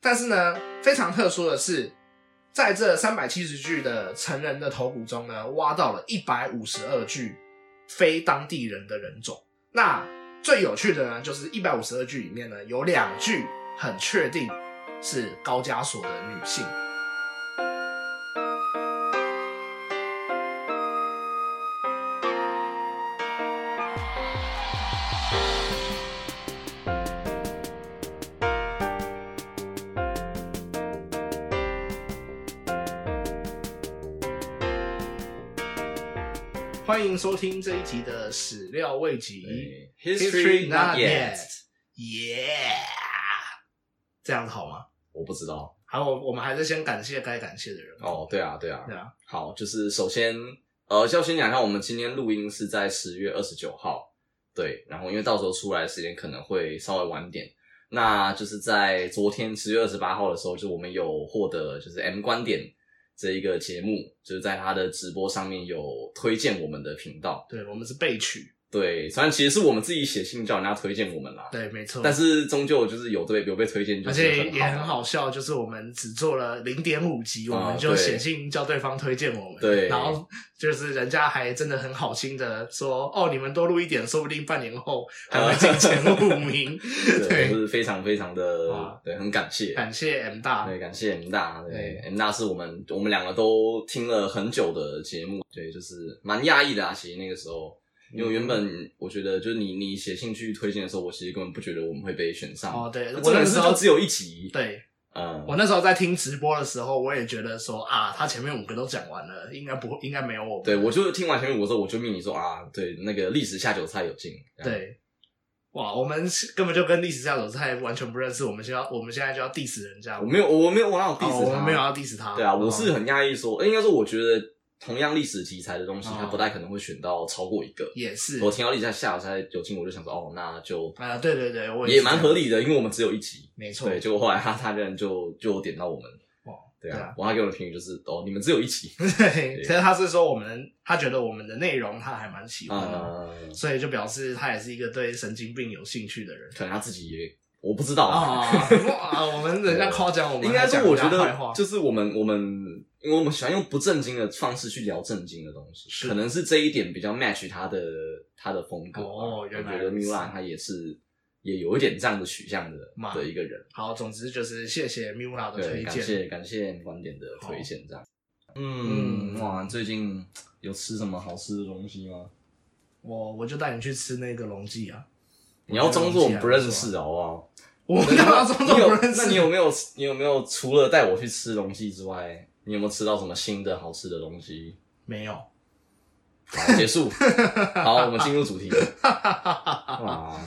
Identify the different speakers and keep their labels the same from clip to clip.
Speaker 1: 但是呢，非常特殊的是，在这三百七十具的成人的头骨中呢，挖到了一百五十二具非当地人的人种。那最有趣的呢，就是一百五十二具里面呢，有两具很确定是高加索的女性。欢迎收听这一集的始料未及
Speaker 2: 对 History not yet，
Speaker 1: Yeah，这样子好吗？
Speaker 2: 我不知道。
Speaker 1: 还有，我们还是先感谢该感谢的人。
Speaker 2: 哦，对啊，对啊，
Speaker 1: 对啊，
Speaker 2: 好，就是首先，呃，要先讲一下，我们今天录音是在十月二十九号，对，然后因为到时候出来的时间可能会稍微晚点，那就是在昨天十月二十八号的时候，就我们有获得就是 M 观点这一个节目，就是在他的直播上面有推荐我们的频道，
Speaker 1: 对我们是被取，
Speaker 2: 对，虽然其实是我们自己写信叫人家推荐我们啦，
Speaker 1: 对，没错。
Speaker 2: 但是终究就是有被有被推荐，就
Speaker 1: 而
Speaker 2: 是
Speaker 1: 且也
Speaker 2: 很
Speaker 1: 很
Speaker 2: 好。
Speaker 1: 好笑，就是我们只做了零点五集，我们
Speaker 2: 啊
Speaker 1: 就
Speaker 2: 对
Speaker 1: 写信叫对方推荐我们，
Speaker 2: 对
Speaker 1: 然后就是人家还真的很好心的说，哦，你们多录一点，说不定半年后还会进前 五名。
Speaker 2: 对，
Speaker 1: 对，
Speaker 2: 就是非常非常
Speaker 1: 哇
Speaker 2: 的对，很感谢，
Speaker 1: 感谢 M 大，
Speaker 2: 对，感谢 M 大，对
Speaker 1: 对
Speaker 2: M 大是我们我们两个都听了很久的节目，对，就是蛮讶异的啊。其实那个时候，因为原
Speaker 1: 嗯
Speaker 2: 本我觉得就是你你写信去推荐的时候，我其实根本不觉得我们会被选上。
Speaker 1: 哦，对
Speaker 2: 我
Speaker 1: 我那
Speaker 2: 那
Speaker 1: 个
Speaker 2: 时
Speaker 1: 时
Speaker 2: 候
Speaker 1: 候
Speaker 2: 只有一集，
Speaker 1: 对
Speaker 2: 嗯，
Speaker 1: 我那时候在听直播的时候，我也觉得说啊，他前面五个都讲完了，应该不会，应该没有我们。
Speaker 2: 对我就听完前面我之后，我就命你说啊，对，那个历史下酒菜有进，这样，
Speaker 1: 对，哇，我们是根本就跟历史下手菜完全不认识，我们现在我们现在就要 diss 人家，
Speaker 2: 我没有我没有我哪有 diss 他，
Speaker 1: 哦我们没有要 diss 他，
Speaker 2: 对啊，我是
Speaker 1: 哦
Speaker 2: 很讶异说，诶应该说我觉得同样历史题材的东西，它
Speaker 1: 哦
Speaker 2: 不太可能会选到超过一个。
Speaker 1: 也是，
Speaker 2: 我听到历史下才有进，我就想说，哦，那就
Speaker 1: 啊，对对对，我
Speaker 2: 也
Speaker 1: 是这
Speaker 2: 蛮
Speaker 1: 样
Speaker 2: 合，理的，因为我们只有一集。
Speaker 1: 没错，
Speaker 2: 对，结果后来他他人就就有点到我们，
Speaker 1: 哦，
Speaker 2: 对
Speaker 1: 对
Speaker 2: 啊
Speaker 1: 啊，
Speaker 2: 我他给我的评语就是，哦，你们只有 一集，
Speaker 1: 对，其实他是说我们，他觉得我们的内容他还蛮喜欢的，
Speaker 2: 呃，
Speaker 1: 所以就表示他也是一个对神经病有兴趣的人。
Speaker 2: 可能他自己也我不知道啊，
Speaker 1: 啊啊！我们人家夸奖我们，
Speaker 2: 应该
Speaker 1: 是
Speaker 2: 是我觉
Speaker 1: 坏话
Speaker 2: 得，就是我们我们，因为我们喜欢用不正经的方式去聊正经的东
Speaker 1: 是
Speaker 2: 西，可能是这一点比较 match 他的他的风格吧。
Speaker 1: 哦原来
Speaker 2: 我觉得
Speaker 1: 如此
Speaker 2: Milan 他也是也有一点这样的取向的
Speaker 1: 嘛
Speaker 2: 的一个人。
Speaker 1: 好。总之就是谢谢 Mula 的
Speaker 2: 对，
Speaker 1: 推
Speaker 2: 感
Speaker 1: 荐。
Speaker 2: 谢感谢观点的推荐，这样。嗯，
Speaker 1: 嗯
Speaker 2: 哇，最近有吃什么好吃的东西吗？
Speaker 1: 我我就带你去吃那个龙记啊！
Speaker 2: 你要装作我们不认识好不好？
Speaker 1: 啊我干嘛装作
Speaker 2: 你有啊
Speaker 1: 不认识？
Speaker 2: 那你有没有你有没有除了带我去吃东西之外，你有没有吃到什么新的好吃的东西？
Speaker 1: 没有？
Speaker 2: 好，结束。好，我们进入主题。哇，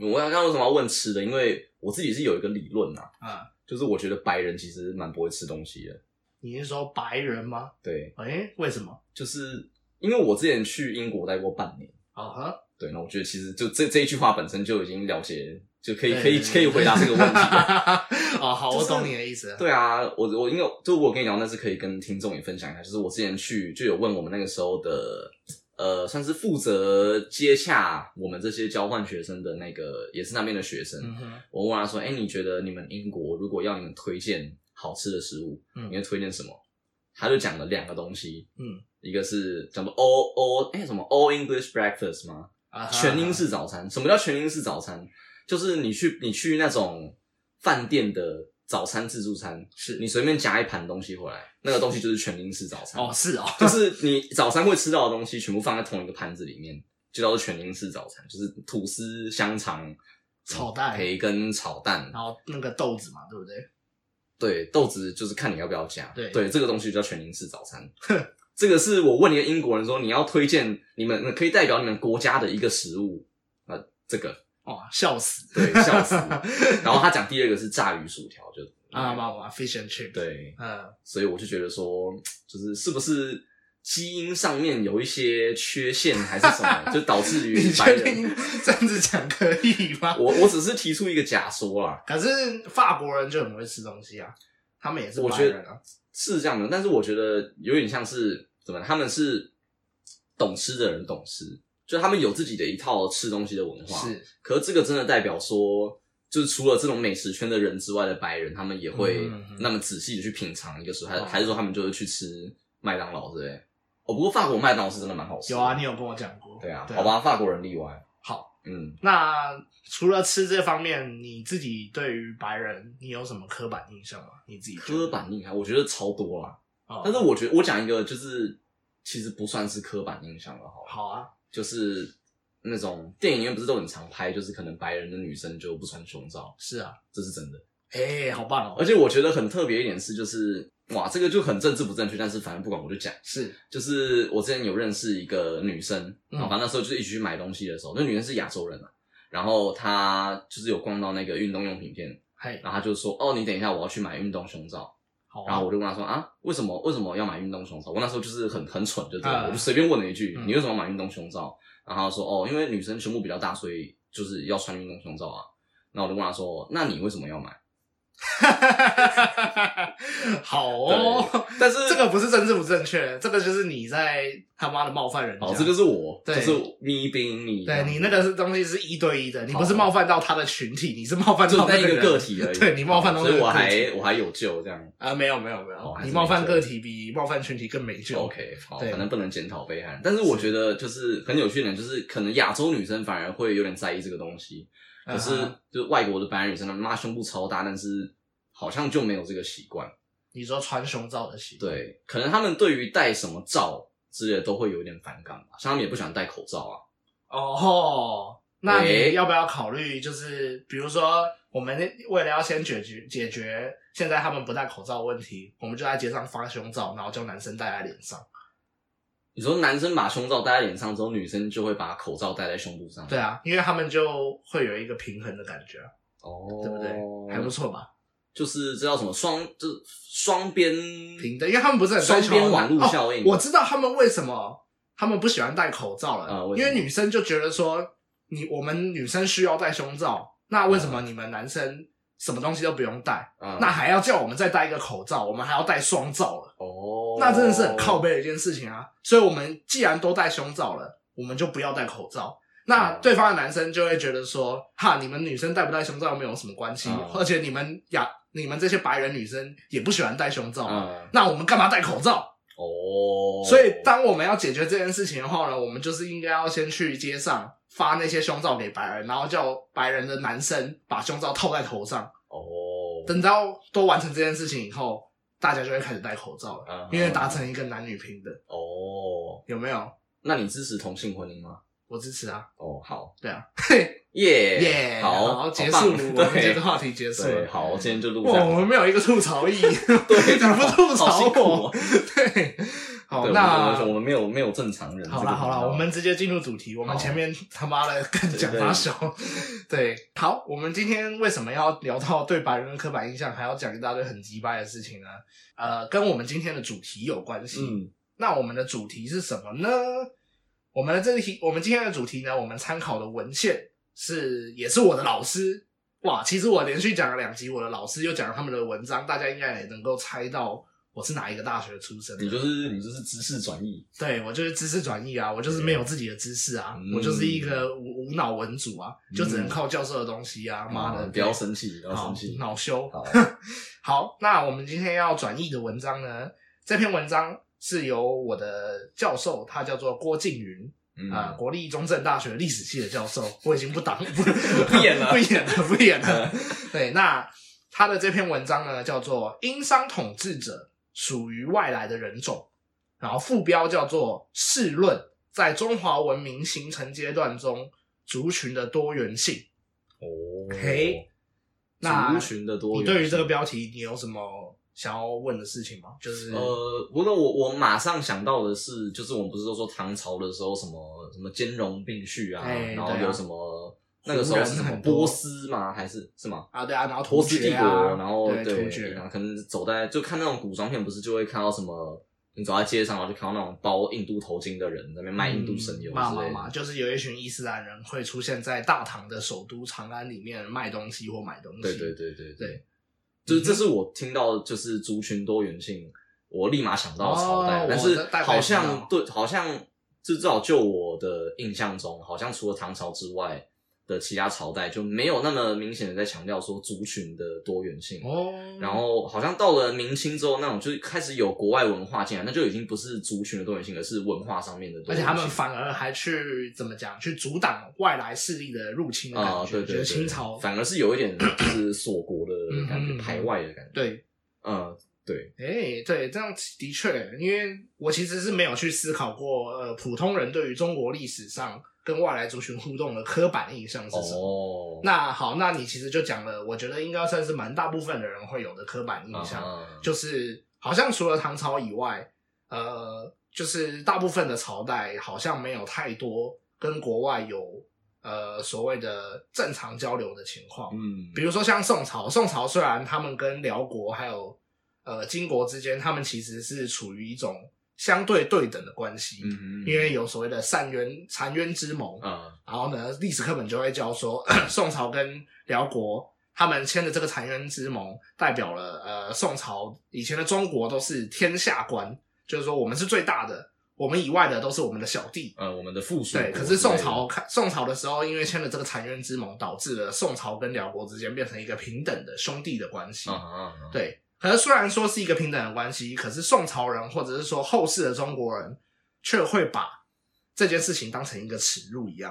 Speaker 2: 我刚刚为什么要问吃的？因为我自己是有一个理论啊，
Speaker 1: 啊，
Speaker 2: 就是我觉得白人其实蛮不会吃东西的。
Speaker 1: 你是说白人吗？
Speaker 2: 对，
Speaker 1: 诶，为什么？
Speaker 2: 就是因为我之前去英国待过半年，
Speaker 1: 啊哈，
Speaker 2: 对，那我觉得其实就这这一句话本身就已经了解，就可以
Speaker 1: 对
Speaker 2: 可以
Speaker 1: 对
Speaker 2: 可以回答这个 问题了。
Speaker 1: 哦，好，我
Speaker 2: 就是
Speaker 1: 懂你的意思。
Speaker 2: 对啊，我我因为就我跟你讲，那是可以跟听众也分享一下，就是我之前去就有问我们那个时候的呃，算是负责接洽我们这些交换学生的那个，也是那边的学生，
Speaker 1: 嗯哼，
Speaker 2: 我问他说，哎、你觉得你们英国如果要你们推荐好吃的食物，
Speaker 1: 嗯
Speaker 2: 你会推荐什么？他就讲了两个东西，
Speaker 1: 嗯，
Speaker 2: 一个是叫做 all all 哎、什么 all English breakfast 吗？
Speaker 1: 啊哈
Speaker 2: 全英式早餐。什么叫全英式早餐？就是你去你去那种饭店的早餐自助餐，
Speaker 1: 是
Speaker 2: 你随便夹一盘东西回来，那个东西就是全英式早餐。
Speaker 1: 哦，，是 哦，
Speaker 2: 就是你早餐会吃到的东西，全部放在同一个盘子里面，就叫做全英式早餐。就是吐司、香肠、
Speaker 1: 炒蛋
Speaker 2: 培根、炒蛋，
Speaker 1: 然后那个豆子嘛，对不对？
Speaker 2: 对，豆子就是看你要不要加。
Speaker 1: 对
Speaker 2: 这个东西就叫全英式早餐。 这个是我问一个英国人说，你要推荐你们可以代表你们国家的一个食物，呃，这个
Speaker 1: 哦，笑死，
Speaker 2: 对，笑 死。然后他讲第二个是炸鱼薯条，就
Speaker 1: 啊，嘛嘛，fish and chip，，
Speaker 2: 对，
Speaker 1: 嗯，
Speaker 2: 所以我就觉得说，就是是不是基因上面有一些缺陷还是什么，就导致 于
Speaker 1: 你
Speaker 2: 白
Speaker 1: 确
Speaker 2: 人。
Speaker 1: 定这样子讲可以吗？
Speaker 2: 我我只是提出一个假说啦，
Speaker 1: 可是法国人就很会吃东西啊，他们也是
Speaker 2: 我
Speaker 1: 白
Speaker 2: 觉
Speaker 1: 人啊
Speaker 2: 得，是这样的，但是我觉得有点像是怎么样，他们是懂吃的人懂吃，就他们有自己的一套吃东西的文化。
Speaker 1: 是
Speaker 2: 可是这个真的代表说，就是除了这种美食圈的人之外的白人，他们也会
Speaker 1: 嗯嗯嗯
Speaker 2: 那么仔细的去品尝一个食物，还、
Speaker 1: 哦
Speaker 2: 还是说他们就是去吃麦当劳之类？哦，不过法国麦当劳是真的蛮好吃的。
Speaker 1: 有啊，你有跟我讲过。
Speaker 2: 对啊，好。吧，法国人例外。
Speaker 1: 好，
Speaker 2: 嗯，
Speaker 1: 那除了吃这方面，你自己对于白人，你有什么刻板印象吗？你自己觉得
Speaker 2: 刻，板印象我觉得超多啦。
Speaker 1: 哦
Speaker 2: 但是我觉得我讲一个就是其实不算是刻板印象了，好了
Speaker 1: 好啊，
Speaker 2: 就是那种电影院不是都很常拍，就是可能白人的女生就不穿胸罩，
Speaker 1: 是啊，
Speaker 2: 这是真的。
Speaker 1: 哎、好棒哦，
Speaker 2: 而且我觉得很特别一点是，就是哇，这个就很政治不正确，但是反正不管我就讲，
Speaker 1: 是
Speaker 2: 就是我之前有认识一个女生，
Speaker 1: 嗯
Speaker 2: 啊，反正那时候就是一起去买东西的时候，那女生是亚洲人啊，然后她就是有逛到那个运动用品店，
Speaker 1: 嘿，
Speaker 2: 然后她就说，哦，你等一下，我要去买运动胸罩，
Speaker 1: 好
Speaker 2: 然
Speaker 1: 啊
Speaker 2: 后，我 就问她说，啊，为什么为什么要买运动胸罩？我那时候就是很很蠢，就这样，
Speaker 1: 嗯
Speaker 2: 我就随便问了一句，
Speaker 1: 嗯
Speaker 2: 你为什么要买运动胸罩？然后她说，哦，因为女生胸部比较大，所以就是要穿运动胸罩啊。那我就问她说，那你为什么要买？
Speaker 1: 好哦。
Speaker 2: 但是
Speaker 1: 这个不是政治不正确，这个就是你在他妈的冒犯人家。
Speaker 2: 哦，这就是我，
Speaker 1: 对
Speaker 2: 就是咪冰你，啊
Speaker 1: 对你那个是东西是一对一的，你不是
Speaker 2: 好
Speaker 1: 冒犯到他的群体，你是冒犯
Speaker 2: 就
Speaker 1: 到
Speaker 2: 那一
Speaker 1: 个
Speaker 2: 个
Speaker 1: 人
Speaker 2: 个体而已，
Speaker 1: 对你冒犯到
Speaker 2: 哦
Speaker 1: 那
Speaker 2: 所
Speaker 1: 个
Speaker 2: 以我
Speaker 1: 个
Speaker 2: 还
Speaker 1: 体
Speaker 2: 我还有救这样。
Speaker 1: 啊，没有没有没
Speaker 2: 哦
Speaker 1: 有
Speaker 2: 还，是
Speaker 1: 你冒犯
Speaker 2: 没
Speaker 1: 个
Speaker 2: 救
Speaker 1: 体比冒犯群体更没救。
Speaker 2: OK，好，
Speaker 1: 对
Speaker 2: 反正不能检讨被害人，但是我觉得就是很有趣的点，就是可能亚洲女生反而会有点在意这个东西，可
Speaker 1: 嗯
Speaker 2: 是
Speaker 1: 哼
Speaker 2: 就是外国的白人女生，她妈胸部超大，但是好像就没有这个习惯。
Speaker 1: 你说穿胸罩的习惯，
Speaker 2: 对，可能他们对于戴什么罩之类的都会有点反感吧，像他们也不喜欢戴口罩啊。
Speaker 1: 哦吼，那
Speaker 2: 喂
Speaker 1: 你要不要考虑，就是比如说，我们为了要先解决解决现在他们不戴口罩的问题，我们就在街上发胸罩，然后叫男生戴在脸上。
Speaker 2: 你说男生把胸罩戴在脸上之后，女生就会把口罩戴在胸部上，
Speaker 1: 对啊，因为他们就会有一个平衡的感觉啊，
Speaker 2: 哦，
Speaker 1: 对不对？还不错吧？
Speaker 2: 就是这叫什么双，就是双边
Speaker 1: 平等，因为他们不是很追求
Speaker 2: 双边网络效应
Speaker 1: 哦我知道他们为什么他们不喜欢戴口罩了，
Speaker 2: 啊为什
Speaker 1: 因
Speaker 2: 么
Speaker 1: 为女生就觉得说，你我们女生需要戴胸罩，那为什么你们男生什么东西都不用戴？
Speaker 2: 啊
Speaker 1: 那还要叫我们再戴一个口罩，我们还要戴双罩了，
Speaker 2: 哦，
Speaker 1: 那真的是很靠背的一件事情啊。所以，我们既然都戴胸罩了，我们就不要戴口罩。那
Speaker 2: 嗯
Speaker 1: 对方的男生就会觉得说，哈，你们女生戴不戴胸罩又没有什么关系，
Speaker 2: 嗯
Speaker 1: 而且你们亚你们这些白人女生也不喜欢戴胸罩嘛，
Speaker 2: 啊
Speaker 1: 那我们干嘛戴口罩？
Speaker 2: 哦，
Speaker 1: 所以，当我们要解决这件事情的话呢，我们就是应该要先去街上发那些胸罩给白人，然后叫白人的男生把胸罩套在头上。
Speaker 2: 哦，
Speaker 1: 等到都完成这件事情以后，大家就会开始戴口罩了，
Speaker 2: 嗯
Speaker 1: 因为达成一个男女平等，
Speaker 2: 哦，
Speaker 1: 有没有？
Speaker 2: 那你支持同性婚姻吗？
Speaker 1: 我支持啊，
Speaker 2: 哦，好，
Speaker 1: 对啊，
Speaker 2: 耶
Speaker 1: 耶、
Speaker 2: 好，
Speaker 1: 好，
Speaker 2: 好
Speaker 1: 结
Speaker 2: 棒
Speaker 1: 束，我 们今天
Speaker 2: 对
Speaker 1: 的话题结束
Speaker 2: 对，
Speaker 1: 了。
Speaker 2: 好，今天就录这
Speaker 1: 哇，我们
Speaker 2: 样。
Speaker 1: 没有一个吐槽意，
Speaker 2: 对
Speaker 1: 你不吐
Speaker 2: 好
Speaker 1: 槽
Speaker 2: 辛苦
Speaker 1: 我，
Speaker 2: 哦
Speaker 1: 对，好，
Speaker 2: 对
Speaker 1: 那
Speaker 2: 我们我们没有没有正常人。
Speaker 1: 好
Speaker 2: 这
Speaker 1: 啦
Speaker 2: 个
Speaker 1: 好啦，
Speaker 2: 频道
Speaker 1: 我们直接进入主题。我们
Speaker 2: 好
Speaker 1: 前面他妈的更讲
Speaker 2: 对
Speaker 1: 他小， 对，好，我们今天为什么要聊到对白人的刻板印象，还要讲一大堆很鸡掰的事情呢？呃，跟我们今天的主题有关系。
Speaker 2: 嗯，
Speaker 1: 那我们的主题是什么呢？我们的这个题，我们今天的主题呢，我们参考的文献是也是我的老师。哇，其实我连续讲了两集，我的老师又讲了他们的文章，大家应该也能够猜到我是哪一个大学出身的。
Speaker 2: 你就是你就是知识转移，
Speaker 1: 对我就是知识转移啊，我
Speaker 2: 嗯
Speaker 1: 就是没有自己的知识啊，我就是一个无无脑文主啊，就
Speaker 2: 嗯
Speaker 1: 只能靠教授的东西啊，妈的，
Speaker 2: 不要生气，不要
Speaker 1: 好
Speaker 2: 生气。
Speaker 1: 恼羞。
Speaker 2: 好
Speaker 1: 好，那我们今天要转译的文章呢，这篇文章是由我的教授，他叫做郭靖云
Speaker 2: 嗯
Speaker 1: 啊、国立中正大学历史系的教 授，我已经不当不
Speaker 2: 不演 了嗯
Speaker 1: 不演了，不演了。对，那他的这篇文章呢，叫做《殷商统治者属于外来的人种》，然后副标叫做《世论》，在中华文明形成阶段中族群的多元性。
Speaker 2: 哦，
Speaker 1: 嘿那
Speaker 2: 族群的多
Speaker 1: 你
Speaker 2: 元性，
Speaker 1: 对于这个标题，你有什么想要问的事情吗？就是
Speaker 2: 呃，不过我我马上想到的是，就是我们不是都说唐朝的时候什么什么兼容并蓄啊，
Speaker 1: 哎
Speaker 2: 然后
Speaker 1: 对啊
Speaker 2: 有什么、那个时候是
Speaker 1: 胡
Speaker 2: 什
Speaker 1: 人
Speaker 2: 么
Speaker 1: 很多
Speaker 2: 波斯吗？还是是吗？
Speaker 1: 啊，对啊，然后
Speaker 2: 波
Speaker 1: 突
Speaker 2: 斯帝
Speaker 1: 厥
Speaker 2: 国，
Speaker 1: 啊，
Speaker 2: 然后
Speaker 1: 对突厥
Speaker 2: 然后可能走在就看那种古装片，不是就会看到什么？你走在街上，然后就看到那种包印度头巾的人在那边卖
Speaker 1: 嗯
Speaker 2: 印度神油
Speaker 1: 嘛
Speaker 2: 之
Speaker 1: 嘛
Speaker 2: 类
Speaker 1: 嘛，
Speaker 2: 的。
Speaker 1: 就是有一群伊斯兰人会出现在大唐的首都长安里面卖东西或买东西。
Speaker 2: 对对对对
Speaker 1: 对，
Speaker 2: 就是这是我听到就是族群多元性，我立马想到的朝代，
Speaker 1: 哦
Speaker 2: 但
Speaker 1: 我
Speaker 2: 是
Speaker 1: 大大概
Speaker 2: 好
Speaker 1: 知道
Speaker 2: 像对，好像至少就我的印象中，好像除了唐朝之外，的其他朝代就没有那么明显的在强调说族群的多元性。
Speaker 1: 哦，
Speaker 2: 然后好像到了明清之后，那种就是开始有国外文化进来，那就已经不是族群的多元性，而是文化上面的多
Speaker 1: 而且
Speaker 2: 元性。
Speaker 1: 他们反而还去怎么讲，去阻挡外来势力的入侵的感觉。
Speaker 2: 啊、对对
Speaker 1: 就是
Speaker 2: 对，
Speaker 1: 清朝
Speaker 2: 反而是有一点就是锁国的感
Speaker 1: 嗯嗯嗯
Speaker 2: 觉，排外的感觉。
Speaker 1: 对，
Speaker 2: 嗯，对，
Speaker 1: 哎、对，这样的确，因为我其实是没有去思考过，呃，普通人对于中国历史上跟外来族群互动的刻板印象是什么。
Speaker 2: 哦，
Speaker 1: 那好，那你其实就讲了，我觉得应该算是蛮大部分的人会有的刻板印象，
Speaker 2: 啊
Speaker 1: 就是好像除了唐朝以外，呃，就是大部分的朝代好像没有太多跟国外有呃所谓的正常交流的情况。
Speaker 2: 嗯，
Speaker 1: 比如说像宋朝，宋朝虽然他们跟辽国还有呃金国之间，他们其实是处于一种相对对等的关系，
Speaker 2: 嗯，
Speaker 1: 因为有所谓的澶渊澶渊之盟。
Speaker 2: 啊，
Speaker 1: 然后呢，历史课本就会教说 宋朝跟辽国他们签的这个澶渊之盟，代表了呃宋朝以前的中国都是天下观，就是说我们是最大的，我们以外的都是我们的小弟。
Speaker 2: 呃，我们的附属国之
Speaker 1: 对，
Speaker 2: 类的。
Speaker 1: 可是宋朝开宋朝的时候，因为签了这个澶渊之盟，导致了宋朝跟辽国之间变成一个平等的兄弟的关系。
Speaker 2: 啊啊，啊
Speaker 1: 对，可是虽然说是一个平等的关系，可是宋朝人或者是说后世的中国人，却会把这件事情当成一个耻辱一样。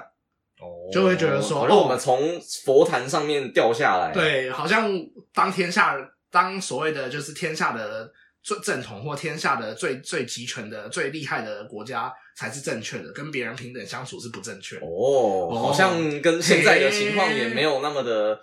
Speaker 2: 哦
Speaker 1: 就会觉得说
Speaker 2: 好像
Speaker 1: 哦
Speaker 2: 我们从佛坛上面掉下来，，
Speaker 1: 对，好像当天下当所谓的就是天下的最正统或天下的最最集权的最厉害的国家才是正确的，跟别人平等相处是不正确的。
Speaker 2: 哦，好像跟现在的情况也没有那么的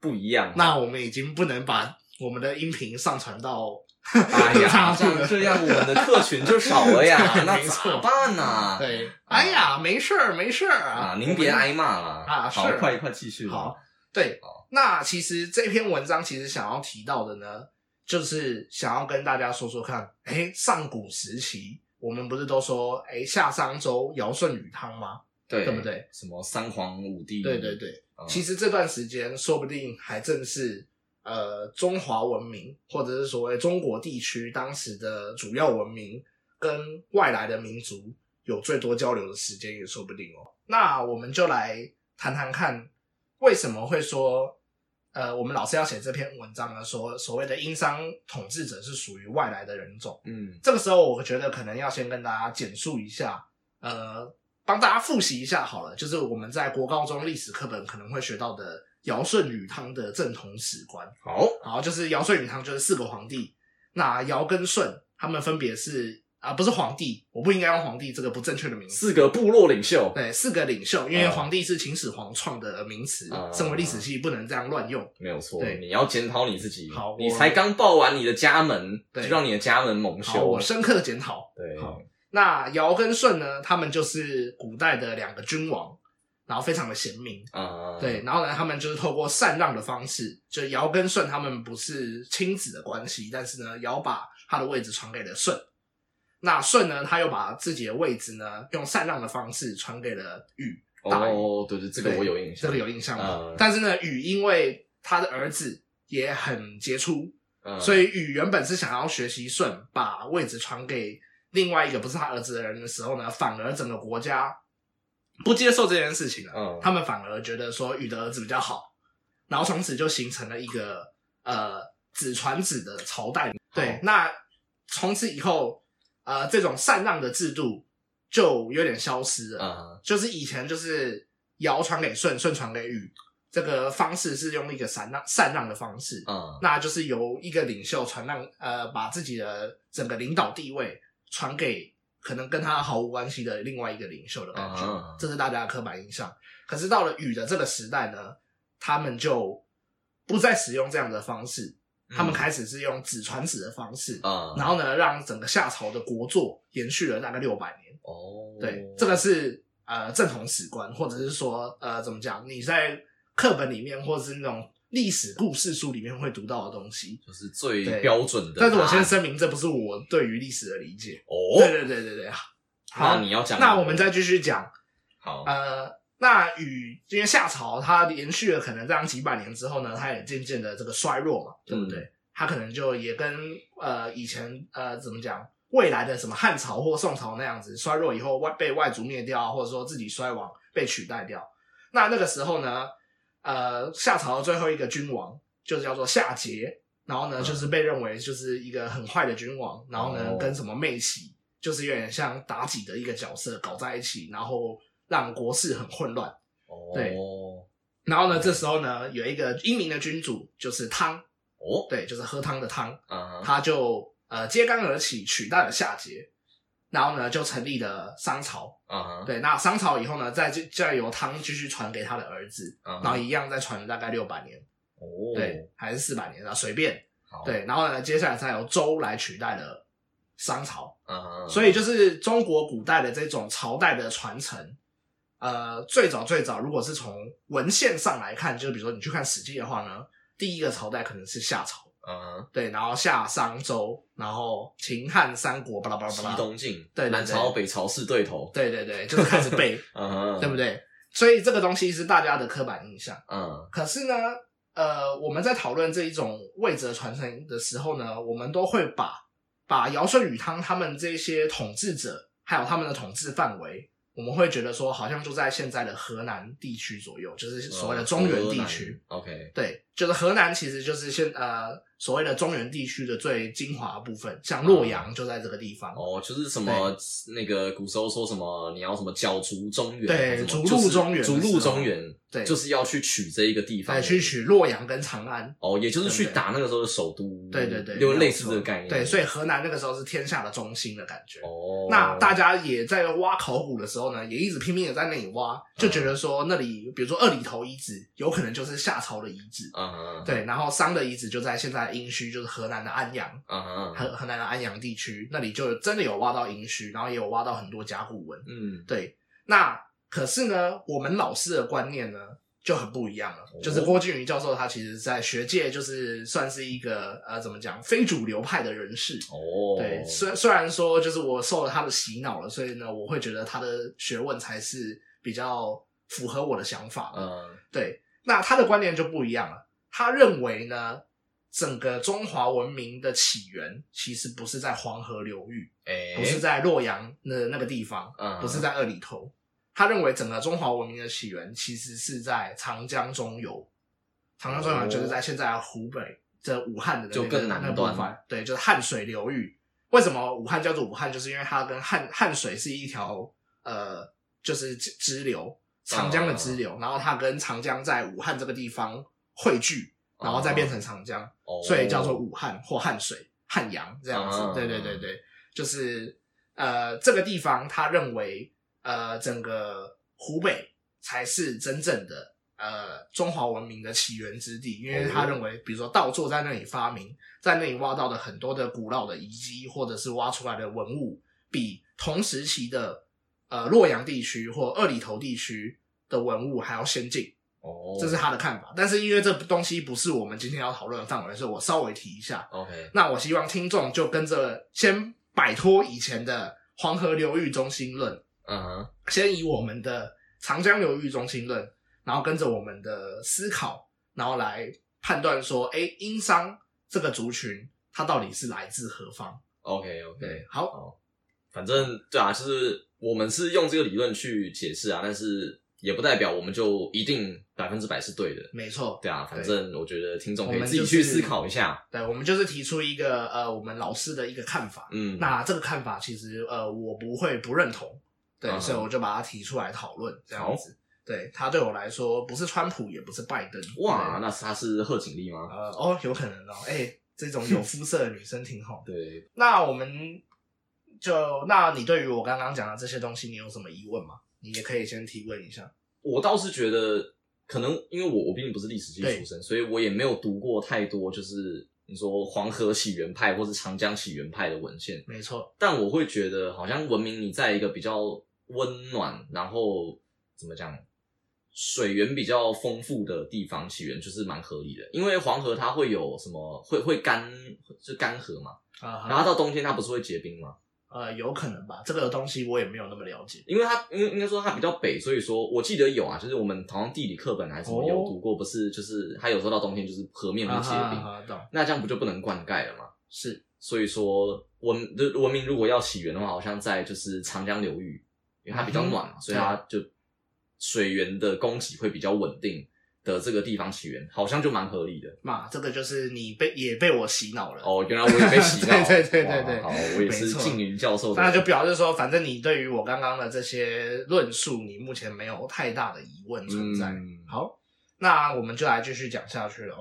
Speaker 2: 不一样。
Speaker 1: 那我们已经不能把我们的音频上传到
Speaker 2: 哎 呀，
Speaker 1: 大
Speaker 2: 这
Speaker 1: 陆
Speaker 2: 样
Speaker 1: 了。
Speaker 2: 这样我们的客群就少了呀，
Speaker 1: 对
Speaker 2: 那
Speaker 1: 没错
Speaker 2: 咋办呢？
Speaker 1: 对，哎呀，没事儿，没事儿
Speaker 2: 啊
Speaker 1: 啊，，
Speaker 2: 您别
Speaker 1: 我们
Speaker 2: 挨哦骂了
Speaker 1: 啊
Speaker 2: 好
Speaker 1: 是，
Speaker 2: 快快继续吧。
Speaker 1: 好对
Speaker 2: 好，
Speaker 1: 那其实这篇文章其实想要提到的呢，就是想要跟大家说说看，哎，上古时期我们不是都说，哎，夏商周尧舜禹汤吗？
Speaker 2: 对
Speaker 1: 对不对？
Speaker 2: 什么三皇五帝？
Speaker 1: 对对，对，
Speaker 2: 嗯
Speaker 1: 其实这段时间说不定还正是。呃，中华文明或者是所谓中国地区当时的主要文明跟外来的民族有最多交流的时间也说不定哦。那我们就来谈谈看，为什么会说，呃，我们老师要写这篇文章呢？说所谓的殷商统治者是属于外来的人种。
Speaker 2: 嗯，
Speaker 1: 这个时候，我觉得可能要先跟大家简述一下，呃，帮大家复习一下好了，就是我们在国高中历史课本可能会学到的尧舜禹汤的正统史观。
Speaker 2: 好，
Speaker 1: 然后就是尧舜禹汤，就是四个皇帝。那尧跟舜他们分别是啊、不是皇帝，我不应该用皇帝这个不正确的名字。
Speaker 2: 四个部落领袖，
Speaker 1: 对，四个领袖，因为
Speaker 2: 啊
Speaker 1: 皇帝是秦始皇创的名词，
Speaker 2: 啊
Speaker 1: 身为历史系不能这样乱用。
Speaker 2: 没有错，
Speaker 1: 对
Speaker 2: 你要检讨你自己。
Speaker 1: 好
Speaker 2: 你
Speaker 1: 我
Speaker 2: 才刚报完你的家门，就
Speaker 1: 对
Speaker 2: 让你的家门蒙
Speaker 1: 好，
Speaker 2: 羞
Speaker 1: 我。深刻检讨。
Speaker 2: 对，
Speaker 1: 好那尧跟舜呢，他们就是古代的两个君王，然后非常的贤明。
Speaker 2: 啊，
Speaker 1: 对，，然后呢，他们就是透过禅让的方式，就尧跟舜他们不是亲子的关系，但是呢，尧把他的位置传给了舜，那舜呢，他又把自己的位置呢，用禅让的方式传给了禹，大禹
Speaker 2: 哦，对对，这个
Speaker 1: 对
Speaker 2: 我有印
Speaker 1: 这
Speaker 2: 象，
Speaker 1: 个有印象吗？
Speaker 2: 嗯
Speaker 1: 但是呢，禹因为他的儿子也很杰出，
Speaker 2: 嗯
Speaker 1: 所以禹原本是想要学习舜，把位置传给另外一个不是他儿子的人的时候呢，反而整个国家不接受这件事情了。
Speaker 2: 嗯
Speaker 1: 他们反而觉得说禹的儿子比较好，然后从此就形成了一个呃子传子的朝代。对，
Speaker 2: 哦
Speaker 1: 那从此以后，呃，这种禅让的制度就有点消失了。
Speaker 2: 啊，
Speaker 1: 就是以前就是尧传给舜，舜传给禹，这个方式是用一个禅让禅让的方式。
Speaker 2: 嗯
Speaker 1: 那就是由一个领袖传让，呃，把自己的整个领导地位传给可能跟他毫无关系的另外一个领袖的感觉，
Speaker 2: 啊
Speaker 1: 这是大家的刻板印象。可是到了禹的这个时代呢，他们就不再使用这样的方式，他们
Speaker 2: 嗯
Speaker 1: 开始是用子传子的方式，
Speaker 2: 啊，
Speaker 1: 然后呢，让整个夏朝的国祚延续了大概六百年。
Speaker 2: 哦，
Speaker 1: 对，这个是呃正统史观，或者是说呃怎么讲，你在课本里面或者是那种历史故事书里面会读到的东西。
Speaker 2: 就是最
Speaker 1: 对
Speaker 2: 标准的答
Speaker 1: 但
Speaker 2: 案。
Speaker 1: 是我先声明，这不是我对于历史的理解。对
Speaker 2: 啊哦，
Speaker 1: 对对对对，
Speaker 2: 那
Speaker 1: 好，
Speaker 2: 你要讲，
Speaker 1: 那我们再继续讲。
Speaker 2: 好，
Speaker 1: 呃，那禹因为夏朝它连续了可能这样几百年之后呢，它也渐渐的这个衰弱嘛，对不对？它可能就也跟呃以前呃怎么讲，未来的什么汉朝或宋朝那样子衰弱以后外被外族灭掉啊，或者说自己衰亡被取代掉。那那个时候呢，呃，夏朝的最后一个君王就是叫做夏桀，然后呢，
Speaker 2: 嗯
Speaker 1: 就是被认为就是一个很坏的君王，然后呢，
Speaker 2: 哦
Speaker 1: 跟什么妹喜就是有点像妲己的一个角色搞在一起，然后让国势很混乱。
Speaker 2: 哦，
Speaker 1: 对然后呢，这时候呢，有一个英明的君主就是汤，
Speaker 2: 哦，
Speaker 1: 对，就是喝汤的汤，
Speaker 2: 嗯哼，
Speaker 1: 他就呃揭竿而起，取代了夏桀，然后呢，就成立了商朝。
Speaker 2: 嗯哼，
Speaker 1: 对，那商朝以后呢，再继再由汤继续传给他的儿子，
Speaker 2: 嗯哼，
Speaker 1: 然后一样再传了大概六百年，
Speaker 2: 哦，
Speaker 1: 对，还是四百年啊，随便。
Speaker 2: 好，
Speaker 1: 对，然后呢，接下来再由周来取代了商朝，
Speaker 2: 嗯哼，
Speaker 1: 所以就是中国古代的这种朝代的传承。呃，最早最早，如果是从文献上来看，就是比如说你去看《史记》的话呢，第一个朝代可能是夏朝，
Speaker 2: 嗯
Speaker 1: 对，然后夏商周，然后秦汉三国，巴拉巴
Speaker 2: 哼，
Speaker 1: 拉巴拉，
Speaker 2: 西东晋，
Speaker 1: 对对对
Speaker 2: 南朝北朝是对头，
Speaker 1: 对对对，就是开始背，
Speaker 2: 嗯哼，
Speaker 1: 对不？对？所以这个东西是大家的刻板印象。
Speaker 2: 嗯
Speaker 1: 可是呢，呃，我们在讨论这一种位置的传承的时候呢，我们都会把把尧舜禹汤他们这些统治者，还有他们的统治范围，我们会觉得说，好像就在现在的河南地区左右，就是
Speaker 2: 哦
Speaker 1: 所谓的中原地区。
Speaker 2: 嗯，OK，
Speaker 1: 对，就是河南其实就是现呃所谓的中原地区的最精华的部分，像洛阳就在这个地方。
Speaker 2: 哦，就是什么那个古时候说什么你要什么角逐中原，
Speaker 1: 对
Speaker 2: 什么
Speaker 1: 逐鹿
Speaker 2: 就是
Speaker 1: 中原的
Speaker 2: 逐
Speaker 1: 时候
Speaker 2: 鹿中原，
Speaker 1: 对
Speaker 2: 就是要去取这一个地方，
Speaker 1: 对，去取洛阳跟长安，
Speaker 2: 哦，也就是去
Speaker 1: 对对
Speaker 2: 打那个时候的首都，
Speaker 1: 对对对，
Speaker 2: 就
Speaker 1: 没有
Speaker 2: 嗯类似
Speaker 1: 错
Speaker 2: 这个概念。
Speaker 1: 对，所以河南那个时候是天下的中心的感觉。
Speaker 2: 哦，
Speaker 1: 那大家也在挖考古的时候呢，也一直拼命的在那里挖，就觉得说那里，比如说二里头遗址，有可能就是夏朝的遗址，
Speaker 2: 嗯哼，
Speaker 1: 对，然后商的遗址就在现在的殷墟，就是河南的安阳，
Speaker 2: 嗯哼，
Speaker 1: 河河南的安阳地区，那里就真的有挖到殷墟，然后也有挖到很多甲骨文，
Speaker 2: 嗯，
Speaker 1: 对，那可是呢，我们老师的观念呢就很不一样了。
Speaker 2: 哦
Speaker 1: 就是郭靖宇教授他其实在学界就是算是一个呃怎么讲非主流派的人士。
Speaker 2: 哦，
Speaker 1: 对，虽虽然说就是我受了他的洗脑了，所以呢，我会觉得他的学问才是比较符合我的想法。嗯，
Speaker 2: 嗯
Speaker 1: 对，那他的观念就不一样了。他认为呢，整个中华文明的起源其实不是在黄河流域，
Speaker 2: 哎，
Speaker 1: 不是在洛阳的那个地方，
Speaker 2: 嗯
Speaker 1: 不是在二里头。他认为整个中华文明的起源其实是在长江中游，长江中游就是在现在的湖北这武汉的那个
Speaker 2: 哦就更南
Speaker 1: 那
Speaker 2: 端
Speaker 1: 部分，对，就是汉水流域。为什么武汉叫做武汉？就是因为它跟汉汉水是一条呃，就是支支流，长江的
Speaker 2: 哦
Speaker 1: 支流，然后它跟长江在武汉这个地方汇聚，然后再变成长江。
Speaker 2: 哦
Speaker 1: 所以叫做武汉或汉水、汉阳这样子。
Speaker 2: 啊
Speaker 1: 对对对对，就是呃，这个地方他认为呃，整个湖北才是真正的呃中华文明的起源之地，因为他认为，比如说稻作在那里发明，在那里挖到的很多的古老的遗迹，或者是挖出来的文物，比同时期的呃洛阳地区或二里头地区的文物还要先进。
Speaker 2: 哦，
Speaker 1: 这是他的看法。但是因为这东西不是我们今天要讨论的范围，所以我稍微提一下。
Speaker 2: OK，
Speaker 1: 那我希望听众就跟着先摆脱以前的黄河流域中心论，
Speaker 2: 嗯哼，
Speaker 1: 先以我们的长江流域中心论，然后跟着我们的思考，然后来判断说，哎，殷商这个族群它到底是来自何方？
Speaker 2: ，OK OK，，
Speaker 1: 好，
Speaker 2: 反正对啊，就是我们是用这个理论去解释啊，但是也不代表我们就一定百分之百是对的。
Speaker 1: 没错，
Speaker 2: 对啊，反正我觉得听众可
Speaker 1: 我
Speaker 2: 以
Speaker 1: 们
Speaker 2: 自己
Speaker 1: 就
Speaker 2: 去
Speaker 1: 是
Speaker 2: 思考一下。
Speaker 1: 对，我们就是提出一个呃，我们老师的一个看法。
Speaker 2: 嗯，
Speaker 1: 那这个看法其实呃，我不会不认同，对，
Speaker 2: 嗯
Speaker 1: 所以我就把它提出来讨论这样子。对他对我来说，不是川普，也不是拜登。
Speaker 2: 哇，那是他是贺锦丽
Speaker 1: 对，
Speaker 2: 吗？
Speaker 1: 呃，哦，有可能哦，哎、这种有肤色的女生挺好的。
Speaker 2: 对，
Speaker 1: 那我们就，那你对于我刚刚讲的这些东西，你有什么疑问吗？你也可以先提问一下。
Speaker 2: 我倒是觉得，可能因为我我并不是历史系出身，所以我也没有读过太多，就是你说黄河起源派或是长江起源派的文献。
Speaker 1: 没错，
Speaker 2: 但我会觉得，好像文明你在一个比较温暖，然后怎么讲，水源比较丰富的地方起源，就是蛮合理的。因为黄河它会有什么会会干，就干涸嘛，
Speaker 1: 啊、
Speaker 2: 然后到冬天它不是会结冰吗？
Speaker 1: 呃，有可能吧，这个东西我也没有那么了解。
Speaker 2: 因为它应应该说它比较北，所以说我记得有啊，就是我们好像地理课本还是什么
Speaker 1: 哦
Speaker 2: 有读过，不是就是它有时候到冬天就是河面会
Speaker 1: 啊
Speaker 2: 结
Speaker 1: 哈
Speaker 2: 冰，
Speaker 1: 啊哈，懂，
Speaker 2: 那这样不就不能灌溉了吗？
Speaker 1: 是
Speaker 2: 所以说文就文
Speaker 1: 嗯
Speaker 2: 明如果要起源的话，好像在就是长江流域，因为它比较暖嘛，所以它就水源的供给会比较稳定的这个地方起源，好像就蛮合理的。
Speaker 1: 嘛，这个就是你被也被我洗脑了。，
Speaker 2: 哦，原来我也被洗脑 了。
Speaker 1: 对对对对对
Speaker 2: 哇好，我也
Speaker 1: 没
Speaker 2: 是
Speaker 1: 错
Speaker 2: 静云教授的。
Speaker 1: 那就表示说，反正你对于我刚刚的这些论述，你目前没有太大的疑问存在。
Speaker 2: 嗯
Speaker 1: 好，那我们就来继续讲下去喽。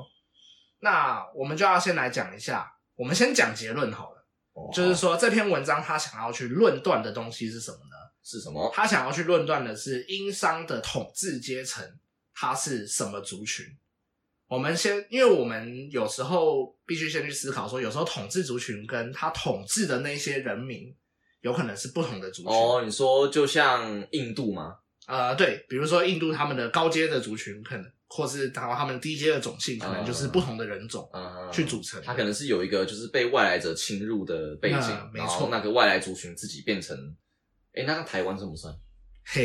Speaker 1: 那我们就要先来讲一下，我们先讲结论好了。
Speaker 2: 哦
Speaker 1: 就是说，这篇文章他想要去论断的东西是什么呢？
Speaker 2: 是什么？
Speaker 1: 他想要去论断的是殷商的统治阶层，它是什么族群？我们先，因为我们有时候必须先去思考说，有时候统治族群跟他统治的那些人民，有可能是不同的族群。
Speaker 2: 哦，你说就像印度吗？
Speaker 1: 呃，对，比如说印度他们的高阶的族群，可能或是然后他们低阶的种姓，可能就是不同的人种
Speaker 2: 嗯，
Speaker 1: 去组成。
Speaker 2: 它可能是有一个就是被外来者侵入的背景
Speaker 1: 嗯，没
Speaker 2: 然
Speaker 1: 错
Speaker 2: 后那个外来族群自己变成，哎，那像台湾算不算？
Speaker 1: 嘿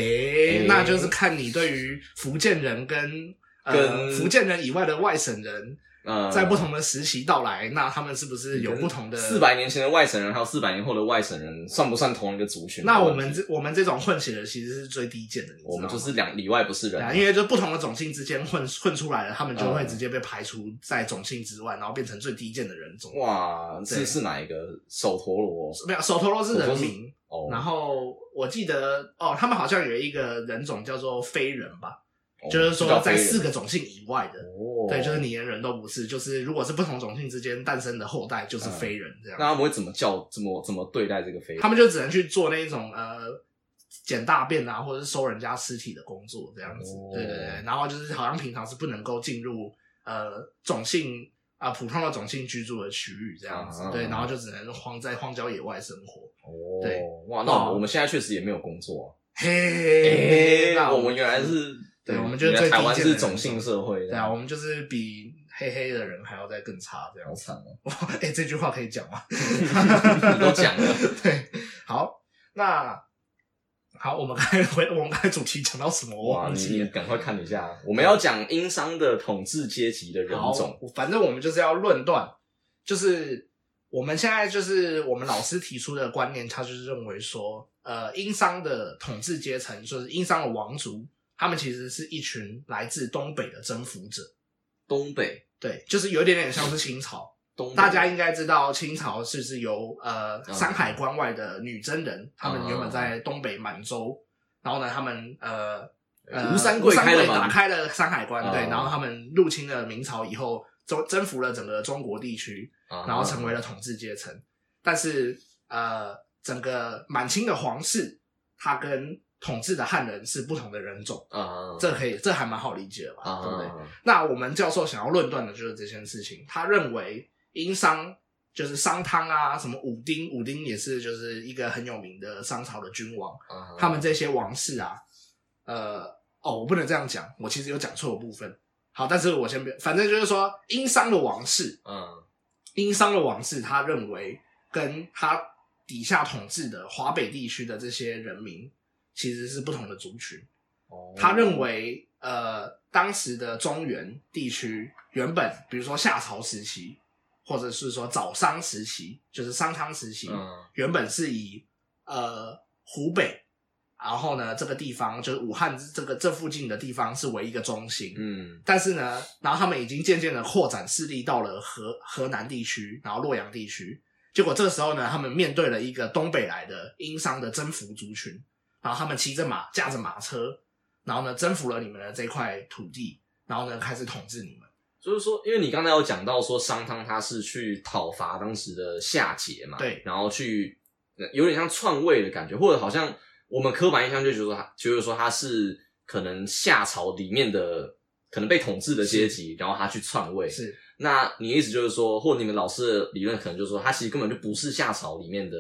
Speaker 2: 诶，
Speaker 1: 那就是看你对于福建人跟呃
Speaker 2: 跟
Speaker 1: 福建人以外的外省人，
Speaker 2: 呃，
Speaker 1: 在不同的时期到来，那他们是不是有不同的
Speaker 2: 四？百年前的外省人，还有四百年后的外省人，算不算同一个族群？
Speaker 1: 那我们这我们这种混血的其实是最低贱的，你知道吗
Speaker 2: 我们就是两里外不是
Speaker 1: 对
Speaker 2: 人
Speaker 1: 啊，
Speaker 2: 啊，
Speaker 1: 因为就不同的种姓之间混混出来了，他们就会
Speaker 2: 嗯
Speaker 1: 直接被排除在种姓之外，然后变成最低贱的人种。
Speaker 2: 哇，
Speaker 1: 对
Speaker 2: 是是哪一个手陀螺？
Speaker 1: 没有，手头罗是人
Speaker 2: 手头
Speaker 1: 名，
Speaker 2: 哦，
Speaker 1: 然后我记得哦，他们好像有一个人种叫做非人吧，
Speaker 2: 哦
Speaker 1: 就是说在四，
Speaker 2: 叫
Speaker 1: 个种姓以外的
Speaker 2: 飞，人哦，
Speaker 1: 对，就是。你连人都不是，就是如果是不同种姓之间诞生的后代，就是非人这样。
Speaker 2: 嗯那他们会怎么叫？怎么怎么对待这个飞人？
Speaker 1: 他们就只能去做那一种呃捡大便啊，或者是收人家尸体的工作这样子。
Speaker 2: 哦
Speaker 1: 对对对，然后就是好像平常是不能够进入呃种姓啊、普通的种姓居住的区域这样子。
Speaker 2: 啊
Speaker 1: 对，然后就只能荒在荒郊野外生活。
Speaker 2: 哦，
Speaker 1: 对，
Speaker 2: 哇，那
Speaker 1: 哇
Speaker 2: 我们现在确实也没有工作啊。
Speaker 1: 嘿，哎那
Speaker 2: 我们原来是，嗯
Speaker 1: 对我们就是
Speaker 2: 原
Speaker 1: 最
Speaker 2: 来台湾
Speaker 1: 低贱的
Speaker 2: 是
Speaker 1: 人
Speaker 2: 种姓社会，
Speaker 1: 对啊，我们就是比黑黑的人还要再更差这样
Speaker 2: 好
Speaker 1: 子。
Speaker 2: 惨哦。
Speaker 1: 哎、这句话可以讲吗？
Speaker 2: 你 都讲了。
Speaker 1: 对，好，那好，我们刚才回我们刚才主题讲到什么？ 我
Speaker 2: 哇，
Speaker 1: 忘
Speaker 2: 你
Speaker 1: 记
Speaker 2: 你
Speaker 1: 了。
Speaker 2: 赶快看一下，我们要讲殷商的统治阶级的人
Speaker 1: 好
Speaker 2: 种，，
Speaker 1: 反正我们就是要论断，就是我们现在就是我们老师提出的观念，他就是认为说，呃，殷商的统治阶层就是殷商的王族，他们其实是一群来自东北的征服者，
Speaker 2: 东北，
Speaker 1: 对，就是有一点点像是清朝。
Speaker 2: 东北
Speaker 1: 大家应该知道，清朝是是由呃
Speaker 2: 嗯
Speaker 1: 山海关外的女真人，他们原本在东北满洲，然后呢，他们呃呃
Speaker 2: 吴三桂开了吗
Speaker 1: 打开了山海关，
Speaker 2: 嗯
Speaker 1: 对，然后他们入侵了明朝以后，征征服了整个中国地区，
Speaker 2: 啊
Speaker 1: 然后成为了统治阶层。但是呃，整个满清的皇室，它跟统治的汉人是不同的人种，
Speaker 2: 啊，
Speaker 1: 这可以这还蛮好理解的吧，
Speaker 2: 啊，
Speaker 1: 对不对？
Speaker 2: 啊
Speaker 1: 那我们教授想要论断的就是这件事情，他认为殷商就是商汤啊，什么武丁，武丁也是就是一个很有名的商朝的君王，
Speaker 2: 啊
Speaker 1: 他们这些王室啊，呃，哦，我不能这样讲，我其实有讲错的部分。好，但是我先别，反正就是说殷商的王室，
Speaker 2: 嗯
Speaker 1: 殷商的王室，他认为跟他底下统治的华北地区的这些人民其实是不同的族群。
Speaker 2: 哦
Speaker 1: 他认为，呃，当时的中原地区原本，比如说夏朝时期，或者是说早商时期，就是商汤时期，
Speaker 2: 嗯
Speaker 1: 原本是以呃湖北，然后呢这个地方就是武汉这个这附近的地方是为一个中心，
Speaker 2: 嗯
Speaker 1: 但是呢，然后他们已经渐渐的扩展势力到了河河南地区，然后洛阳地区。结果这时候呢，他们面对了一个东北来的殷商的征服族群，然后他们骑着马，驾着马车，然后呢征服了你们的这块土地，然后呢开始统治你们。
Speaker 2: 就是说，因为你刚才有讲到说商汤他是去讨伐当时的夏桀嘛，
Speaker 1: 对
Speaker 2: 然后去呃有点像篡位的感觉，或者好像我们刻板印象就觉得说他，就是说他是可能夏朝里面的可能被统治的阶级，然后他去篡位。
Speaker 1: 是
Speaker 2: 那你的意思就是说，或者你们老师的理论可能就是说，他其实根本就不是夏朝里面的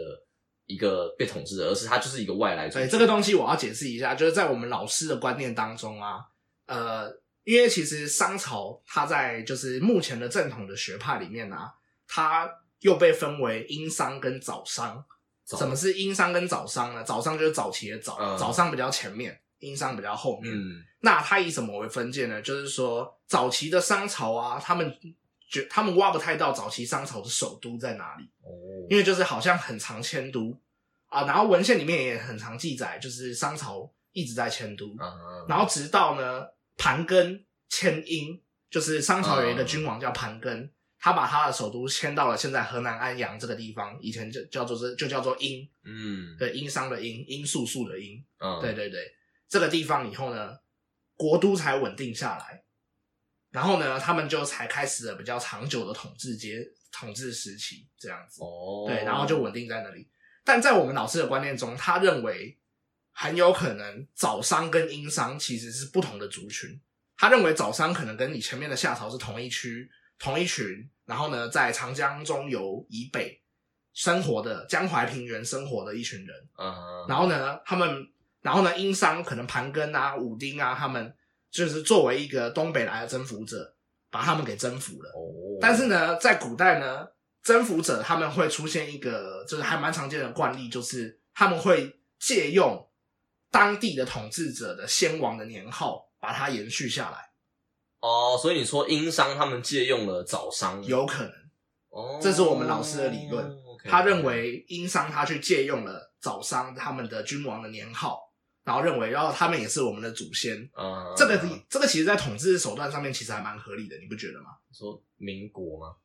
Speaker 2: 一个被统治的，而是他就是一个外来族
Speaker 1: 所以这个东西我要解释一下，就是在我们老师的观念当中啊，呃，因为其实商朝它在就是目前的正统的学派里面啊，它又被分为殷商跟早商。
Speaker 2: 早
Speaker 1: 什么是殷商跟早商呢？早商就是早期的早，
Speaker 2: 嗯
Speaker 1: 早商比较前面，殷商比较后面。
Speaker 2: 嗯
Speaker 1: 那它以什么为分界呢？就是说早期的商朝啊，他们觉他们挖不太到早期商朝的首都在哪里。
Speaker 2: 哦
Speaker 1: 因为就是好像很常迁都啊，然后文献里面也很常记载，就是商朝一直在迁都，
Speaker 2: 嗯
Speaker 1: 然后直到呢盘根迁殷，就是商朝有一个君王
Speaker 2: 嗯
Speaker 1: 叫盘根，他把他的首都迁到了现在河南安阳这个地方，以前就叫做是就叫做殷，
Speaker 2: 嗯
Speaker 1: 对，殷商的殷，殷素素的殷，
Speaker 2: 嗯，
Speaker 1: 对对对，这个地方以后呢，国都才稳定下来，然后呢，他们就才开始了比较长久的统治阶统治时期这样子。
Speaker 2: 哦，
Speaker 1: 对，然后就稳定在那里。但在我们老师的观念中，他认为很有可能早商跟殷商其实是不同的族群。他认为早商可能跟你前面的夏朝是同一区、同一群，然后呢，在长江中游以北生活的江淮平原生活的一群人。
Speaker 2: 嗯，
Speaker 1: 然后呢，他们，然后呢，殷商可能盘庚啊、武丁啊，他们就是作为一个东北来的征服者，把他们给征服了。
Speaker 2: 哦，
Speaker 1: 但是呢，在古代呢，征服者他们会出现一个就是还蛮常见的惯例，就是他们会借用当地的统治者的先王的年号，把它延续下来。
Speaker 2: 哦，所以你说殷商他们借用了早商，
Speaker 1: 有可能，
Speaker 2: 哦，
Speaker 1: 这是我们老师的理论
Speaker 2: OK，
Speaker 1: 他认为殷商他去借用了早商他们的君王的年号，然后认为，然后他们也是我们的祖先。
Speaker 2: 嗯，
Speaker 1: 这个这个其实，在统治手段上面其实还蛮合理的，你不觉得吗？
Speaker 2: 说民国吗？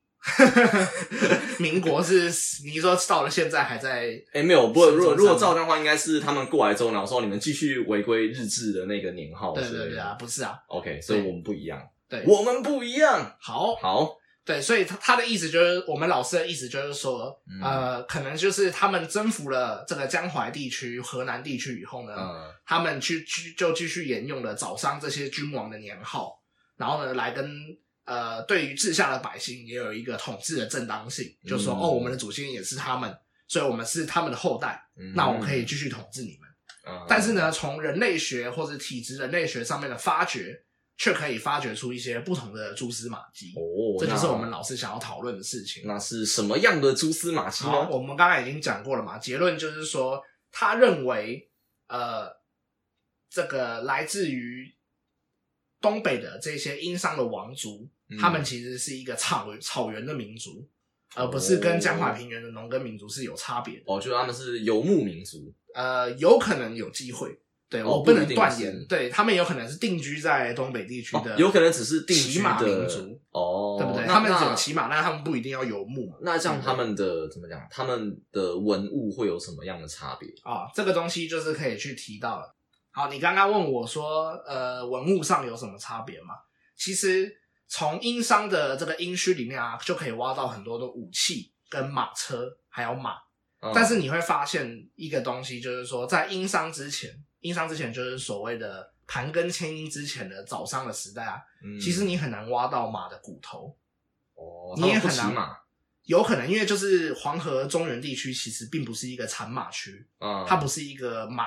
Speaker 1: 民国是你说到了现在还在
Speaker 2: 哎，没有，不，如果
Speaker 1: 是
Speaker 2: 如果照这样的话，应该是他们过来之后，然后说你们继续违规日志的那个年号之
Speaker 1: 对
Speaker 2: 类的，
Speaker 1: 对对啊，不是啊，
Speaker 2: OK，所以我们不一样，
Speaker 1: 对，
Speaker 2: 我们不一样。
Speaker 1: 好，
Speaker 2: 好，
Speaker 1: 对，所以他他的意思就是，我们老师的意思就是说，
Speaker 2: 嗯
Speaker 1: 呃，可能就是他们征服了这个江淮地区、河南地区以后呢，
Speaker 2: 嗯
Speaker 1: 他们去去就继续沿用了早商这些君王的年号，然后呢，来跟呃对于治下的百姓也有一个统治的正当性，就说、
Speaker 2: 嗯
Speaker 1: 哦，我们的祖先也是他们，所以我们是他们的后代，
Speaker 2: 嗯
Speaker 1: 那我们可以继续统治你们。
Speaker 2: 嗯
Speaker 1: 但是呢，从人类学或者体质人类学上面的发掘，却可以发掘出一些不同的蛛丝马迹。
Speaker 2: 哦，
Speaker 1: 这就是
Speaker 2: 那
Speaker 1: 我们老师想要讨论的事情。
Speaker 2: 那是什么样的蛛丝马迹
Speaker 1: 好，
Speaker 2: 呢？哦
Speaker 1: 我们刚才已经讲过了嘛，结论就是说，他认为，呃，这个来自于东北的这些殷商的王族，
Speaker 2: 嗯
Speaker 1: 他们其实是一个草草原的民族，而不是跟江淮平原的农耕民族是有差别的。
Speaker 2: 哦，就是他们是游牧民族，
Speaker 1: 呃，有可能有机会，对、
Speaker 2: 哦
Speaker 1: 我不
Speaker 2: 不一
Speaker 1: 能
Speaker 2: 定
Speaker 1: 断
Speaker 2: 是
Speaker 1: 言，对他们有可能是定居在东北地区
Speaker 2: 哦
Speaker 1: 的，
Speaker 2: 有可能只是定
Speaker 1: 骑
Speaker 2: 居
Speaker 1: 马
Speaker 2: 的
Speaker 1: 民族，
Speaker 2: 哦，
Speaker 1: 对不对？
Speaker 2: 那
Speaker 1: 他们只有
Speaker 2: 那
Speaker 1: 骑马，但他们不一定要游牧嘛。
Speaker 2: 那这样
Speaker 1: 嗯
Speaker 2: 他们的怎么讲？他们的文物会有什么样的差别？
Speaker 1: 啊、这个东西就是可以去提到了。好，你刚刚问我说，呃，文物上有什么差别吗？其实从殷商的这个殷墟里面啊，就可以挖到很多的武器、跟马车，还有马。
Speaker 2: 嗯
Speaker 1: 但是你会发现一个东西，就是说，在殷商之前，殷商之前就是所谓的盘庚迁殷之前的早商的时代啊，
Speaker 2: 嗯
Speaker 1: 其实你很难挖到马的骨头，
Speaker 2: 哦，
Speaker 1: 你也
Speaker 2: 他们不
Speaker 1: 很
Speaker 2: 骑
Speaker 1: 难
Speaker 2: 马，
Speaker 1: 有可能因为就是黄河中原地区其实并不是一个产马区，
Speaker 2: 嗯，
Speaker 1: 它不是一个马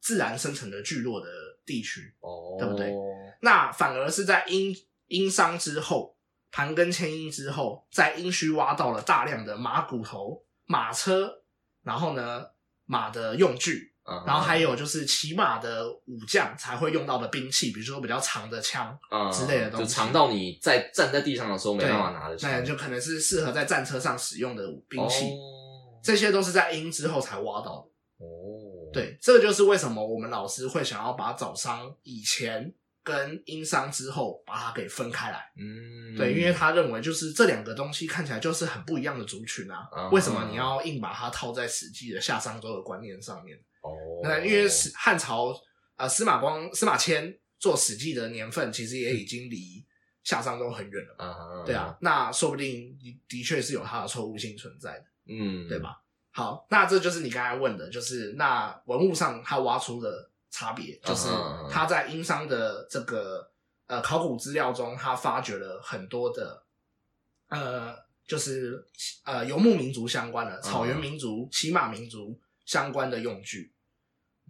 Speaker 1: 自然生成的聚落的地区，
Speaker 2: 哦，
Speaker 1: 对不对？那反而是在殷殷商之后，盘庚迁殷之后，在殷墟挖到了大量的马骨头、马车，然后呢马的用具，
Speaker 2: 嗯
Speaker 1: 然后还有就是骑马的武将才会用到的兵器，比如说比较长的枪，
Speaker 2: 嗯
Speaker 1: 之类的东西
Speaker 2: 就长到你在站在地上的时候没
Speaker 1: 对
Speaker 2: 办法拿得起来，
Speaker 1: 那就可能是适合在战车上使用的武兵器，
Speaker 2: 哦
Speaker 1: 这些都是在殷之后才挖到的。
Speaker 2: 哦，，
Speaker 1: 对，这就是为什么我们老师会想要把早商以前跟殷商之后把它给分开来。
Speaker 2: 嗯，
Speaker 1: 对，因为他认为就是这两个东西看起来就是很不一样的族群啊，
Speaker 2: 嗯
Speaker 1: 为什么你要硬把它套在《史记》的夏商周的观念上面？
Speaker 2: 哦，
Speaker 1: 那因为史汉朝呃司马光司马迁做《史记》的年份其实也已经离夏商周很远了嘛。
Speaker 2: 啊，
Speaker 1: 对啊，，那说不定的的确是有它的错误性存在的。
Speaker 2: 嗯，
Speaker 1: 对？吧？好，那这就是你刚才问的，就是那文物上它挖出的差别，就是
Speaker 2: 嗯嗯嗯
Speaker 1: 它在殷商的这个呃考古资料中，它发掘了很多的呃，就是呃游牧民族相关的草
Speaker 2: 嗯
Speaker 1: 原民族、骑马民族相关的用具。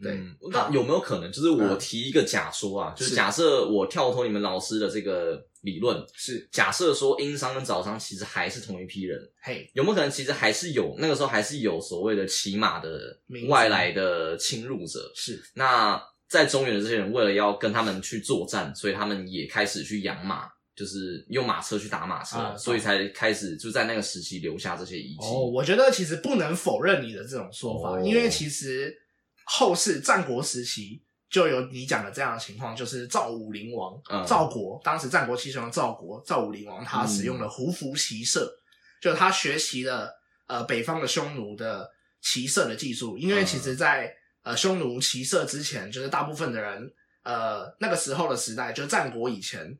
Speaker 1: 对嗯
Speaker 2: 嗯，那有没有可能，就是我提一个假说啊，就是
Speaker 1: 是
Speaker 2: 假设我跳脱你们老师的这个理论，
Speaker 1: 是，
Speaker 2: 假设说殷商跟早商其实还是同一批人，
Speaker 1: 嘿，
Speaker 2: 有没有可能其实还是有那个时候还是有所谓的骑马的
Speaker 1: 民族
Speaker 2: 外来的侵入者？
Speaker 1: 是
Speaker 2: 那在中原的这些人为了要跟他们去作战，所以他们也开始去养马，就是用马车去打马车，
Speaker 1: 啊
Speaker 2: 所以才开始就在那个时期留下这些遗迹。
Speaker 1: 哦，我觉得其实不能否认你的这种说法，
Speaker 2: 哦
Speaker 1: 因为其实后世战国时期就有你讲的这样的情况，就是赵武灵王、
Speaker 2: 嗯
Speaker 1: 赵国，当时战国七雄的赵国赵武灵王，他使用了胡服骑
Speaker 2: 嗯
Speaker 1: 射，就他学习了呃北方的匈奴的骑射的技术，因为
Speaker 2: 嗯
Speaker 1: 其实在，呃匈奴骑射之前，就是大部分的人呃那个时候的时代，就是战国以前，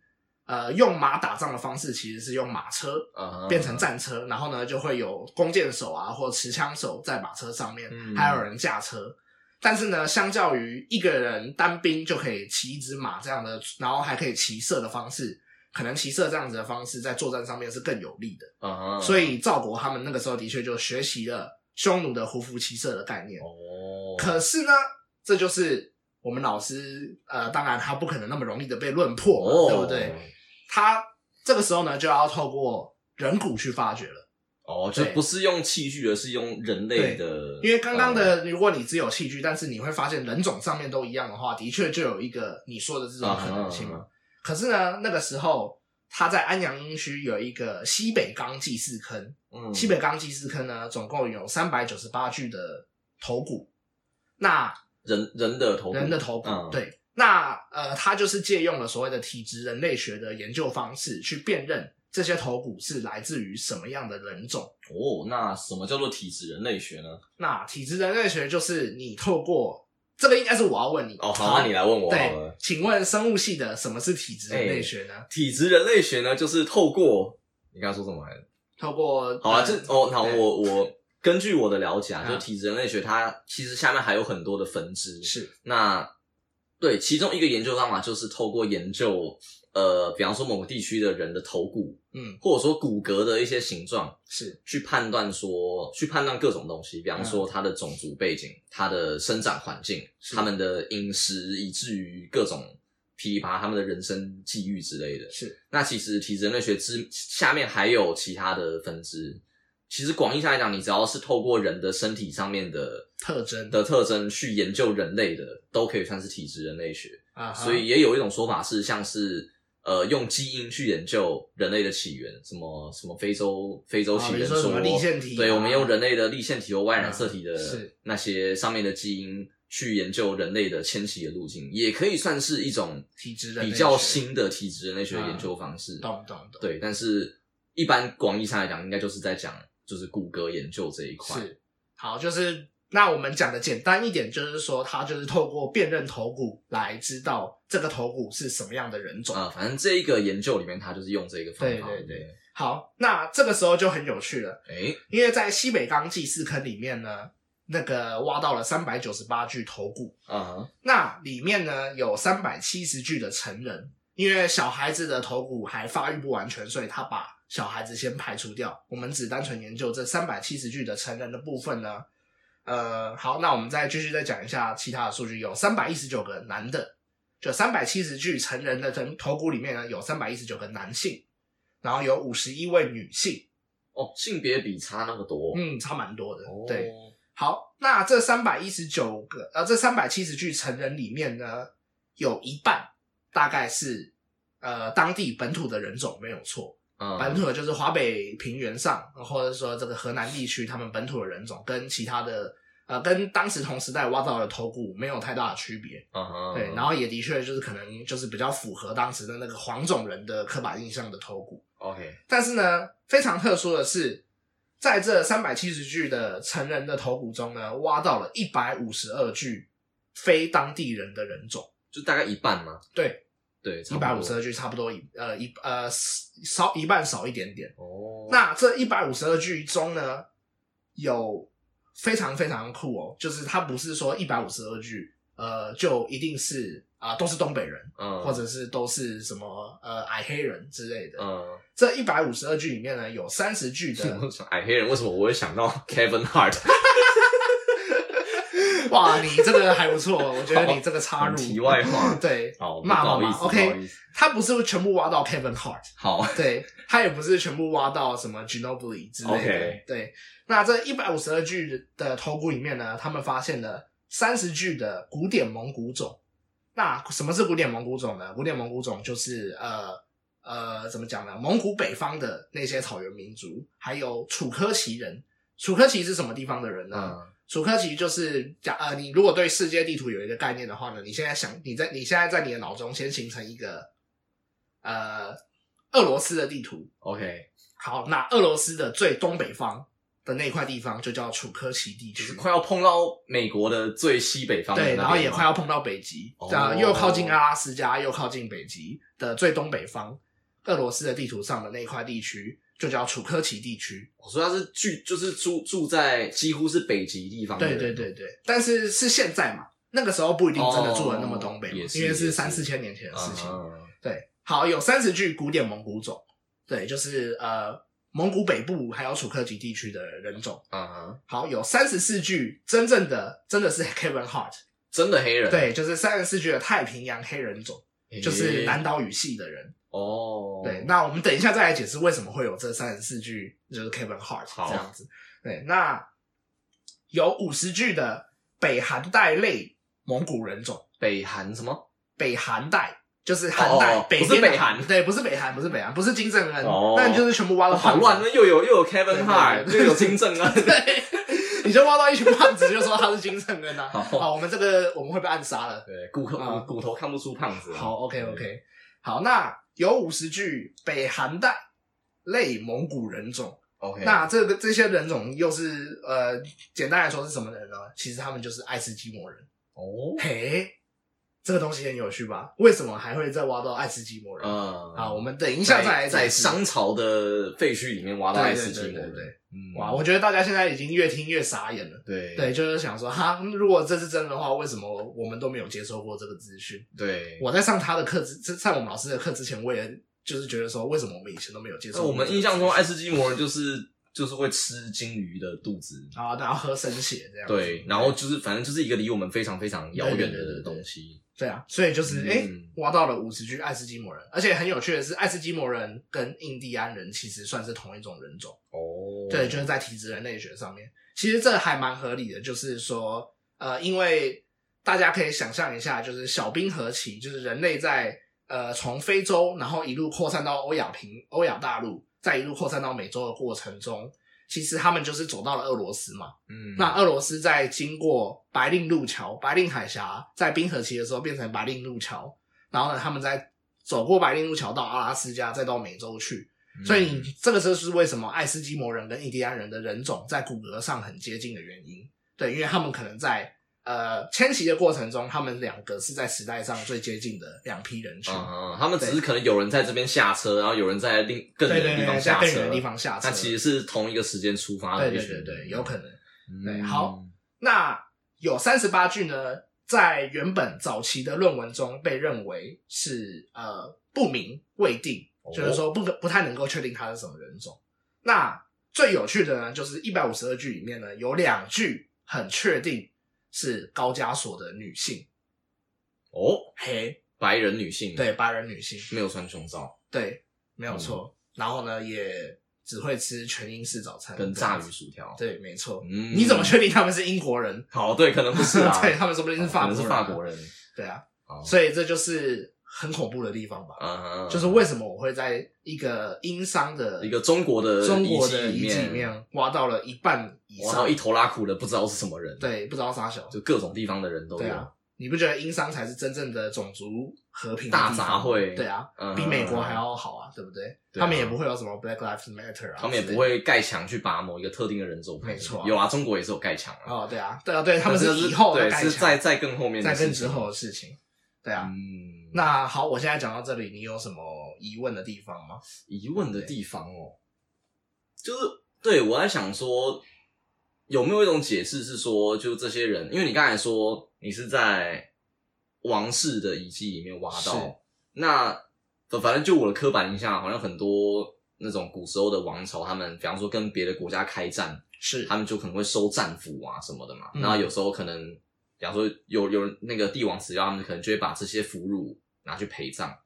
Speaker 1: 呃用马打仗的方式其实是用马车，
Speaker 2: 嗯
Speaker 1: 变成战车，然后呢就会有弓箭手啊或持枪手在马车上面，
Speaker 2: 嗯
Speaker 1: 还有人驾车。但是呢，相较于一个人单兵就可以骑一只马这样的，然后还可以骑射的方式，可能骑射这样子的方式在作战上面是更有利的。
Speaker 2: 嗯
Speaker 1: 所以赵国他们那个时候的确就学习了匈奴的胡服骑射的概念。
Speaker 2: 哦，
Speaker 1: 可是呢，这就是我们老师呃，当然他不可能那么容易的被论破嘛，
Speaker 2: 哦
Speaker 1: 对不对？？他这个时候呢，就要透过人骨去发掘了，
Speaker 2: 哦，就
Speaker 1: 对
Speaker 2: 不是用器具，而是用人类的，
Speaker 1: 因为刚刚的，
Speaker 2: 嗯
Speaker 1: 如果你只有器具，但是你会发现人种上面都一样的话，的确就有一个你说的这种可能性
Speaker 2: 嗯嗯
Speaker 1: 嘛。可是呢，那个时候他在安阳殷墟有一个西北冈祭祀坑，
Speaker 2: 嗯
Speaker 1: 西北冈祭祀坑呢，总共有三百九十八具的头骨，那
Speaker 2: 人人的头骨，
Speaker 1: 人的头骨。
Speaker 2: 嗯，
Speaker 1: 对，那呃，他就是借用了所谓的体质人类学的研究方式，去辨认这些头骨是来自于什么样的人种。
Speaker 2: 哦，那什么叫做体质人类学呢？
Speaker 1: 那体质人类学就是你透过这个，应该是我要问你
Speaker 2: 哦，好，那你来问我好啊哎
Speaker 1: 对
Speaker 2: 了，。
Speaker 1: 请问生物系的什么是体质人类学呢？
Speaker 2: 体质人类学呢，就是透过你刚才说什么来着？
Speaker 1: 透过
Speaker 2: 好啊，
Speaker 1: 呃
Speaker 2: 这哦，好，
Speaker 1: 对
Speaker 2: 我我根据我的了解啊，
Speaker 1: 嗯
Speaker 2: 就体质人类学，它其实下面还有很多的分支，
Speaker 1: 是
Speaker 2: 那对，其中一个研究方法就是透过研究，呃，比方说某个地区的人的头骨，
Speaker 1: 嗯
Speaker 2: 或者说骨骼的一些形状，
Speaker 1: 是
Speaker 2: 去判断说，去判断各种东西，比方说他的种族背景、他的生长环境、
Speaker 1: 是
Speaker 2: 他们的饮食，以至于各种噼里啪啦他们的人生际遇之类的。
Speaker 1: 是
Speaker 2: 那其实体质人类学之下面还有其他的分支。其实广义上来讲，你只要是透过人的身体上面的
Speaker 1: 特征
Speaker 2: 的特征去研究人类的，都可以算是体质人类学。
Speaker 1: 啊哈，
Speaker 2: 所以也有一种说法是，像是呃用基因去研究人类的起源，什么什么非洲非洲
Speaker 1: 啊
Speaker 2: 起
Speaker 1: 比
Speaker 2: 源
Speaker 1: 如
Speaker 2: 说，
Speaker 1: 说什么立腺体啊，
Speaker 2: 对，我们用人类的立腺体或 Y 染色体的
Speaker 1: 嗯是
Speaker 2: 那些上面的基因去研究人类的迁徙的路径，也可以算是一种
Speaker 1: 体质人类
Speaker 2: 比较
Speaker 1: 学
Speaker 2: 新的体质人类学的研究方式。
Speaker 1: 啊懂懂懂，
Speaker 2: 对，但是一般广义上来讲，应该就是在讲就是骨骼研究这一块。
Speaker 1: 是好，就是那我们讲的简单一点，就是说他就是透过辨认头骨来知道这个头骨是什么样的人种。
Speaker 2: 啊、反正这一个研究里面，它就是用这个方法。
Speaker 1: 对对对好，那这个时候就很有趣了，
Speaker 2: 对。哎，
Speaker 1: 因为在西北冈祭祀坑里面呢，那个挖到了三百九十八具头骨，
Speaker 2: 啊、
Speaker 1: 那里面呢有三百七十具的成人，因为小孩子的头骨还发育不完全，所以他把小孩子先排除掉。我们只单纯研究这三百七十具的成人的部分呢。呃，好，那我们再继续再讲一下其他的数据，有三百一十九个男的，就三百七十具成人的人头骨里面呢有三百一十九个男性，然后有五十一位女性，
Speaker 2: 哦，性别比差那么多。
Speaker 1: 嗯，差蛮多的，
Speaker 2: 哦
Speaker 1: 对。，好，那这三百一十九个，呃，这三百七十具成人里面呢，有一半大概是呃当地本土的人种，没有错。
Speaker 2: 嗯，
Speaker 1: 本土的就是华北平原上，或者说这个河南地区，他们本土的人种跟其他的呃跟当时同时代挖到的头骨没有太大的区别。
Speaker 2: 嗯
Speaker 1: 对，然后也的确就是可能就是比较符合当时的那个黄种人的刻板印象的头骨。
Speaker 2: OK，
Speaker 1: 但是呢，非常特殊的是，在这三百七十具的成人的头骨中呢，挖到了一百五十二具非当地人的人种。
Speaker 2: 就大概一半嘛。
Speaker 1: 对，
Speaker 2: 对，
Speaker 1: 一
Speaker 2: 差不
Speaker 1: 百
Speaker 2: 多
Speaker 1: 五十二具差不多一呃一呃少一半少一点点。
Speaker 2: 哦，
Speaker 1: 那这一百五十二具中呢，有非常非常酷哦，就是它不是说一百五十二具，呃，就一定是啊、都是东北人，
Speaker 2: 嗯
Speaker 1: 或者是都是什么呃矮黑人之类的。
Speaker 2: 嗯，
Speaker 1: 这一百五十二具里面呢，有三十具 的
Speaker 2: 我想矮黑人为什么我会想到 Kevin Hart？
Speaker 1: 哇，你这个还不错，我觉得你这个插入
Speaker 2: 好题外话
Speaker 1: 对，
Speaker 2: 好，不
Speaker 1: 骂骂
Speaker 2: 好
Speaker 1: 骂
Speaker 2: 意思不好
Speaker 1: ，OK，
Speaker 2: 意思
Speaker 1: 他不是全部挖到 Kevin Hart，
Speaker 2: 好，
Speaker 1: 对他也不是全部挖到什么 Ginobili 之类的
Speaker 2: OK
Speaker 1: 对。那这一百五十二具的头骨里面呢，他们发现了三十具的古典蒙古种。那什么是古典蒙古种呢？古典蒙古种就是呃呃，怎么讲呢？蒙古北方的那些草原民族，还有楚科奇人。楚科奇是什么地方的人呢？
Speaker 2: 嗯
Speaker 1: 楚科奇就是假呃，你如果对世界地图有一个概念的话呢，你现在想你在你现在在你的脑中先形成一个呃俄罗斯的地图。
Speaker 2: ，OK，
Speaker 1: 好，那俄罗斯的最东北方的那一块地方就叫楚科奇地
Speaker 2: 就是
Speaker 1: 区，
Speaker 2: 快要碰到美国的最西北方的那
Speaker 1: 对，
Speaker 2: 边
Speaker 1: 然后也快要碰到北极，
Speaker 2: 哦
Speaker 1: 啊、又靠近阿拉斯加，又靠近北极的最东北方，俄罗斯的地图上的那一块地区就叫楚科奇地区。
Speaker 2: 我说他是住，就是住住在几乎是北极地方的
Speaker 1: 对
Speaker 2: 人，
Speaker 1: 对对对，但是是现在嘛，那个时候不一定真的住的那么东北
Speaker 2: 哦
Speaker 1: 嘛，
Speaker 2: 也是
Speaker 1: 因为
Speaker 2: 也
Speaker 1: 是
Speaker 2: 是
Speaker 1: 三四千年前的
Speaker 2: 嗯，
Speaker 1: 事情。
Speaker 2: 嗯
Speaker 1: 对，好，有三十具古典蒙古种，对，就是呃蒙古北部还有楚科吉地区的人种。
Speaker 2: 嗯嗯，
Speaker 1: 好，有三十四具真正的真的是 Kevin Hart，
Speaker 2: 真的黑人，
Speaker 1: 对，就是三十四具的太平洋黑人种，
Speaker 2: 诶，
Speaker 1: 就是南岛语系的人。
Speaker 2: 哦，
Speaker 1: 对，那我们等一下再来解释为什么会有这三十四句，就是 Kevin Hart
Speaker 2: 好
Speaker 1: 这样子。对，那有五十句的北寒带类蒙古人种，
Speaker 2: 北韩什
Speaker 1: 哦
Speaker 2: 么？
Speaker 1: 北寒带就是寒带、
Speaker 2: 哦
Speaker 1: 北
Speaker 2: 不是
Speaker 1: 边的
Speaker 2: 北韩
Speaker 1: 对，不是北韩，不是北韩，不是金正恩，
Speaker 2: 哦
Speaker 1: 那你就是全部挖到
Speaker 2: 好乱，
Speaker 1: 了。
Speaker 2: 那又有又有 Kevin
Speaker 1: 对对
Speaker 2: Hart，
Speaker 1: 对
Speaker 2: 又有金正 恩，
Speaker 1: 对，你就挖到一群胖子，就说他是金正恩啊！
Speaker 2: 好
Speaker 1: 好，我们这个我们会被暗杀了。
Speaker 2: 对，骨头嗯
Speaker 1: 啊
Speaker 2: 骨头看不出胖子，啊
Speaker 1: 好，OK OK，好，那有五十句北寒带类蒙古人种。
Speaker 2: OK，
Speaker 1: 那这个这些人种又是呃，简单来说是什么人呢？其实他们就是爱斯基摩人。
Speaker 2: 哦，
Speaker 1: 嘿，这个东西很有趣吧？为什么还会再挖到爱斯基摩人？
Speaker 2: 嗯，
Speaker 1: 啊，我们等一下再来
Speaker 2: 在在
Speaker 1: 解释
Speaker 2: 商朝的废墟里面挖到
Speaker 1: 对
Speaker 2: 爱
Speaker 1: 对
Speaker 2: 斯
Speaker 1: 对
Speaker 2: 基摩
Speaker 1: 对
Speaker 2: 人，
Speaker 1: 对，
Speaker 2: 嗯
Speaker 1: 哇！我觉得大家现在已经越听越傻眼了。
Speaker 2: 对
Speaker 1: 对，就是想说哈，嗯如果这是真的话，为什么我们都没有接收过这个资讯？
Speaker 2: 对，
Speaker 1: 我在上他的课之，上我们老师的课之前，我也就是觉得说，为什么我们以前都没有接
Speaker 2: 那
Speaker 1: 受？
Speaker 2: 我们印象中爱斯基摩人就是就是会吃鲸鱼的肚子，
Speaker 1: 啊，然后喝生血这样子。
Speaker 2: 对，然后就是反正就是一个离我们非常非常遥远
Speaker 1: 对对对
Speaker 2: 的
Speaker 1: 对对
Speaker 2: 东西。
Speaker 1: 对啊，所以就是
Speaker 2: 嗯
Speaker 1: 诶，挖到了五十具爱斯基摩人，而且很有趣的是，爱斯基摩人跟印第安人其实算是同一种人种。
Speaker 2: 哦
Speaker 1: 对，就是在体质人类学上面，其实这还蛮合理的。就是说，呃，因为大家可以想象一下，就是小冰河期，就是人类在呃从非洲，然后一路扩散到欧亚平欧亚大陆，再一路扩散到美洲的过程中，其实他们就是走到了俄罗斯嘛。
Speaker 2: 嗯
Speaker 1: 那呃俄罗斯在经过白令路桥、白令海峡，在冰河期的时候变成白令路桥，然后呢，他们再走过白令路桥到阿拉斯加，再到美洲去。
Speaker 2: 嗯
Speaker 1: 所以你这个就是为什么爱斯基摩人跟印第安人的人种在骨骼上很接近的原因。对，因为他们可能在呃迁徙的过程中，他们两个是在时代上最接近的两批人群。
Speaker 2: 嗯嗯，嗯他们只是可能有人在这边下车，然后有人在另更
Speaker 1: 对
Speaker 2: 远
Speaker 1: 对对，
Speaker 2: 的地方
Speaker 1: 在
Speaker 2: 下
Speaker 1: 更远的
Speaker 2: 车，
Speaker 1: 地方下车。
Speaker 2: 那其实是同一个时间出发的
Speaker 1: 对
Speaker 2: 一
Speaker 1: 对
Speaker 2: 群
Speaker 1: 对
Speaker 2: 人，
Speaker 1: 对，有可能。
Speaker 2: 嗯
Speaker 1: 对好，那有三十八句呢，在原本早期的论文中被认为是呃不明未定，
Speaker 2: 哦
Speaker 1: 就是说不可不太能够确定它是什么人种。那最有趣的呢，就是一百五十二句里面呢，有两句很确定是高加索的女性，
Speaker 2: 哦，
Speaker 1: 嘿，
Speaker 2: 白人女性，啊
Speaker 1: 对，，白人女性，
Speaker 2: 没有穿胸罩，
Speaker 1: 对，没有
Speaker 2: 嗯
Speaker 1: 错。然后呢，也只会吃全英式早餐
Speaker 2: 跟炸鱼，薯条，
Speaker 1: 对，没错。
Speaker 2: 嗯
Speaker 1: 你怎么确定他们是英国人？
Speaker 2: 好，对，可能不是啊，
Speaker 1: 对他们说不定是法国
Speaker 2: 可能
Speaker 1: 人啊
Speaker 2: 是法国人，
Speaker 1: 对啊，
Speaker 2: 好
Speaker 1: 所以这就是很恐怖的地方吧。
Speaker 2: 嗯哦嗯嗯
Speaker 1: 就是为什么我会在一个殷商的
Speaker 2: 一个中国的
Speaker 1: 中国的
Speaker 2: 遗迹里
Speaker 1: 迹
Speaker 2: 面
Speaker 1: 里面挖到了一半以
Speaker 2: 然后
Speaker 1: 上，
Speaker 2: 一头拉苦的不知道是什么人，，
Speaker 1: 对，不知道啥小，
Speaker 2: 就各种地方的人都
Speaker 1: 对
Speaker 2: 有
Speaker 1: 啊，你不觉得殷商才是真正的种族和平的
Speaker 2: 大
Speaker 1: 地方
Speaker 2: 杂烩
Speaker 1: 对啊，
Speaker 2: 嗯
Speaker 1: 比美国还要好啊，对不对？
Speaker 2: 对
Speaker 1: 他
Speaker 2: 啊
Speaker 1: 们也不会有什么 Black Lives Matter 啊，
Speaker 2: 他们也不。会盖墙去把某一个特定的人走开，
Speaker 1: 没错啊
Speaker 2: 有啊，中国也是有盖墙啊，
Speaker 1: 哦，对啊，对啊，对，他们
Speaker 2: 但
Speaker 1: 是
Speaker 2: 是
Speaker 1: 以后的
Speaker 2: 对，
Speaker 1: 盖
Speaker 2: 是
Speaker 1: 墙
Speaker 2: 在在更后面的
Speaker 1: 在
Speaker 2: 事情，
Speaker 1: 更之后的事情，对啊。
Speaker 2: 嗯，
Speaker 1: 那好，我现在讲到这里，你有什么疑问的地方吗？
Speaker 2: 疑问的地方哦，就是对我在想说，有没有一种解释是说，就这些人，因为你刚才说你是在王室的遗迹里面挖
Speaker 1: 是
Speaker 2: 到，那反反正就我的刻板印象，好像很多那种古时候的王朝，他们比方说跟别的国家开战，
Speaker 1: 是
Speaker 2: 他们就可能会收战俘啊什么的嘛，
Speaker 1: 嗯
Speaker 2: 然后有时候可能，比方说有有那个帝王死掉，他们可能就会把这些俘虏拿去陪葬。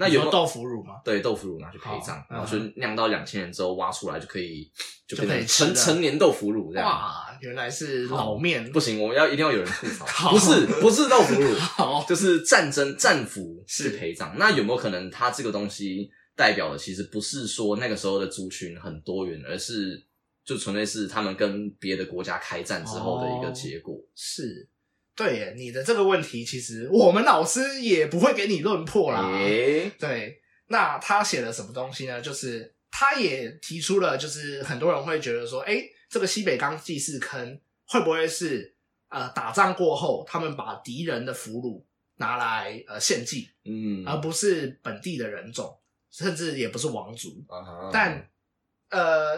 Speaker 2: 那
Speaker 1: 你
Speaker 2: 有
Speaker 1: 说
Speaker 2: 没有
Speaker 1: 豆腐乳吗？
Speaker 2: 对，豆腐乳拿去陪葬
Speaker 1: 好，
Speaker 2: 然后就酿到两千年之后挖出来就可以，就
Speaker 1: 就可以
Speaker 2: 变成
Speaker 1: 吃了
Speaker 2: 成成年豆腐乳这样。
Speaker 1: 哇，原来是老面，
Speaker 2: 不行，我们要一定要有人吐
Speaker 1: 好
Speaker 2: 槽，不是不是豆腐乳，
Speaker 1: 好，
Speaker 2: 就是战争战俘
Speaker 1: 哦是
Speaker 2: 是陪葬。那有没有可能，它这个东西代表的其实不是说那个时候的族群很多元，而是就纯粹是他们跟别的国家开战之后的一个结果。
Speaker 1: 是，对耶，你的这个问题其实我们老师也不会给你论破啦。
Speaker 2: 诶、
Speaker 1: 对，那他写了什么东西呢？就是他也提出了，就是很多人会觉得说，哎、这个西北钢祭祀坑会不会是呃打仗过后，他们把敌人的俘虏拿来呃献祭，
Speaker 2: 嗯，
Speaker 1: 而啊不是本地的人种，甚至也不是王族。
Speaker 2: 啊哈
Speaker 1: 但呃，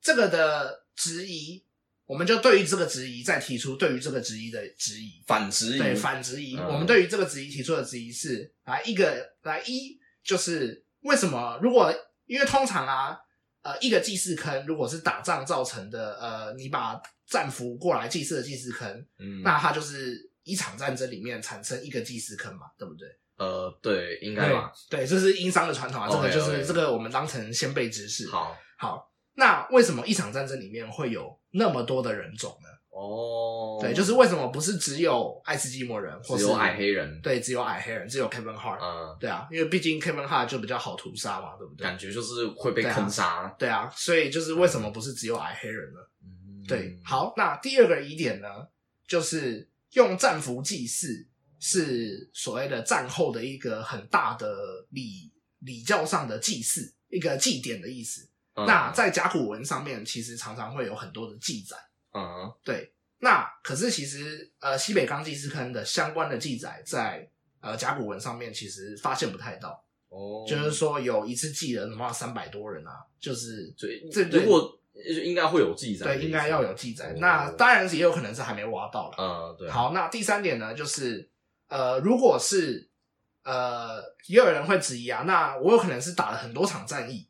Speaker 1: 这个的质疑，我们就对于这个质疑再提出对于这个质疑的质疑。
Speaker 2: 反质疑，
Speaker 1: 对反质疑，
Speaker 2: 嗯
Speaker 1: 我们对于这个质疑提出的质疑是来一个来一就是为什么如果因为通常啊呃一个祭祀坑如果是打仗造成的呃你把战俘过来祭祀的祭祀坑，
Speaker 2: 嗯，
Speaker 1: 那它就是一场战争里面产生一个祭祀坑嘛，对不对？
Speaker 2: 呃，对，应该
Speaker 1: 对吧
Speaker 2: 吧。？
Speaker 1: 对，这是殷商的传统啊，这个
Speaker 2: OK，
Speaker 1: 就是
Speaker 2: OK
Speaker 1: 这个我们当成先辈知识。
Speaker 2: 好，
Speaker 1: 好，那为什么一场战争里面会有那么多的人种呢？
Speaker 2: 哦，
Speaker 1: 对，就是为什么不是只有爱斯基摩人，或
Speaker 2: 只
Speaker 1: 是
Speaker 2: 有矮黑人，，
Speaker 1: 对，只有矮黑人，只有 Kevin Hart，、
Speaker 2: 嗯，
Speaker 1: 对啊，因为毕竟 Kevin Hart 就比较好屠杀嘛，对不对？
Speaker 2: 感觉就是会被
Speaker 1: 对啊
Speaker 2: 坑杀，
Speaker 1: 对啊，所以就是为什么不是只有矮黑人呢？
Speaker 2: 嗯
Speaker 1: 对，，好，那第二个疑点呢，就是用战俘祭祀是所谓的战后的一个很大的礼礼教上的祭祀，一个祭典的意思。
Speaker 2: 嗯
Speaker 1: 那在甲骨文上面，其实常常会有很多的记载。
Speaker 2: 嗯
Speaker 1: 对，那可是其实呃，西北钢祭祀坑的相关的记载在呃甲骨文上面其实发现不太到。
Speaker 2: 哦，
Speaker 1: 就是说有一次寄人的话，三百多人啊，就是
Speaker 2: 对，
Speaker 1: 这
Speaker 2: 如果呃应该会有记载的意
Speaker 1: 对
Speaker 2: 思，
Speaker 1: 应该要有记载
Speaker 2: 哦。
Speaker 1: 那当然也有可能是还没挖到了。
Speaker 2: 嗯，对，，
Speaker 1: 好，那第三点呢，就是呃，如果是呃，也有人会质疑啊，那我有可能是打了很多场战役，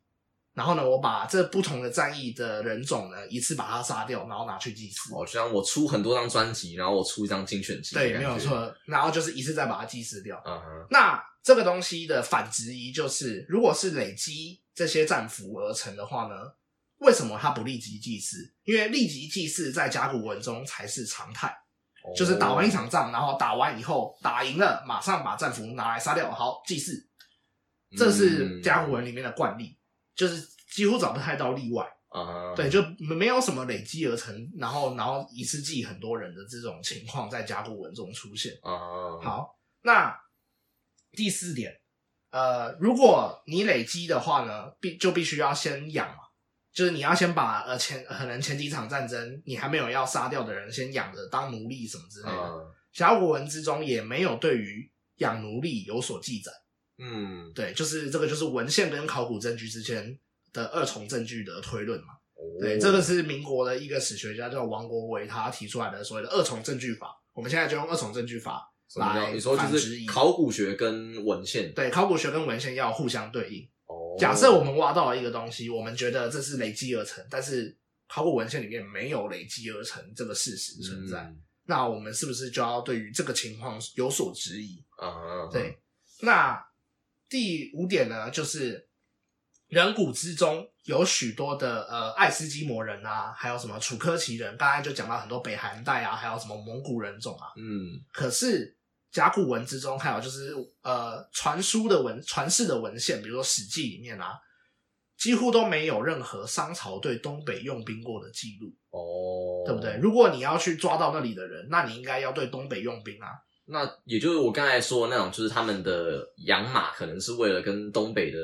Speaker 1: 然后呢，我把这不同的战役的人种呢，一次把它杀掉，然后拿去祭祀。
Speaker 2: 哦，就像我出很多张专辑，然后我出一张精选集，
Speaker 1: 对，没有，错。然后就是一次再把它祭祀掉。
Speaker 2: 嗯哼，
Speaker 1: 那这个东西的反质疑就是，如果是累积这些战俘而成的话呢，为什么它不立即祭祀？因为立即祭祀在甲骨文中才是常态，
Speaker 2: 哦
Speaker 1: 就是打完一，场仗，然后打完以后打赢了，马上把战俘拿来杀掉，好祭祀。这
Speaker 2: 嗯
Speaker 1: 是甲骨文里面的惯例，就是几乎找不太到例外。
Speaker 2: 嗯，
Speaker 1: 对，，就没有什么累积而成，然后然后一次祭很多人的这种情况在甲骨文中出现。
Speaker 2: 嗯，
Speaker 1: 好，那第四点，呃，如果你累积的话呢，必就必须要先养嘛，就是你要先把呃前可能前几场战争你还没有要杀掉的人先养着当奴隶什么之类的。
Speaker 2: 嗯
Speaker 1: 甲骨文之中也没有对于养奴隶有所记载，
Speaker 2: 嗯，
Speaker 1: 对，就是这个就是文献跟考古证据之间的二重证据的推论嘛。
Speaker 2: 哦
Speaker 1: 对，这个是民国的一个史学家叫王国维他提出来的所谓的二重证据法，我们现在就用二重证据法
Speaker 2: 什么叫
Speaker 1: 来
Speaker 2: 你说
Speaker 1: 反
Speaker 2: 就
Speaker 1: 质
Speaker 2: 是
Speaker 1: 疑
Speaker 2: 考古学跟文献，
Speaker 1: 对，考古学跟文献要互相对应。
Speaker 2: 哦
Speaker 1: 假设我们挖到了一个东西，我们觉得这是累积而成，但是考古文献里面没有累积而成这个事实存在，
Speaker 2: 嗯
Speaker 1: 那我们是不是就要对于这个情况有所质疑？
Speaker 2: 啊，
Speaker 1: 对，那第五点呢，就是人骨之中有许多的呃爱斯基摩人啊，还有什么楚科奇人，刚才就讲到很多北韩带啊，还有什么蒙古人种啊，
Speaker 2: 嗯，
Speaker 1: 可是甲骨文之中，还有就是呃传输的文传世的文献，比如说《史记》里面啊，几乎都没有任何商朝对东北用兵过的记录，
Speaker 2: 哦，
Speaker 1: 对不对？？如果你要去抓到那里的人，那你应该要对东北用兵啊。
Speaker 2: 那也就是我刚才说的那种，就是他们的养马可能是为了跟东北的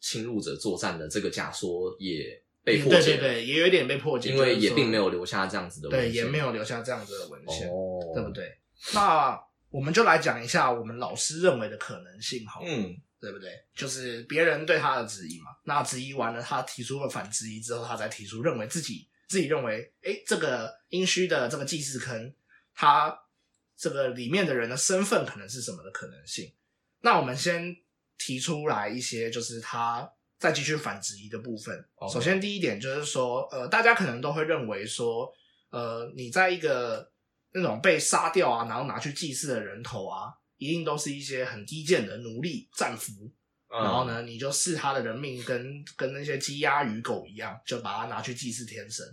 Speaker 2: 侵入者作战的这个假说也被
Speaker 1: 嗯
Speaker 2: 破
Speaker 1: 对
Speaker 2: 解
Speaker 1: 对
Speaker 2: 了，
Speaker 1: 对，也有一点被破解，
Speaker 2: 因为
Speaker 1: 就是
Speaker 2: 也
Speaker 1: 说
Speaker 2: 并没有留下这样子的文
Speaker 1: 对，也
Speaker 2: 献，
Speaker 1: 没有留下这样子的文献，
Speaker 2: 哦，
Speaker 1: 对不？对？那我们就来讲一下我们老师认为的可能性好了，
Speaker 2: 嗯，
Speaker 1: 对不对？就是别人对他的质疑嘛。那质疑完了，他提出了反质疑之后，他才提出认为自己自己认为，哎，这个殷墟的这个祭祀坑，他这个里面的人的身份可能是什么的可能性。那我们先提出来一些，就是他再继续反质疑的部分。
Speaker 2: OK
Speaker 1: 首先第一点就是说，呃，大家可能都会认为说，呃，你在一个那种被杀掉啊，然后拿去祭祀的人头啊，一定都是一些很低贱的奴隶、战俘。
Speaker 2: 嗯
Speaker 1: 然后呢，你就视他的人命跟跟那些鸡鸭鱼狗一样，就把它拿去祭祀天神。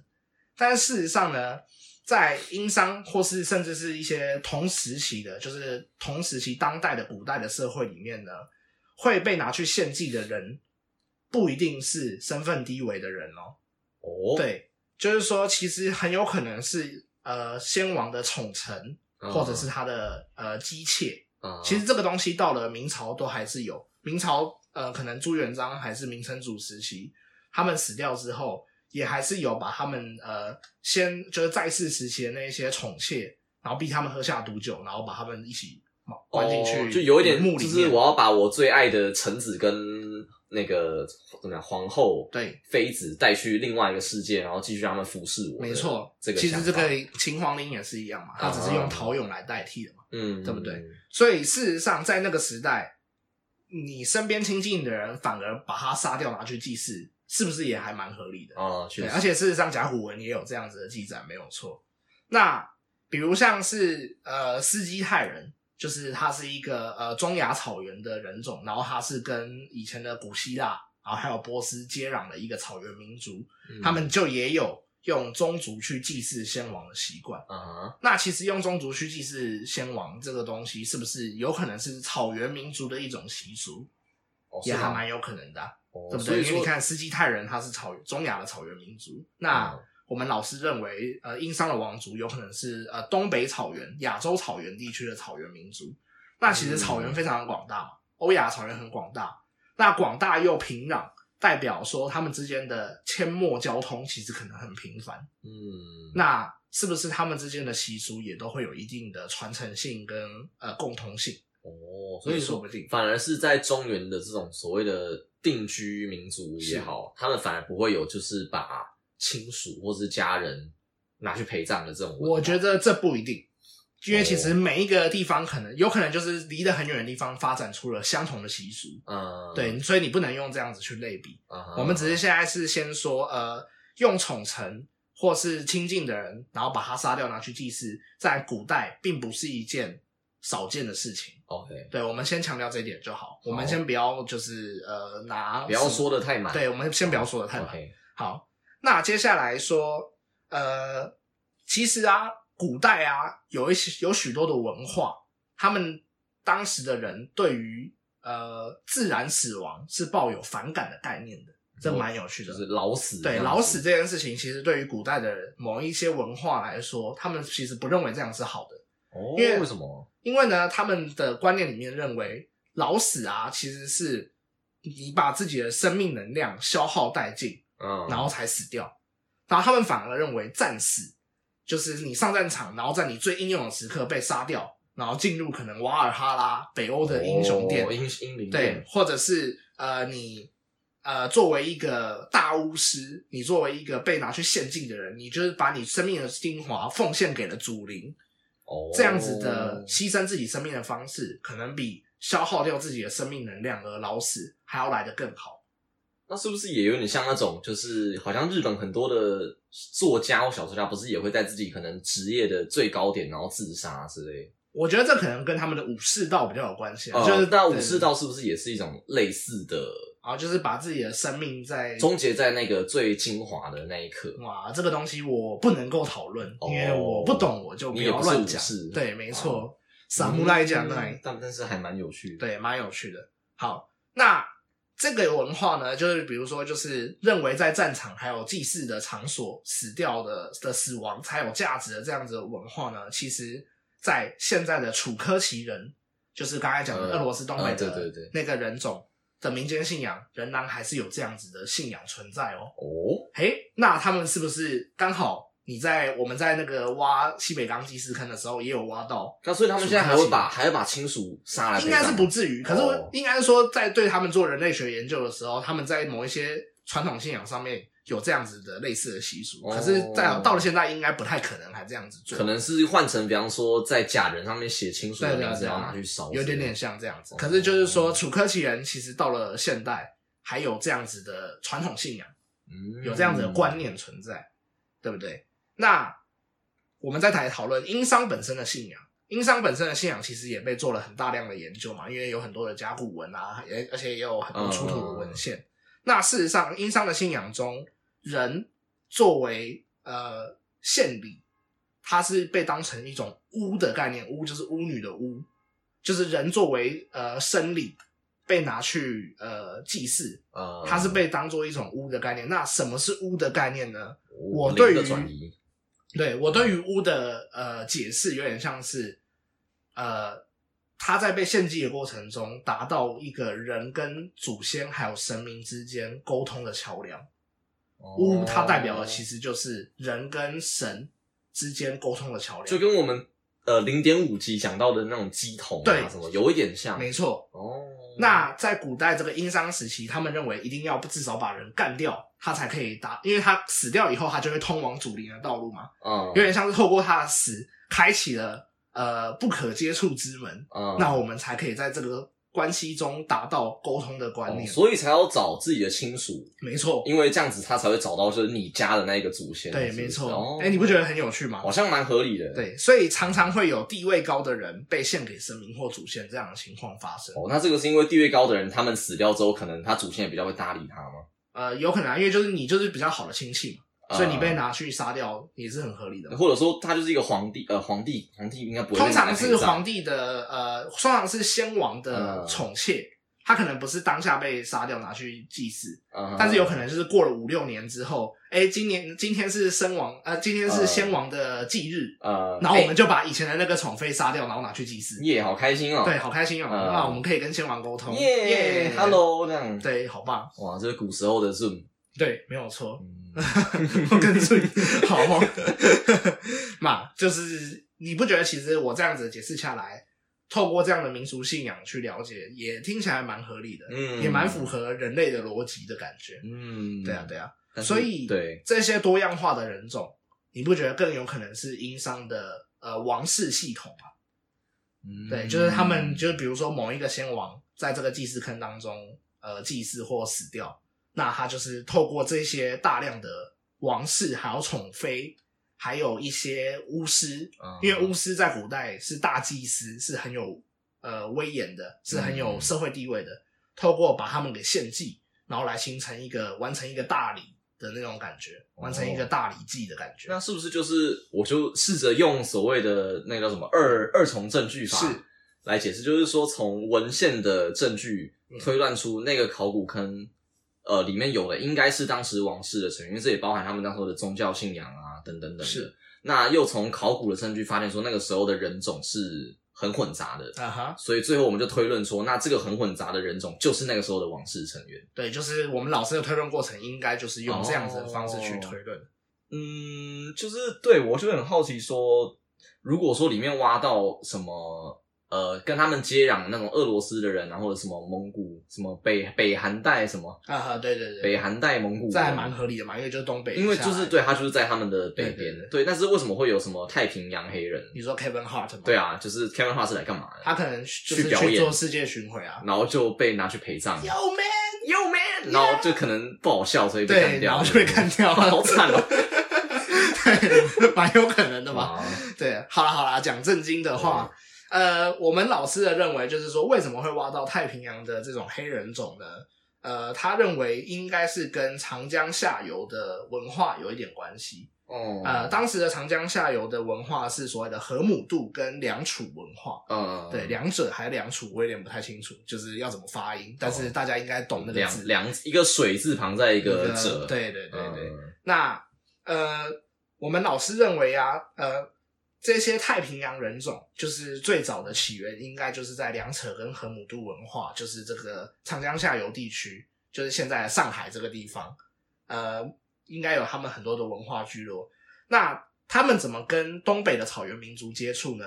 Speaker 1: 但事实上呢，在殷商或是甚至是一些同时期的，就是同时期当代的古代的社会里面呢，会被拿去献祭的人，不一定是身份低微的人哦。
Speaker 2: 哦，，
Speaker 1: 对，就是说其实很有可能是呃先王的宠臣或者是他的呃姬妾，
Speaker 2: 嗯，
Speaker 1: 其实这个东西到了明朝都还是有，明朝呃，可能朱元璋还是明成祖时期，他们死掉之后，也还是有把他们呃先就是在世时期的那一些宠妾，然后逼他们喝下毒酒，然后把他们一起关进去、
Speaker 2: 哦就有一点
Speaker 1: 墓里
Speaker 2: 就
Speaker 1: 面
Speaker 2: 是我要把我最爱的臣子跟那个怎么样皇后
Speaker 1: 对。
Speaker 2: 妃子带去另外一个世界，然后继续让他们服侍我的。
Speaker 1: 没错，
Speaker 2: 这个
Speaker 1: 其实
Speaker 2: 想
Speaker 1: 这
Speaker 2: 法啊
Speaker 1: 个秦皇陵也是一样嘛，他只是用陶俑来代替的嘛。
Speaker 2: 嗯，
Speaker 1: 对不对？所以事实上，在那个时代，你身边亲近的人反而把他杀掉拿去祭祀，是不是也还蛮合理的？
Speaker 2: 啊，确
Speaker 1: 对，
Speaker 2: 实，
Speaker 1: 而且事实上，甲骨文也有这样子的记载，没有错。那比如像是呃斯基泰人，就是他是一个呃中亚草原的人种，然后他是跟以前的古希腊，然后还有波斯接壤的一个草原民族，
Speaker 2: 嗯
Speaker 1: 他们就也有用宗族去祭祀先王的习惯。
Speaker 2: 啊，
Speaker 1: 那其实用宗族去祭祀先王这个东西，是不是有可能是草原民族的一种习俗？
Speaker 2: 哦
Speaker 1: 也
Speaker 2: 是吗
Speaker 1: 还蛮有可能的啊、
Speaker 2: 哦
Speaker 1: 对不
Speaker 2: 所
Speaker 1: 对？
Speaker 2: 以
Speaker 1: 因为
Speaker 2: 说
Speaker 1: 你看啊斯基泰人他是草原中亚的草原民族，那
Speaker 2: 嗯
Speaker 1: 我们老师认为，呃，殷商的王族有可能是呃东北草原、亚洲草原地区的草原民族。那其实草原非常的广大嘛，欧亚草原很广大，那广大又平壤，代表说他们之间的阡陌交通其实可能很频繁。
Speaker 2: 嗯，
Speaker 1: 那是不是他们之间的习俗也都会有一定的传承性跟呃共同性？
Speaker 2: 哦，所以
Speaker 1: 说
Speaker 2: 说
Speaker 1: 不定
Speaker 2: 反而是在中原的这种所谓的定居民族也好，他们反而不会有就是把亲属或是家人拿去陪葬的这种文化。
Speaker 1: 我觉得这不一定，因为其实每一个地方可能有可能就是离得很远的地方发展出了相同的习俗，
Speaker 2: 嗯，
Speaker 1: 对，所以你不能用这样子去类比。
Speaker 2: 嗯哼，
Speaker 1: 我们只是现在是先说，呃，用宠臣或是亲近的人，然后把他杀掉拿去祭祀，在古代并不是一件少见的事情。
Speaker 2: OK，
Speaker 1: 对，我们先强调这一点就好，我们先不要就是呃拿
Speaker 2: 不要说的太满。
Speaker 1: 对，我们先不要说的太满。
Speaker 2: OK，
Speaker 1: 好，那接下来说，呃，其实啊，古代啊，有一些有许多的文化，他们当时的人对于呃自然死亡是抱有反感的概念的，这蛮有趣的。
Speaker 2: 嗯就是老死。
Speaker 1: 对老死。这件事情，其实对于古代的某一些文化来说，他们其实不认为这样是好的，
Speaker 2: 哦，
Speaker 1: 因为
Speaker 2: 为什么？
Speaker 1: 因为呢，他们的观念里面认为老死啊，其实是你把自己的生命能量消耗殆尽，
Speaker 2: 嗯，
Speaker 1: 然后才死掉。然后他们反而认为战死就是你上战场，然后在你最英勇的时刻被杀掉，然后进入可能瓦尔哈拉、北欧的英雄殿，
Speaker 2: 哦英英灵
Speaker 1: 对
Speaker 2: 殿，，
Speaker 1: 或者是呃你呃作为一个大巫师，你作为一个被拿去献祭的人，你就是把你生命的精华奉献给了祖灵，
Speaker 2: 哦，
Speaker 1: 这样子的牺牲自己生命的方式，可能比消耗掉自己的生命能量而老死还要来得更好。
Speaker 2: 那是不是也有点像那种，就是好像日本很多的作家或小说家，不是也会在自己可能职业的最高点，然后自杀之类？
Speaker 1: 我觉得这可能跟他们的武士道比较有关系、啊，
Speaker 2: 呃
Speaker 1: 就是
Speaker 2: 那武士道是不是也是一种类似的，
Speaker 1: 啊，就是把自己的生命在
Speaker 2: 终结在那个最精华的那一刻？
Speaker 1: 哇，这个东西我不能够讨论，
Speaker 2: 哦
Speaker 1: 因为我不懂，我就
Speaker 2: 你也
Speaker 1: 要
Speaker 2: 不是
Speaker 1: 乱
Speaker 2: 武
Speaker 1: 讲
Speaker 2: 士。
Speaker 1: 对，没
Speaker 2: 啊
Speaker 1: 错，萨姆来讲那
Speaker 2: 嗯但但是还蛮有趣的。
Speaker 1: 对，蛮有趣的。好，那这个文化呢，就是比如说，就是认为在战场还有祭祀的场所死掉的的死亡才有价值的这样子的文化呢，其实在现在的楚科奇人，就是刚才讲的
Speaker 2: 嗯
Speaker 1: 俄罗斯东北
Speaker 2: 嗯对对
Speaker 1: 的
Speaker 2: 对
Speaker 1: 那个人种的民间信仰，仍然还是有这样子的信仰存在哦。
Speaker 2: 哦，
Speaker 1: 诶，那他们是不是刚好你在我们在那个挖西北钢祭祀坑的时候也有挖到？
Speaker 2: 那所以他们现在还会把还会把亲属杀来陪
Speaker 1: 应
Speaker 2: 葬
Speaker 1: 该是不至于，可
Speaker 2: 哦
Speaker 1: 是应该是说，在对他们做人类学研究的时候，他们在某一些传统信仰上面有这样子的类似的习俗，
Speaker 2: 哦
Speaker 1: 可是在到了现在，应该不太可能还这样子做，
Speaker 2: 可能是换成，比方说在假人上面写亲属
Speaker 1: 对
Speaker 2: 的
Speaker 1: 对
Speaker 2: 名字，
Speaker 1: 对，
Speaker 2: 然后拿去烧之类的，
Speaker 1: 有点点像这样子
Speaker 2: 哦。
Speaker 1: 可是就是说，楚科奇人其实到了现代，还有这样子的传统信仰。
Speaker 2: 嗯，
Speaker 1: 有这样子的观念存在，对不对？那我们再来讨论殷商本身的信仰。殷商本身的信仰其实也被做了很大量的研究嘛，因为有很多的甲骨文啊，也而且也有很多出土的文献。那事实上，殷商的信仰中，人作为呃献礼，它是被当成一种巫的概念，巫就是巫女的巫，就是人作为呃生理被拿去呃祭祀，
Speaker 2: 呃，
Speaker 1: 它是被当做一种巫的概念。那什么是巫的概念呢？
Speaker 2: 我
Speaker 1: 我对于
Speaker 2: 的转移，
Speaker 1: 对我对于巫的呃解释，有点像是呃，他在被献祭的过程中，达到一个人跟祖先还有神明之间沟通的桥梁。
Speaker 2: 哦
Speaker 1: 巫它代表的其
Speaker 2: 实
Speaker 1: 实就是人跟神之间沟通的桥
Speaker 2: 就
Speaker 1: 梁。
Speaker 2: 跟我们呃零点五级讲到的那种鸡桶啊
Speaker 1: 对
Speaker 2: 什么有一点像
Speaker 1: 没错，
Speaker 2: 哦。
Speaker 1: 那在古代这个殷商时期，他们认为一定要至少把人干掉，他才可以达，因为他死掉以后，他就会通往祖灵的道路嘛，
Speaker 2: 嗯
Speaker 1: 有点像是透过他的死，开启了呃不可接触之门，
Speaker 2: 嗯
Speaker 1: 那我们才可以在这个关系中达到沟通的观
Speaker 2: 哦
Speaker 1: 念。
Speaker 2: 所以才要找自己的亲属，
Speaker 1: 没错，
Speaker 2: 因为这样子他才会找到就是你家的那一个祖先。
Speaker 1: 对，
Speaker 2: 是不是
Speaker 1: 没错
Speaker 2: 哦。
Speaker 1: 哎，你不觉得很有趣吗
Speaker 2: 好？像蛮合理的？。
Speaker 1: 对，所以常常会有地位高的人被献给神明或祖先这样的情况发生。
Speaker 2: 哦，那这个是因为地位高的人，他们死掉之后，可能他祖先也比较会搭理他吗？
Speaker 1: 呃，有可能、啊，因为就是你就是比较好的亲戚嘛，所以你被
Speaker 2: 呃、
Speaker 1: 拿去杀掉也是很合理的嘛。
Speaker 2: 或者说他就是一个皇帝，呃，皇帝，皇帝应该不会被
Speaker 1: 通常
Speaker 2: 拿去
Speaker 1: 是
Speaker 2: 葬
Speaker 1: 皇帝的呃，通常是先王的
Speaker 2: 嗯
Speaker 1: 宠妾，她可能不是当下被杀掉拿去祭祀，
Speaker 2: 嗯
Speaker 1: 但是有可能就是过了五六年之后，哎，今年今天是生王，呃，今天是先王的忌日，
Speaker 2: 呃，
Speaker 1: 然后我
Speaker 2: 嗯哎
Speaker 1: 们就把以前的那个宠妃杀掉，然后拿去祭祀，
Speaker 2: 耶、好开心哦，
Speaker 1: 对，好开心哦，
Speaker 2: 嗯
Speaker 1: 那我们可以跟先王沟通，
Speaker 2: 耶、
Speaker 1: 耶
Speaker 2: h e l l o 这样，，
Speaker 1: 对，好棒，
Speaker 2: 哇，这是古时候的 Zoom，
Speaker 1: 对，没有错，
Speaker 2: 嗯
Speaker 1: 我跟注意，好哦， 嘛，就是你不觉得其实我这样子解释下来，透过这样的民俗信仰去了解，也听起来蛮合理的，
Speaker 2: 嗯
Speaker 1: 也蛮符合人类的逻辑的感觉。
Speaker 2: 嗯，
Speaker 1: 对啊，对啊，
Speaker 2: 但是
Speaker 1: 所以
Speaker 2: 对，
Speaker 1: 这些多样化的人种，你不觉得更有可能是殷商的呃王室系统吗？
Speaker 2: 嗯
Speaker 1: 对，就是他们，就是比如说某一个先王在这个祭祀坑当中，呃，祭祀或死掉，那他就是透过这些大量的王室，还有宠妃，还有一些巫师，
Speaker 2: 嗯
Speaker 1: 因为巫师在古代是大祭司，是很有呃威严的，是很有
Speaker 2: 嗯
Speaker 1: 社会地位的，透过把他们给献祭，然后来形成一个完成一个大礼的那种感觉，完成一个大礼祭的感觉。
Speaker 2: 哦那是不是就是我就试着用所谓的那个叫什么二二重证据法
Speaker 1: 是
Speaker 2: 来解释，就是说从文献的证据
Speaker 1: 嗯
Speaker 2: 推断出那个考古坑，呃，里面有的应该是当时王室的成员，因为这也包含他们那时候的宗教信仰啊，等等等等。
Speaker 1: 是，
Speaker 2: 那又从考古的证据发现说，那个时候的人种是很混杂的。
Speaker 1: 啊哈，
Speaker 2: 所以最后我们就推论说，那这个很混杂的人种就是那个时候的王室成员。
Speaker 1: 对，就是我们老师的推论过程，应该就是用这样子的方式去
Speaker 2: 哦
Speaker 1: 推论。
Speaker 2: 嗯，就是对我就很好奇说，如果说里面挖到什么呃跟他们接壤的那种俄罗斯的人，然后或者什么蒙古、什么北北韩代什么
Speaker 1: 啊哈，对对对，
Speaker 2: 北韩代蒙古人，
Speaker 1: 这还蛮合理的嘛，因为就是东北，
Speaker 2: 因为就是对他就是在他们的北
Speaker 1: 对对
Speaker 2: 边
Speaker 1: 对，
Speaker 2: 对，但是为什么会有什么太平洋黑人？
Speaker 1: 你说 Kevin Hart 嘛，
Speaker 2: 对，啊，就是 Kevin Hart 是来干嘛的？
Speaker 1: 他可能就是
Speaker 2: 去表
Speaker 1: 去
Speaker 2: 演嗯
Speaker 1: 做世界巡回啊
Speaker 2: 然后就被拿去陪葬，
Speaker 1: ，Yo man, Yo man，
Speaker 2: 然后就可能不好笑，所以被
Speaker 1: 对，
Speaker 2: 干掉，
Speaker 1: 然后就被干掉，。
Speaker 2: 好惨哦
Speaker 1: 对，蛮有可能的嘛。
Speaker 2: 啊
Speaker 1: 对，好啦好啦，讲正经的话，
Speaker 2: 嗯
Speaker 1: 呃，我们老师的认为就是说，为什么会挖到太平洋的这种黑人种呢？呃，他认为应该是跟长江下游的文化有一点关系。
Speaker 2: 哦，
Speaker 1: 呃，当时的长江下游的文化是所谓的河姆渡跟良渚文化，
Speaker 2: 嗯，
Speaker 1: 对，两者还良渚，我有点不太清楚，就是要怎么发音，但是大家应该懂那个
Speaker 2: 哦两
Speaker 1: 字。
Speaker 2: 两一个水字旁在一
Speaker 1: 一
Speaker 2: 个者，
Speaker 1: 对对对对。
Speaker 2: 嗯
Speaker 1: 那呃，我们老师认为啊，呃，这些太平洋人种就是最早的起源，应该就是在两扯跟河姆渡文化，就是这个长江下游地区，就是现在的上海这个地方，呃，应该有他们很多的文化聚落。那他们怎么跟东北的草原民族接触呢？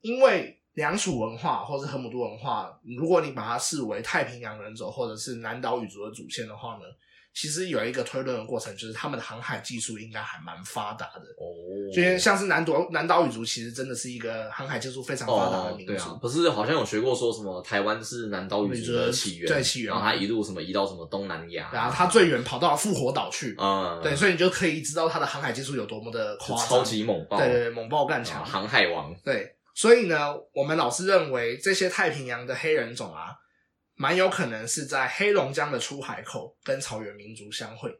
Speaker 1: 因为良渚文化或是河姆渡文化，如果你把它视为太平洋人种或者是南岛语族的祖先的话呢，其实有一个推论的过程，就是他们的航海技术应该还蛮发达的。
Speaker 2: 哦，
Speaker 1: 就因为像是南岛南岛语族，其实真的是一个航海技术非常发达的
Speaker 2: 哦，
Speaker 1: 民
Speaker 2: 对
Speaker 1: 族。
Speaker 2: 啊，不是好像有学过说什么台湾是南岛语族的起源，
Speaker 1: 对起源
Speaker 2: 然后它一路什么移到什么东南亚，啊
Speaker 1: 然后它最远跑到了复活岛去，
Speaker 2: 嗯，
Speaker 1: 对，所以你就可以知道它的航海技术有多么的
Speaker 2: 就
Speaker 1: 夸张，
Speaker 2: 超级猛爆，
Speaker 1: 对对对，猛爆干
Speaker 2: 啊
Speaker 1: 强，
Speaker 2: 航海王，
Speaker 1: 对，所以呢，我们老师认为这些太平洋的黑人种啊，蛮有可能是在黑龙江的出海口跟草原民族相会。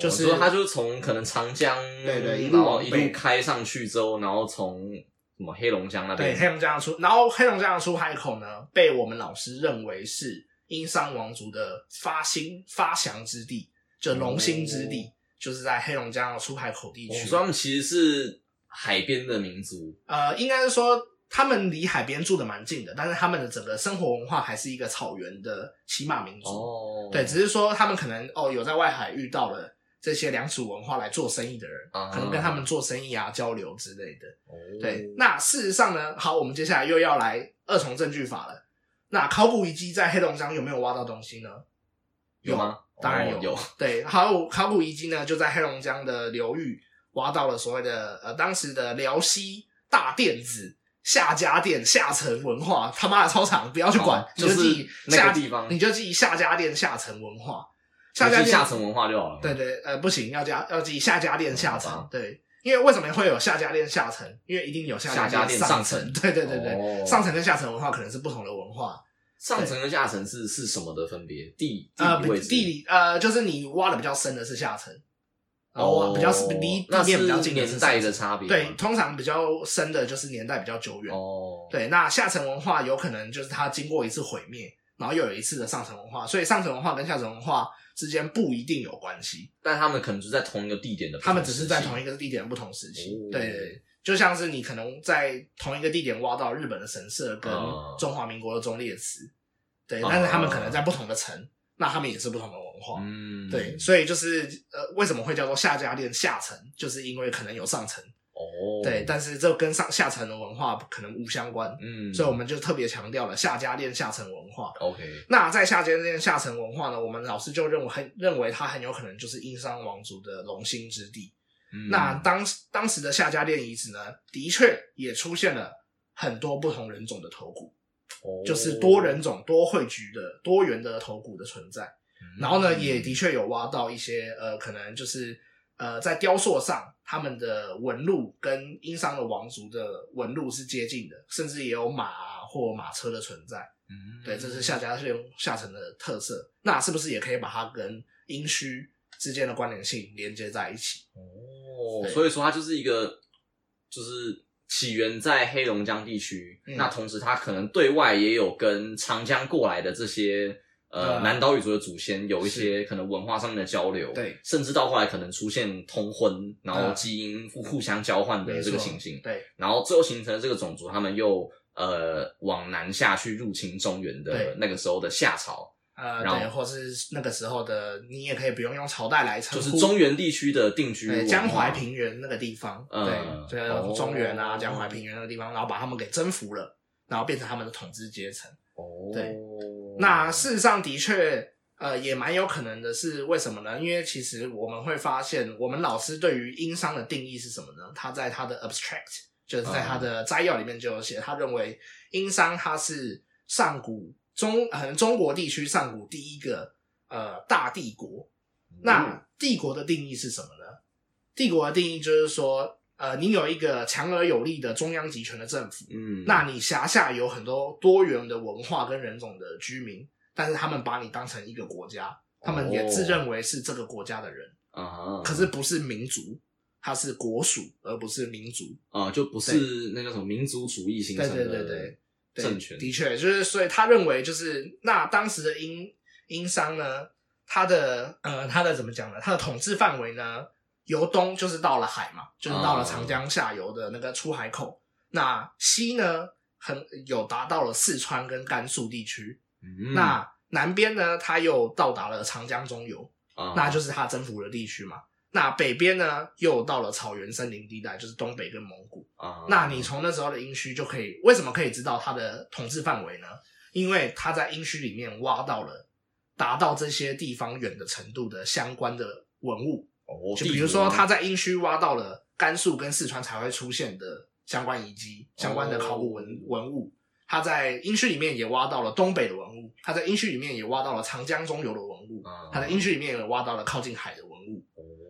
Speaker 1: 就是
Speaker 2: 哦所以它就是从可能长江，
Speaker 1: 对对一
Speaker 2: 一
Speaker 1: 路往
Speaker 2: 路
Speaker 1: 北
Speaker 2: 一路开上去之后，然后从什么黑龙江那
Speaker 1: 对，
Speaker 2: 边，
Speaker 1: 黑龙江的出，然后黑龙江的出海口呢，被我们老师认为是殷商王族的发兴发祥之地，就龙兴之地，
Speaker 2: 哦
Speaker 1: 就是在黑龙江的出海口地
Speaker 2: 我
Speaker 1: 区。
Speaker 2: 哦说他们其实是海边的民族，
Speaker 1: 呃，应该是说他们离海边住的蛮近的，但是他们的整个生活文化还是一个草原的骑马民族。
Speaker 2: 哦
Speaker 1: 对，只是说他们可能哦有在外海遇到了这些良渚文化来做生意的人，
Speaker 2: 啊
Speaker 1: 可能跟他们做生意啊交流之类的。
Speaker 2: 哦
Speaker 1: 对，那事实上呢，好，我们接下来又要来二重证据法了。那考古遗迹在黑龙江有没有挖到东西呢？
Speaker 2: 有吗？
Speaker 1: 当然有。
Speaker 2: 哦有，
Speaker 1: 对，考古考古遗迹呢，就在黑龙江的流域挖到了所谓的呃当时的辽西大甸子夏家店下层文化，他妈的超长，不要去管，
Speaker 2: 哦
Speaker 1: 你就
Speaker 2: 就是
Speaker 1: 记
Speaker 2: 那个
Speaker 1: 夏
Speaker 2: 地方
Speaker 1: 你就记夏家店下层文化，夏
Speaker 2: 就
Speaker 1: 家
Speaker 2: 是
Speaker 1: 店
Speaker 2: 下层文化就好了。
Speaker 1: 对，对，呃，不行，要加要记夏家店下
Speaker 2: 好
Speaker 1: 层
Speaker 2: 吧，
Speaker 1: 对，因为为什么会有夏家店下层？因为一定有夏
Speaker 2: 夏家
Speaker 1: 店
Speaker 2: 店
Speaker 1: 上
Speaker 2: 上
Speaker 1: 层
Speaker 2: 层，
Speaker 1: 对对对对，
Speaker 2: 哦
Speaker 1: 上层跟下层文化可能是不同的文化，
Speaker 2: 上层跟下层是是什么的分别？地
Speaker 1: 呃，
Speaker 2: 地理
Speaker 1: 比
Speaker 2: 位置，
Speaker 1: 地理呃，就是你挖的比较深的是下层，然后挖
Speaker 2: 哦
Speaker 1: 比较离地
Speaker 2: 那
Speaker 1: 面比较
Speaker 2: 是
Speaker 1: 近的是
Speaker 2: 年代的
Speaker 1: 上层
Speaker 2: 差别
Speaker 1: 对，
Speaker 2: 吗。
Speaker 1: 通常比较深的就是年代比较久远，
Speaker 2: 哦，
Speaker 1: 对，那下层文化有可能就是它经过一次毁灭，然后又有一次的上层文化，所以上层文化跟下层文化之间不一定有关系，
Speaker 2: 但他们可能就在同一个地点的不
Speaker 1: 他
Speaker 2: 同时期，
Speaker 1: 们只是在同一个地点不同时期。
Speaker 2: 哦
Speaker 1: 对对，对就像是你可能在同一个地点挖到日本的神社跟
Speaker 2: 嗯
Speaker 1: 中华民国的忠烈祠，对，
Speaker 2: 嗯
Speaker 1: 但是他们可能在不同的城，那他们也是不同的文化。
Speaker 2: 嗯，
Speaker 1: 对，所以就是呃，为什么会叫做下家店下层，就是因为可能有上层，
Speaker 2: 哦，
Speaker 1: 对，但是这跟上下层的文化可能无相关，
Speaker 2: 嗯，
Speaker 1: 所以我们就特别强调了下家店下层文化。
Speaker 2: OK，
Speaker 1: 那在下阶这下层文化呢，我们老师就认为很认为它很有可能就是殷商王族的龙兴之地。
Speaker 2: 嗯
Speaker 1: 那当时当时的夏家店遗址呢，的确也出现了很多不同人种的头骨，
Speaker 2: 哦
Speaker 1: 就是多人种、多汇聚的多元的头骨的存在。
Speaker 2: 嗯
Speaker 1: 然后呢，也的确有挖到一些呃，可能就是呃，在雕塑上他们的纹路跟殷商的王族的纹路是接近的，甚至也有马啊或马车的存在。
Speaker 2: 嗯
Speaker 1: 对，这是夏家店下层的特色。那是不是也可以把它跟殷墟之间的关联性连接在一起？
Speaker 2: 哦
Speaker 1: 对，
Speaker 2: 所以说它就是一个就是起源在黑龙江地区，
Speaker 1: 嗯
Speaker 2: 那同时它可能对外也有跟长江过来的这些。
Speaker 1: 对
Speaker 2: 呃
Speaker 1: 啊，
Speaker 2: 南岛语族的祖先有一些可能文化上面的交流，
Speaker 1: 对
Speaker 2: 甚至到后来可能出现通婚，然
Speaker 1: 对
Speaker 2: 后
Speaker 1: 啊
Speaker 2: 基因互互相交换的这个
Speaker 1: 没错
Speaker 2: 情形，
Speaker 1: 对，
Speaker 2: 然后最后形成了这个种族，他们又呃往南下去入侵中原
Speaker 1: 对
Speaker 2: 的那个时候的夏朝，
Speaker 1: 呃，
Speaker 2: 然后
Speaker 1: 对，或是那个时候的，你也可以不用用朝代来称
Speaker 2: 就
Speaker 1: 呼，
Speaker 2: 是中原地区的定居文
Speaker 1: 对
Speaker 2: 化
Speaker 1: 江淮平原那个地方，
Speaker 2: 嗯
Speaker 1: 对，
Speaker 2: 哦
Speaker 1: 对，中原啊，江淮平原那个地方，然后把他们给征服了，然后变成他们的统治阶层。
Speaker 2: 哦，
Speaker 1: 对，那事实上的确，呃，也蛮有可能的是为什么呢？因为其实我们会发现，我们老师对于殷商的定义是什么呢？他在他的 abstract，就是在他的摘要里面就有写，他认为殷商它是上古中，呃，中国地区上古第一个呃大帝国。
Speaker 2: 嗯
Speaker 1: 那帝国的定义是什么呢？帝国的定义就是说，呃，你有一个强而有力的中央集权的政府，
Speaker 2: 嗯，
Speaker 1: 那你辖下有很多多元的文化跟人种的居民，但是他们把你当成一个国家，他们也自认为是这个国家的人，
Speaker 2: 啊，
Speaker 1: 可是不是民族，它是国属，而不是民族。
Speaker 2: 啊，就不是那个什么民族主义形
Speaker 1: 对
Speaker 2: 成
Speaker 1: 对
Speaker 2: 的
Speaker 1: 对对，对
Speaker 2: 政权
Speaker 1: 的确就是，所以他认为就是那当时的殷殷商呢，他的呃他的怎么讲呢？他的统治范围呢，由东就是到了海嘛，就是到了长
Speaker 2: 哦
Speaker 1: 江下游的那个出海口，那西呢很有达到了四川跟甘肃地区，
Speaker 2: 嗯
Speaker 1: 那南边呢他又到达了长江中游，
Speaker 2: 啊
Speaker 1: 那就是他征服的地区嘛。那北边呢，又到了草原森林地带，就是东北跟蒙古。
Speaker 2: 啊，
Speaker 1: 那你从那时候的殷墟就可以，为什么可以知道它的统治范围呢？因为他在殷墟里面挖到了达到这些地方远的程度的相关的文物，
Speaker 2: 哦
Speaker 1: 就比如说他在殷墟挖到了甘肃跟四川才会出现的相关遗迹、相关的考古文、
Speaker 2: 哦
Speaker 1: 文物。他在殷墟里面也挖到了东北的文物，他在殷墟里面也挖到了长江中游的文物
Speaker 2: 啊，
Speaker 1: 他在殷墟里面也挖到了靠近海的文物。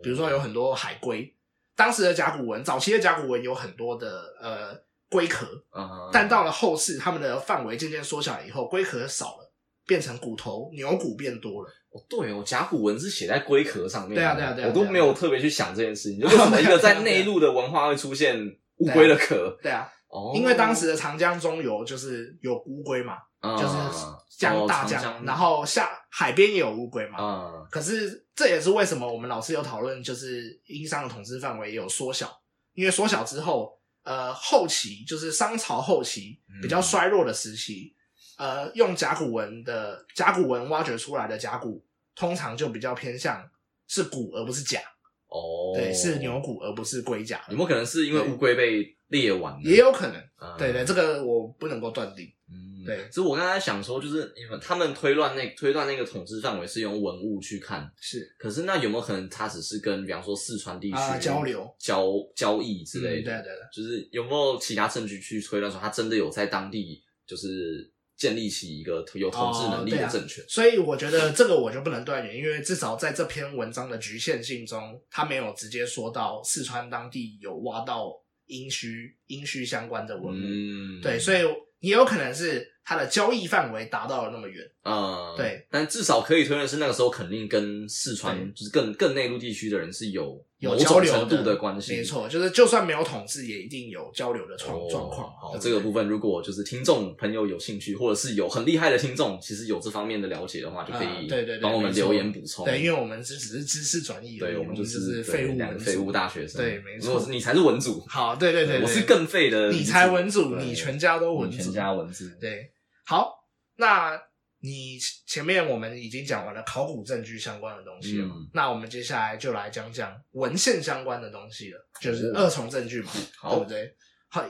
Speaker 2: 地
Speaker 1: 比如说有很多海龟，当时的甲骨文，早期的甲骨文有很多的呃龟壳，
Speaker 2: 啊，
Speaker 1: 但到了后世，他们的范围渐渐缩小以后，龟壳少了，变成骨头、牛骨变多了。
Speaker 2: 哦对哦，甲骨文是写在龟壳上面的，
Speaker 1: 对啊对啊对啊
Speaker 2: 我都
Speaker 1: 对啊
Speaker 2: 没有特别去想这件 事情，就为什么一个在内陆的文化会出现乌龟的壳？
Speaker 1: 对啊，
Speaker 2: 哦，
Speaker 1: 因为当时的长江中游就是有乌龟嘛，
Speaker 2: 嗯
Speaker 1: 就是
Speaker 2: 哦
Speaker 1: 江大江，然后下海边也有乌龟嘛。
Speaker 2: 嗯
Speaker 1: 可是这也是为什么我们老师有讨论，就是殷商的统治范围有缩小，因为缩小之后，呃，后期就是商朝后期
Speaker 2: 嗯
Speaker 1: 比较衰落的时期，呃，用甲骨文的甲骨文挖掘出来的甲骨，通常就比较偏向是骨而不是甲，
Speaker 2: 哦，嗯
Speaker 1: 对，是牛骨而不是龟甲，
Speaker 2: 有没有可能是因为乌龟被猎完了？
Speaker 1: 也有可能，
Speaker 2: 嗯
Speaker 1: 对对，这个我不能够断定，
Speaker 2: 嗯，
Speaker 1: 对
Speaker 2: 所以我刚才想说，就是你们他们推断那推断那个统治范围是用文物去看，
Speaker 1: 是
Speaker 2: 可是那有没有可能他只是跟比方说四川地区、
Speaker 1: 啊交流
Speaker 2: 交交易之类
Speaker 1: 嗯对
Speaker 2: 的？
Speaker 1: 对对。
Speaker 2: 就是有没有其他证据去推断说他真的有在当地就是建立起一个有统治能力
Speaker 1: 哦对
Speaker 2: 的
Speaker 1: 啊
Speaker 2: 政权？
Speaker 1: 所以我觉得这个我就不能断言，因为至少在这篇文章的局限性中，他没有直接说到四川当地有挖到殷墟、殷墟相关的文物。
Speaker 2: 嗯，
Speaker 1: 对，所以也有可能是它的交易范围达到了那么远。
Speaker 2: 嗯，
Speaker 1: 对，
Speaker 2: 但至少可以推论是那个时候肯定跟四
Speaker 1: 对
Speaker 2: 川就是更更内陆地区的人是嗯有
Speaker 1: 有
Speaker 2: 某
Speaker 1: 交
Speaker 2: 种
Speaker 1: 流
Speaker 2: 程度
Speaker 1: 的
Speaker 2: 关系，
Speaker 1: 没错，就是就算没有统治，也一定有交流的状状况。
Speaker 2: 哦好，
Speaker 1: 对
Speaker 2: 这个部分如果就是听众朋友有兴趣，或者是有很厉害的听众，其实有这方面的了解的话，就可
Speaker 1: 啊
Speaker 2: 以
Speaker 1: 对对对
Speaker 2: 帮我们
Speaker 1: 没错
Speaker 2: 留言补充。
Speaker 1: 对，因为我们是只是知识转移而已，
Speaker 2: 对我
Speaker 1: 我
Speaker 2: 们
Speaker 1: 就是废物
Speaker 2: 对两个
Speaker 1: 文
Speaker 2: 废物
Speaker 1: 组。
Speaker 2: 大学生，
Speaker 1: 对没错
Speaker 2: 如果是你才是文组，
Speaker 1: 好，对对对，
Speaker 2: 我是
Speaker 1: 对
Speaker 2: 更废的组，
Speaker 1: 你才文组，
Speaker 2: 对
Speaker 1: 你全家都文
Speaker 2: 你
Speaker 1: 组，
Speaker 2: 全家文组，
Speaker 1: 对，好，那你前面我们已经讲完了考古证据相关的东西了嘛，
Speaker 2: 嗯
Speaker 1: 那我们接下来就来讲讲文献相关的东西了，就是
Speaker 2: 哦
Speaker 1: 二重证据嘛，
Speaker 2: 好
Speaker 1: 对不对？好，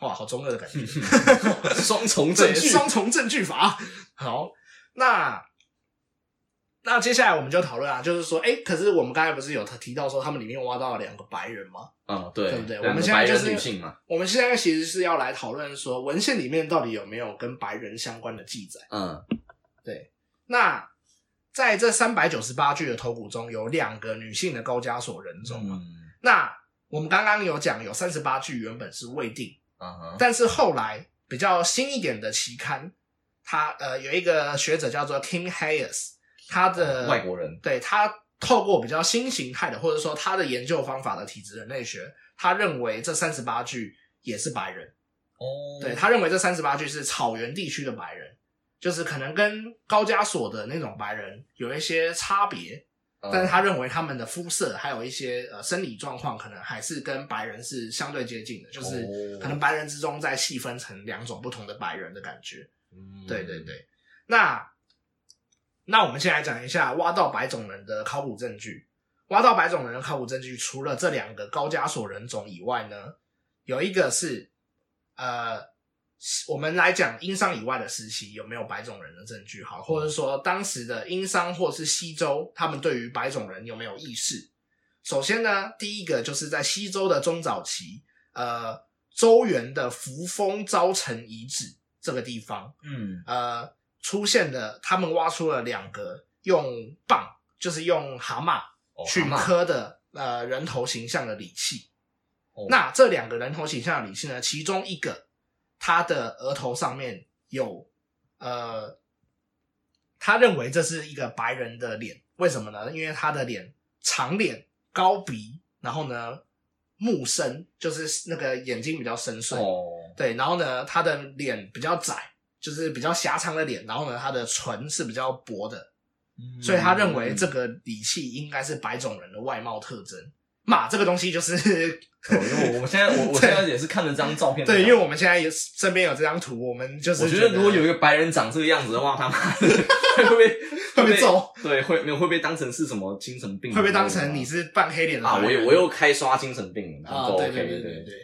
Speaker 1: 哇，好中二的感觉，
Speaker 2: 双重证
Speaker 1: 对，
Speaker 2: 据，
Speaker 1: 双重证据法。好，那那接下来我们就讨论啊，就是说，哎，可是我们刚才不是有提到说他们里面挖到了两个白人吗？
Speaker 2: 嗯，对
Speaker 1: 对不对
Speaker 2: 两个
Speaker 1: 我们现在
Speaker 2: 白
Speaker 1: 就
Speaker 2: 人
Speaker 1: 是
Speaker 2: 女性嘛，
Speaker 1: 我们现在其实是要来讨论说，文献里面到底有没有跟白人相关的记载。
Speaker 2: 嗯，
Speaker 1: 那在这三百九十八具的头骨中，有两个女性的高加索人种嘛。
Speaker 2: 嗯
Speaker 1: 那我们刚刚有讲，有三十八具原本是未定，
Speaker 2: 嗯哼，
Speaker 1: 但是后来比较新一点的期刊，它呃有一个学者叫做 Kim Hayes，他的
Speaker 2: 哦外国人，
Speaker 1: 对他透过比较新形态的，或者说他的研究方法的体质人类学，他认为这三十八具也是白人。
Speaker 2: 哦，
Speaker 1: 对，他认为这三十八具是草原地区的白人，就是可能跟高加索的那种白人有一些差别，
Speaker 2: 嗯
Speaker 1: 但是他认为他们的肤色还有一些呃生理状况，可能还是跟白人是相对接近的，就是
Speaker 2: 哦
Speaker 1: 可能白人之中再细分成两种不同的白人的感觉。
Speaker 2: 嗯
Speaker 1: 对对对，那那我们先来讲一下挖到白种人的考古证据。挖到白种人的考古证据，除了这两个高加索人种以外呢，有一个是呃，我们来讲殷商以外的时期有没有白种人的证据，好，或者说当时的殷商或是西周，他们对于白种人有没有意识？首先呢，第一个就是在西周的中早期，呃，周原的扶风昭城遗址这个地方，
Speaker 2: 嗯，
Speaker 1: 呃出现的，他们挖出了两个用棒，就是用蛤蟆
Speaker 2: 哦
Speaker 1: 去
Speaker 2: 蛤蟆
Speaker 1: 刻的、呃人头形象的礼器。
Speaker 2: 哦
Speaker 1: 那这两个人头形象的礼器呢，其中一个他的额头上面有呃，他认为这是一个白人的脸，为什么呢？因为他的脸长脸高鼻，然后呢目深，就是那个眼睛比较深邃。
Speaker 2: 哦，
Speaker 1: 对，然后呢，他的脸比较窄，就是比较狭长的脸，然后呢，他的唇是比较薄的，
Speaker 2: 嗯
Speaker 1: 所以他认为这个礼器应该是白种人的外貌特征。嘛，这个东西就是
Speaker 2: 哦因为我我现在我我现在也是看了张照片的，
Speaker 1: 对，因为我们现在也是身边有这张图，我们就是
Speaker 2: 我觉得如果有一
Speaker 1: 个
Speaker 2: 个白人长这个样子的话，他妈的会被
Speaker 1: 会被揍，
Speaker 2: 对，会没有会被当成是什么精神病，
Speaker 1: 会被当成你是半黑脸的
Speaker 2: 啊，
Speaker 1: 白
Speaker 2: 我
Speaker 1: 人
Speaker 2: 又我又开刷精神病了，
Speaker 1: 啊，
Speaker 2: 都
Speaker 1: 对
Speaker 2: OK
Speaker 1: 对
Speaker 2: 对
Speaker 1: 对对对，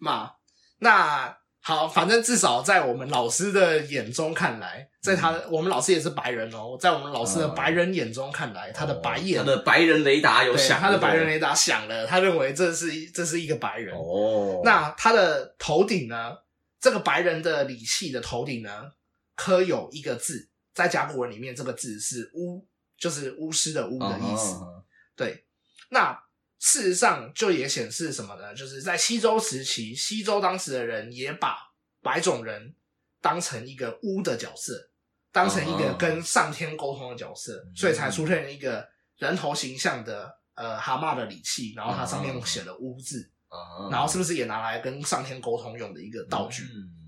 Speaker 1: 嘛，那好，反正至少在我们老师的眼中看来，在他我们老师也是白人哦，在我们老师的
Speaker 2: 嗯
Speaker 1: 白人眼中看来，他的白眼
Speaker 2: 哦他的白人雷达有
Speaker 1: 对，
Speaker 2: 响，
Speaker 1: 他的白人
Speaker 2: 雷
Speaker 1: 雷达响了，他认为这是一这是一个白人。
Speaker 2: 哦，
Speaker 1: 那他的头顶呢？这个白人的礼器的头顶呢，刻有一个字，在甲骨文里面，这个字是巫，就是巫师的巫的意思。
Speaker 2: 嗯
Speaker 1: 对，那事实上就也显示什么呢？就是在西周时期，西周当时的人也把白种人当成一个巫的角色，当成一个
Speaker 2: 哦嗯
Speaker 1: 跟上天沟通的角色，所以才出现了一个人头形象的呃蛤蟆的礼器，然后它上面写了巫字，
Speaker 2: 哦嗯
Speaker 1: 然后是不是也拿来跟上天沟通用的一个道具？
Speaker 2: 嗯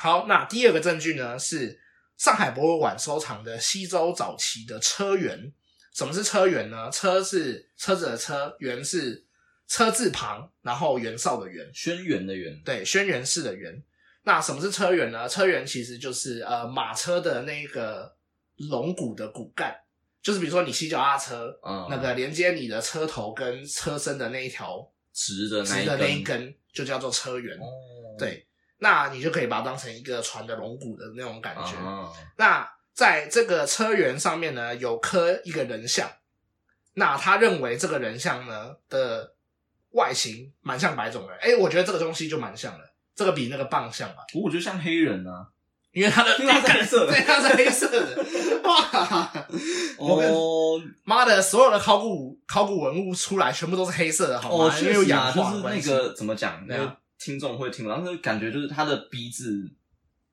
Speaker 1: 好，那第二个证据呢是上海博物馆收藏的西周早期的车辕。什么是车辕呢？车是车子的车，辕是车字旁，然后袁绍的袁，
Speaker 2: 轩辕的辕，
Speaker 1: 对，轩辕氏的辕。那什么是车辕呢？车辕其实就是呃马车的那个龙骨的骨干，就是比如说你骑脚踏车，
Speaker 2: 嗯，
Speaker 1: 那个连接你的车头跟车身的那一条
Speaker 2: 直的那
Speaker 1: 直
Speaker 2: 一
Speaker 1: 的
Speaker 2: 根，
Speaker 1: 那一根，就叫做车辕。
Speaker 2: 哦，
Speaker 1: 对，那你就可以把它当成一个船的龙骨的那种感觉。
Speaker 2: 啊，
Speaker 1: 那在这个车辕上面呢，有刻一个人像。那他认为这个人像呢的外形蛮像白种人，哎、我觉得这个东西就蛮像的，这个比那个棒像吧，
Speaker 2: 不过我觉得像黑 人啊，
Speaker 1: 因为他 的
Speaker 2: 因为它是黑色的
Speaker 1: 对，它是黑色的，哇！我跟
Speaker 2: 哦
Speaker 1: 妈的，所有的考古考古文物出来全部都是黑色的，好
Speaker 2: 哦
Speaker 1: 吗？，因为
Speaker 2: 确
Speaker 1: 有
Speaker 2: 实啊，
Speaker 1: 氧
Speaker 2: 就
Speaker 1: 化的
Speaker 2: 是
Speaker 1: 关
Speaker 2: 那
Speaker 1: 系。
Speaker 2: 个怎么讲，那
Speaker 1: 对啊
Speaker 2: 个听众会听不到，但是感觉就是他的鼻子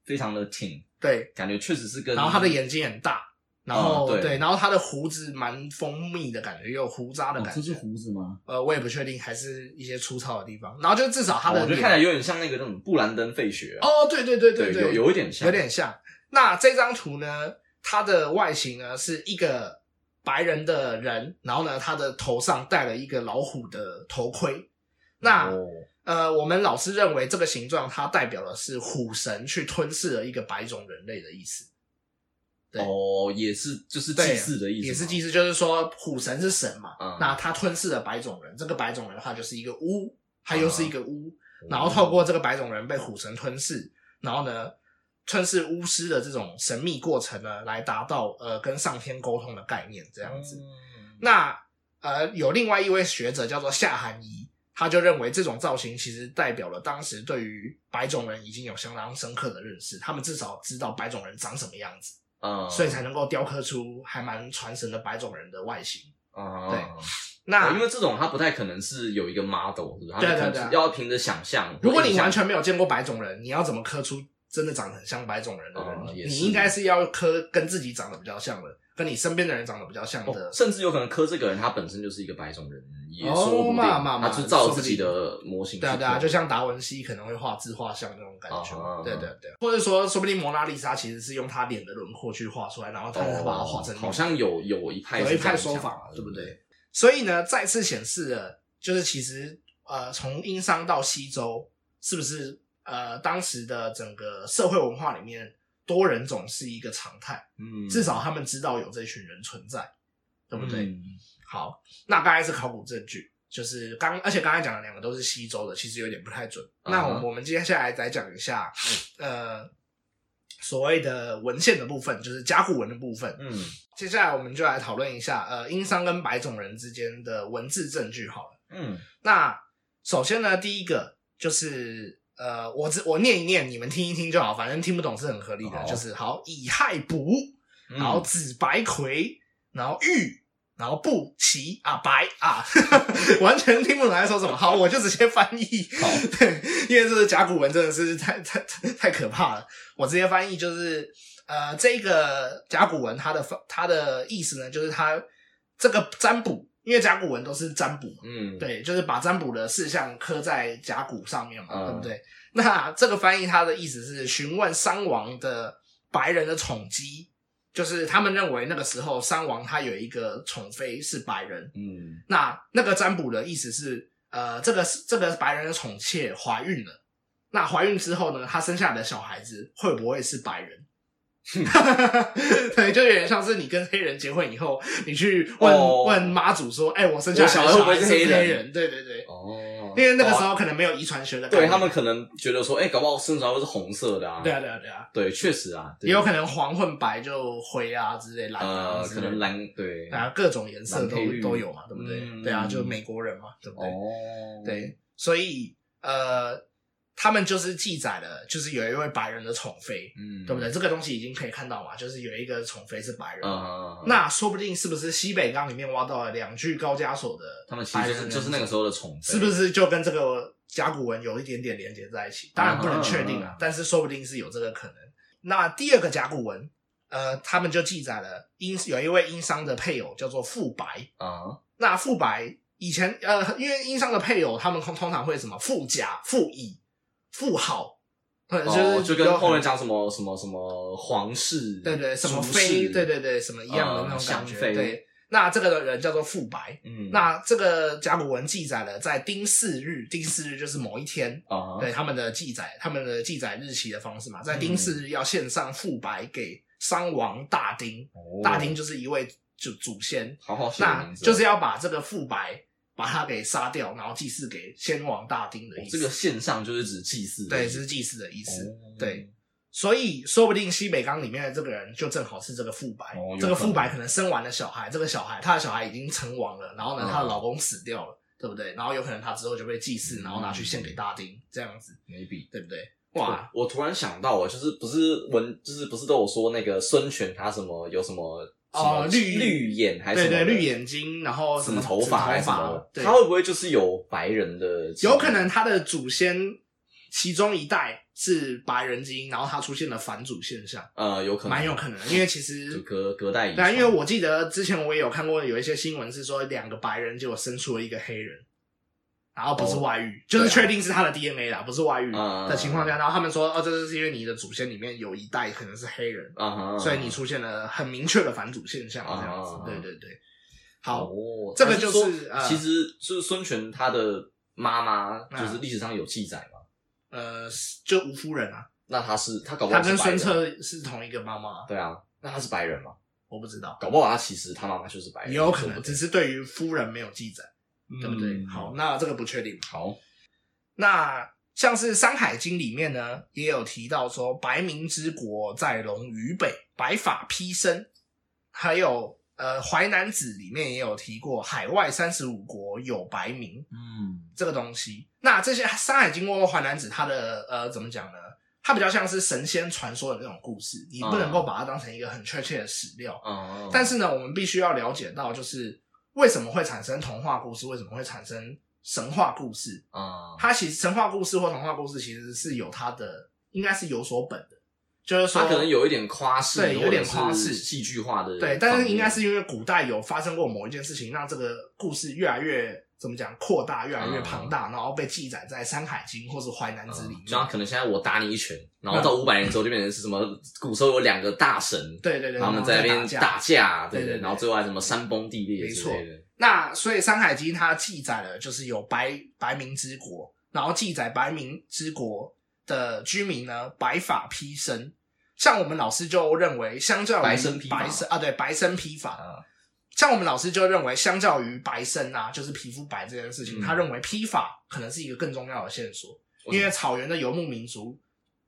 Speaker 2: 非常的挺，
Speaker 1: 对，
Speaker 2: 感觉确实是跟
Speaker 1: 然后他的眼睛很大，然后、
Speaker 2: 嗯对
Speaker 1: 对，然后他的胡子蛮蜂蜜的感觉，也有胡渣的
Speaker 2: 哦
Speaker 1: 感觉。
Speaker 2: 这是胡子吗？
Speaker 1: 呃，我也不确定，还是一些粗糙的地方。然后就至少他
Speaker 2: 哦
Speaker 1: 的
Speaker 2: 我觉
Speaker 1: 脸，
Speaker 2: 得看起来有点像那个那种布兰登费雪啊，
Speaker 1: 哦，对对对
Speaker 2: 对，
Speaker 1: 对，
Speaker 2: 有有一点像，
Speaker 1: 有点像。那这张图呢，它的外形呢是一个白人的人，然后呢，他的头上戴了一个老虎的头盔。那、
Speaker 2: 哦
Speaker 1: 呃，我们老师认为这个形状它代表的是虎神去吞噬了一个白种人类的意思，对
Speaker 2: 哦，也是就是
Speaker 1: 对啊
Speaker 2: 祭祀的意思吗，
Speaker 1: 也是祭祀，就是说虎神是神嘛，
Speaker 2: 嗯
Speaker 1: 那他吞噬了白种人，这个白种人的话就是一个巫，他又是一个巫，
Speaker 2: 哦，
Speaker 1: 然后透过这个白种人被虎神吞噬，然后呢，吞噬巫师的这种神秘过程呢，来达到呃跟上天沟通的概念这
Speaker 2: 这
Speaker 1: 样子。，
Speaker 2: 那
Speaker 1: 那呃，有另外一位学者叫做夏寒怡，他就认为这种造型其实代表了当时对于白种人已经有相当深刻的认识，他们至少知道白种人长什么样子，
Speaker 2: 嗯，
Speaker 1: 所以才能够雕刻出还蛮传神的白种人的外形。
Speaker 2: 啊
Speaker 1: 对
Speaker 2: 哦
Speaker 1: 那
Speaker 2: 因为这种它不太可能是有一个 model，是不是它
Speaker 1: 对啊
Speaker 2: 可能
Speaker 1: 对对
Speaker 2: 是要凭着想象。
Speaker 1: 如果
Speaker 2: 印
Speaker 1: 你
Speaker 2: 象
Speaker 1: 完全没有见过白种人，你要怎么刻出真的长得很像白种人的人？
Speaker 2: 哦也
Speaker 1: 你
Speaker 2: 是
Speaker 1: 应该是要刻跟自己长得比较像的，跟你身边的人长得比较像的。
Speaker 2: 哦甚至有可能磕这个人他本身就是一个白种人，也
Speaker 1: 哦
Speaker 2: 说不定，
Speaker 1: 嘛嘛嘛
Speaker 2: 他就照
Speaker 1: 说不
Speaker 2: 自己
Speaker 1: 定
Speaker 2: 的模型去
Speaker 1: 对
Speaker 2: 刻。
Speaker 1: 啊，对啊，就像达文西可能会画自画像那种感觉。
Speaker 2: 哦
Speaker 1: 对对对，或者说，说不定蒙娜丽莎其实是用她脸的轮廓去画出来，然后她
Speaker 2: 哦，
Speaker 1: 把它画成
Speaker 2: 好像有有一派
Speaker 1: 有
Speaker 2: 是
Speaker 1: 一
Speaker 2: 这样
Speaker 1: 派说
Speaker 2: 讲
Speaker 1: 法
Speaker 2: 嘛，
Speaker 1: 对不
Speaker 2: 对？
Speaker 1: 对？嗯所以呢，再次显示了，就是其实呃，从殷商到西周，是不是呃，当时的整个社会文化里面，多人种是一个常态。
Speaker 2: 嗯，
Speaker 1: 至少他们知道有这群人存在，对不对？
Speaker 2: 嗯？
Speaker 1: 好，那刚才是考古证据，就是刚，而且刚才讲的两个都是西周的，其实有点不太准。
Speaker 2: 嗯哼
Speaker 1: 那我我们接下来再讲一下，呃，所谓的文献的部分，就是甲骨文的部分。
Speaker 2: 嗯，
Speaker 1: 接下来我们就来讨论一下，呃，殷商跟白种人之间的文字证据好了。
Speaker 2: 嗯，
Speaker 1: 那首先呢，第一个就是呃，我只我念一念，你们听一听就好，反正听不懂是很合理的。
Speaker 2: 好
Speaker 1: 就是好，以亥卜，
Speaker 2: 嗯
Speaker 1: 然后紫白葵，然后玉，然后布齐啊白啊， 完全听不懂在说什么。好，我就直接翻译。
Speaker 2: 好
Speaker 1: 对，因为这个甲骨文真的是太太太太可怕了。我直接翻译就是，呃，这个甲骨文它的翻它的意思呢，就是它这个占卜，因为甲骨文都是占卜嘛。
Speaker 2: 嗯，
Speaker 1: 对，就是把占卜的事项刻在甲骨上面嘛，
Speaker 2: 嗯
Speaker 1: 对不对？那这个翻译它的意思是询问商王的白人的宠姬，就是他们认为那个时候商王他有一个宠妃是白人，
Speaker 2: 嗯，
Speaker 1: 那那个占卜的意思是，呃，这个这个白人的宠妾怀孕了，那怀孕之后呢，她生下来的小孩子会不会是白人？ 对，就有点像是你跟黑人结婚以后，你去问、
Speaker 2: 哦
Speaker 1: 问妈祖说：“哎、我生下来的
Speaker 2: 我小孩会不会
Speaker 1: 孩
Speaker 2: 是
Speaker 1: 是
Speaker 2: 黑人
Speaker 1: 人？”对对对，
Speaker 2: 哦，
Speaker 1: 因为那个时
Speaker 2: 哦。
Speaker 1: 候可能没有遗传学的概
Speaker 2: 对
Speaker 1: 念，
Speaker 2: 他们可能觉得说，哎、搞不好生出来会是红色的啊。
Speaker 1: 对啊对啊对啊，
Speaker 2: 对，确实啊，对
Speaker 1: 也有可能黄混白就灰啊之类蓝啊
Speaker 2: 呃，
Speaker 1: 之
Speaker 2: 可
Speaker 1: 类的
Speaker 2: 能蓝对
Speaker 1: 啊，各种颜色
Speaker 2: 蓝
Speaker 1: 都
Speaker 2: 配绿
Speaker 1: 都有嘛，对不对？
Speaker 2: 嗯
Speaker 1: 对啊，就美国人嘛，对不对？
Speaker 2: 哦，
Speaker 1: 对，所以呃，他们就是记载了，就是有一位白人的宠妃，
Speaker 2: 嗯，
Speaker 1: 对不对？？这个东西已经可以看到嘛，就是有一个宠妃是白人。
Speaker 2: 啊，
Speaker 1: 那说不定是不是西北缸里面挖到了两具高加索的
Speaker 2: 他们其
Speaker 1: 白
Speaker 2: 实
Speaker 1: 人
Speaker 2: 就
Speaker 1: 的人
Speaker 2: 是就是那个时候的宠妃，
Speaker 1: 是不是就跟这个甲骨文有一点点连接在一起？当然不能确定
Speaker 2: 啊
Speaker 1: 啊，但是说不定是有这个可能。那第二个甲骨文，呃，他们就记载了殷有一位殷商的配偶叫做傅白。
Speaker 2: 啊？
Speaker 1: 那傅白以前呃，因为殷商的配偶他们通通常会什么傅甲、傅乙、傅好、可能
Speaker 2: 哦，
Speaker 1: 就是
Speaker 2: 就
Speaker 1: 有
Speaker 2: 跟
Speaker 1: 很
Speaker 2: 后面讲什么什么什么皇室，
Speaker 1: 对对什么
Speaker 2: 族
Speaker 1: 妃
Speaker 2: 室
Speaker 1: 对对，对什么一样的那
Speaker 2: 呃
Speaker 1: 种感
Speaker 2: 香
Speaker 1: 觉，
Speaker 2: 妃
Speaker 1: 对。那这个人叫做傅白，
Speaker 2: 嗯，
Speaker 1: 那这个甲骨文记载了在丁巳日，丁巳日就是某一天，
Speaker 2: 啊，嗯
Speaker 1: 对他们的记载，他们的记载日期的方式嘛，在丁巳日要献上傅白给商王大丁，
Speaker 2: 哦
Speaker 1: 大丁就是一位就祖先，
Speaker 2: 好好写的
Speaker 1: 那
Speaker 2: 名字哦，
Speaker 1: 就是要把这个傅白把他给杀掉，然后祭祀给先王大丁的
Speaker 2: 哦
Speaker 1: 意思。
Speaker 2: 这个线上就是指祭祀的
Speaker 1: 对，
Speaker 2: 意
Speaker 1: 这
Speaker 2: 思，
Speaker 1: 是祭祀的意思。
Speaker 2: 哦
Speaker 1: 对，所以说不定西北刚里面的这个人就正好是这个傅白，
Speaker 2: 哦有
Speaker 1: 这个
Speaker 2: 可
Speaker 1: 傅白
Speaker 2: 能
Speaker 1: 可能生完了小孩，这个小孩他的小孩已经成王了，然后呢，
Speaker 2: 嗯
Speaker 1: 她的老公死掉了，对不对？然后有可能他之后就被祭祀，
Speaker 2: 嗯
Speaker 1: 然后拿去献给大丁，这样子，
Speaker 2: ，maybe。
Speaker 1: 对不对？哇，
Speaker 2: 我，我突然想到，我就是不是文，就是不是都有说那个孙权他什么有什么
Speaker 1: 哦
Speaker 2: 什么
Speaker 1: 绿
Speaker 2: 绿眼还
Speaker 1: 对
Speaker 2: 是什
Speaker 1: 对，
Speaker 2: 么的
Speaker 1: 绿眼睛，然后什
Speaker 2: 紫
Speaker 1: 么
Speaker 2: 头
Speaker 1: 紫
Speaker 2: 发还
Speaker 1: 头
Speaker 2: 是什么
Speaker 1: 发
Speaker 2: 的，，
Speaker 1: 对，
Speaker 2: 他会不会就是有白人的基因？
Speaker 1: 有可能他的祖先其中一代是白人基因，然后他出现了返祖现象，
Speaker 2: 呃，有可能，
Speaker 1: 蛮有可能的，因为其实
Speaker 2: 就隔隔代遗
Speaker 1: 对啊，
Speaker 2: 传。
Speaker 1: 因为我记得之前我也有看过有一些新闻是说两个白人结果生出了一个黑人，然后不是外遇，就是
Speaker 2: 对啊
Speaker 1: 确定是他的 DNA 啦，不是外遇
Speaker 2: 嗯
Speaker 1: 的情况下，然后他们说哦，这就是因为你的祖先里面有一代可能是黑人，
Speaker 2: 啊哈，
Speaker 1: 所以你出现了很明确的反祖现象
Speaker 2: 嗯
Speaker 1: 这样子
Speaker 2: 嗯。
Speaker 1: 对
Speaker 2: 嗯
Speaker 1: 对对，好，
Speaker 2: 哦
Speaker 1: 这个
Speaker 2: 还
Speaker 1: 就是
Speaker 2: 说
Speaker 1: 呃嗯
Speaker 2: 其实就是孙权他的妈妈，就是历史上有记载嘛。
Speaker 1: 呃，就吴夫人啊，
Speaker 2: 那他是他搞不
Speaker 1: 她
Speaker 2: 好哦是
Speaker 1: 跟
Speaker 2: 白
Speaker 1: 孙
Speaker 2: 人啊
Speaker 1: 策是同一个妈妈，
Speaker 2: 对啊，那他是白人嘛？
Speaker 1: 我不知道，
Speaker 2: 搞不好他其实他妈妈就是白人，
Speaker 1: 也有可能
Speaker 2: 哎说不
Speaker 1: 只
Speaker 2: 定
Speaker 1: 是对于夫人没有记载，对不对？
Speaker 2: 嗯
Speaker 1: 好，那这个不确定。
Speaker 2: 好，
Speaker 1: 那像是《山海经》里面呢，也有提到说，白明之国在龙于北，白发披身；还有呃，《淮南子》里面也有提过，海外三十五国有白明
Speaker 2: 嗯，
Speaker 1: 这个东西。那这些《山海经》或《淮南子》，它的呃怎么讲呢？它比较像是神仙传说的那种故事，你不能够把它当成一个很确切的史料。
Speaker 2: 哦，
Speaker 1: 但是呢，我们必须要了解到，就是为什么会产生童话故事，为什么会产生神话故事，
Speaker 2: 啊，
Speaker 1: 它其实神话故事或童话故事其实是有它的，应该是有所本的，就是说
Speaker 2: 他可能有一点夸饰，
Speaker 1: 对，有点
Speaker 2: 或者是
Speaker 1: 夸饰，
Speaker 2: 戏剧化的方面，
Speaker 1: 对，但是应该是因为古代有发生过某一件事情，让这个故事越来越怎么讲扩大，越来越庞大，然后被记载在《山海经》或是《淮南子》里
Speaker 2: 嗯，
Speaker 1: 面。嗯
Speaker 2: 就像可能现在我打你一拳，然后到五百年之后就变成是什么古时候有两个大神，
Speaker 1: 对对对，
Speaker 2: 然后他们
Speaker 1: 在
Speaker 2: 在那边
Speaker 1: 架。
Speaker 2: 打架，
Speaker 1: 对
Speaker 2: 对
Speaker 1: 对对
Speaker 2: 然后最后还什么山崩地裂之类的，
Speaker 1: 那所以《山海经》它记载了，就是有白白民之国，然后记载白民之国的居民呢，白发披身。像我们老师就认为，相较于
Speaker 2: 白身披发
Speaker 1: 白身啊，对，白身披发。
Speaker 2: 啊
Speaker 1: 像我们老师就认为，相较于白身啊，就是皮肤白这件事情，
Speaker 2: 嗯
Speaker 1: 他认为披发可能是一个更重要的线索，因为草原的游牧民族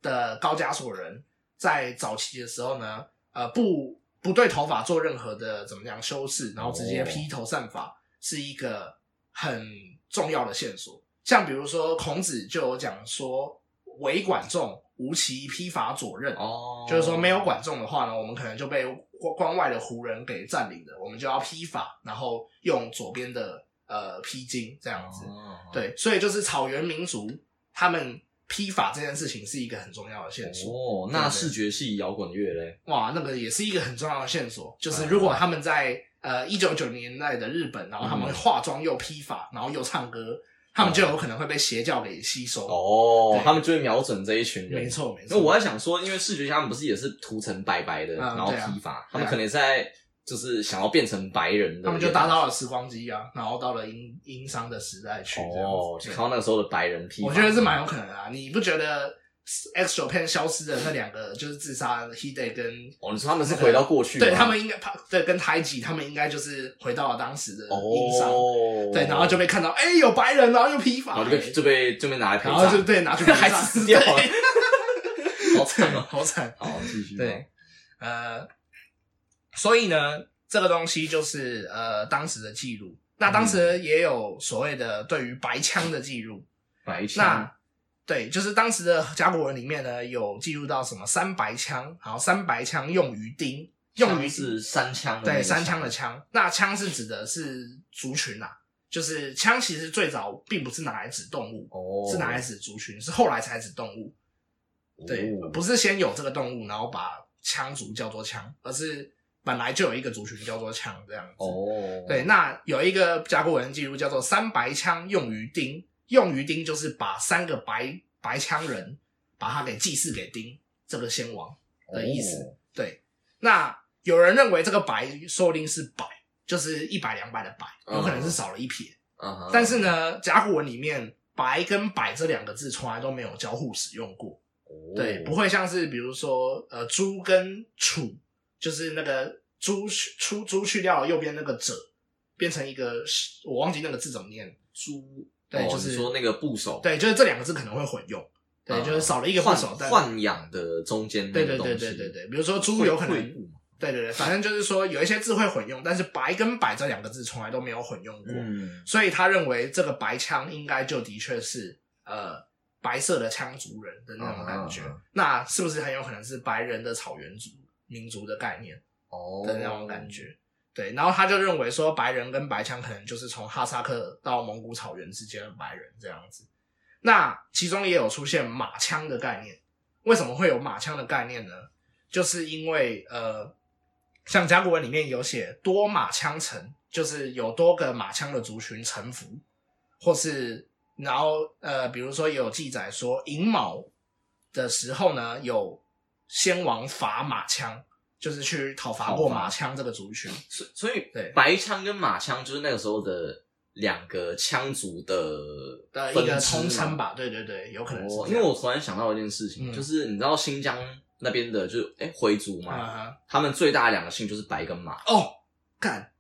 Speaker 1: 的高加索人在早期的时候呢，呃，不不对头发做任何的怎么样修饰，然后直接披头散发，是一个很重要的线索。像比如说，孔子就有讲说，唯管仲，无其披发左衽。
Speaker 2: 哦，
Speaker 1: 就是说没有管仲的话呢，我们可能就被关关外的胡人给占领了，我们就要披发，然后用左边的呃披巾这
Speaker 2: 这
Speaker 1: 样子。，
Speaker 2: 哦
Speaker 1: 对，所以就是草原民族他们披发这件事情是一个很重要的线索。
Speaker 2: 哦，那视觉系摇滚乐嘞，
Speaker 1: 哇，那个也是一个很重要的线索，
Speaker 2: 哎
Speaker 1: 就是如果他们在呃一九九零年代的日本，然后他们
Speaker 2: 嗯
Speaker 1: 化妆又披发，然后又唱歌，他们就有可能会被邪教给吸收。，
Speaker 2: 哦
Speaker 1: 对，
Speaker 2: 他们就会瞄准这一群人，
Speaker 1: 没。错没
Speaker 2: 那
Speaker 1: 错。
Speaker 2: 我在想说，因为视觉系他们不是也是涂成白白的，
Speaker 1: 嗯
Speaker 2: 然后
Speaker 1: 对啊
Speaker 2: 批发，他
Speaker 1: 对啊
Speaker 2: 们可能也在就是想要变成白人的，
Speaker 1: 他们就搭到了时光机啊，然后到了殷殷商的时代去，这样子
Speaker 2: 哦，就
Speaker 1: 对
Speaker 2: 看到那个时候的白人批发，
Speaker 1: 我觉得是蛮有可能的啊。你不觉得 X 九 Pen 消失的那两个就是自杀 He Day 跟
Speaker 2: 哦，你说他们是回到过去吗，啊
Speaker 1: 对他们应该对跟台吉他们应该就是回到了当时的印象，
Speaker 2: 哦，
Speaker 1: 对，然后就被看到哎、有白人，然后又批
Speaker 2: 然
Speaker 1: 发，
Speaker 2: 后就被就被就被拿来陪
Speaker 1: 然后就
Speaker 2: 葬
Speaker 1: 对拿去
Speaker 2: 还死掉了， 好惨
Speaker 1: 了，
Speaker 2: 哦。
Speaker 1: 好惨。
Speaker 2: 好，继续吧
Speaker 1: 对，呃，所以呢，这个东西就是呃当时的记录。那当时也有所谓的对于白枪的记录，
Speaker 2: 白痴
Speaker 1: 那对，就是当时的甲骨文里面呢，有记录到什么三白枪，然后三白枪用于钉，用于
Speaker 2: 像是三枪的那
Speaker 1: 对
Speaker 2: 个
Speaker 1: 三枪的枪。那枪是指的是族群啊，就是枪其实最早并不是拿来指动物，
Speaker 2: 哦，
Speaker 1: 是拿来指族群，是后来才指动物。对，
Speaker 2: 哦
Speaker 1: 不是先有这个动物，然后把枪族叫做枪，而是本来就有一个族群叫做枪这样子。
Speaker 2: 哦，
Speaker 1: 对，那有一个甲骨文记录叫做“三白枪用于钉”，用于钉就是把三个白白枪人把它给祭祀给丁这个先王的意
Speaker 2: 哦
Speaker 1: 思。对，那有人认为这个白说不定是百，就是一百两百的百，有可能是少了一撇。
Speaker 2: 哦，啊哈
Speaker 1: 但是呢，甲骨文里面“白”跟“百”这两个字从来都没有交互使用过，
Speaker 2: 哦
Speaker 1: 对，不会像是比如说呃“猪”跟“楚”，就是那个“猪”出“猪”去掉右边那个“者”，变成一个我忘记那个字怎么念，“猪”对，
Speaker 2: 哦
Speaker 1: 就是
Speaker 2: 你说那个部首，
Speaker 1: 对，就是这两个字可能会混用，对，
Speaker 2: 啊
Speaker 1: 就是少了一个部
Speaker 2: 豢
Speaker 1: 首，但
Speaker 2: 豢养的中间那
Speaker 1: 对对对
Speaker 2: 个东
Speaker 1: 对
Speaker 2: 西
Speaker 1: 对对，比如说“猪”有可
Speaker 2: 会
Speaker 1: 能
Speaker 2: 会部嘛
Speaker 1: 对对对，反正就是说有一些字会混用，但是“白”跟“百”这两个字从来都没有混用过，
Speaker 2: 嗯
Speaker 1: 所以他认为这个白枪应该就的确是呃白色的羌族人的那种感觉。
Speaker 2: 啊啊
Speaker 1: 那是不是很有可能是白人的草原族民族的概念
Speaker 2: 哦
Speaker 1: 的那种感觉？对，然后他就认为说白人跟白枪可能就是从哈萨克到蒙古草原之间的白人这样子。那其中也有出现马枪的概念，为什么会有马枪的概念呢？就是因为呃，像甲骨文里面有写多马羌城，就是有多个马羌的族群臣服，或是然后呃，比如说也有记载说寅卯的时候呢，有先王伐马羌，就是去讨伐过马羌这个族群。
Speaker 2: 所所以
Speaker 1: 对
Speaker 2: 白枪跟马枪就是那个时候的两个羌族的
Speaker 1: 的
Speaker 2: 分
Speaker 1: 一个
Speaker 2: 支
Speaker 1: 通
Speaker 2: 嘛
Speaker 1: 称。吧，对对对，有可能是这
Speaker 2: 哦
Speaker 1: 样、，
Speaker 2: 因为我突然想到一件事情，
Speaker 1: 嗯
Speaker 2: 就是你知道新疆那边的就是哎回族嘛，
Speaker 1: 啊
Speaker 2: 他们最大的两个姓就是白跟马。
Speaker 1: 哈哦干，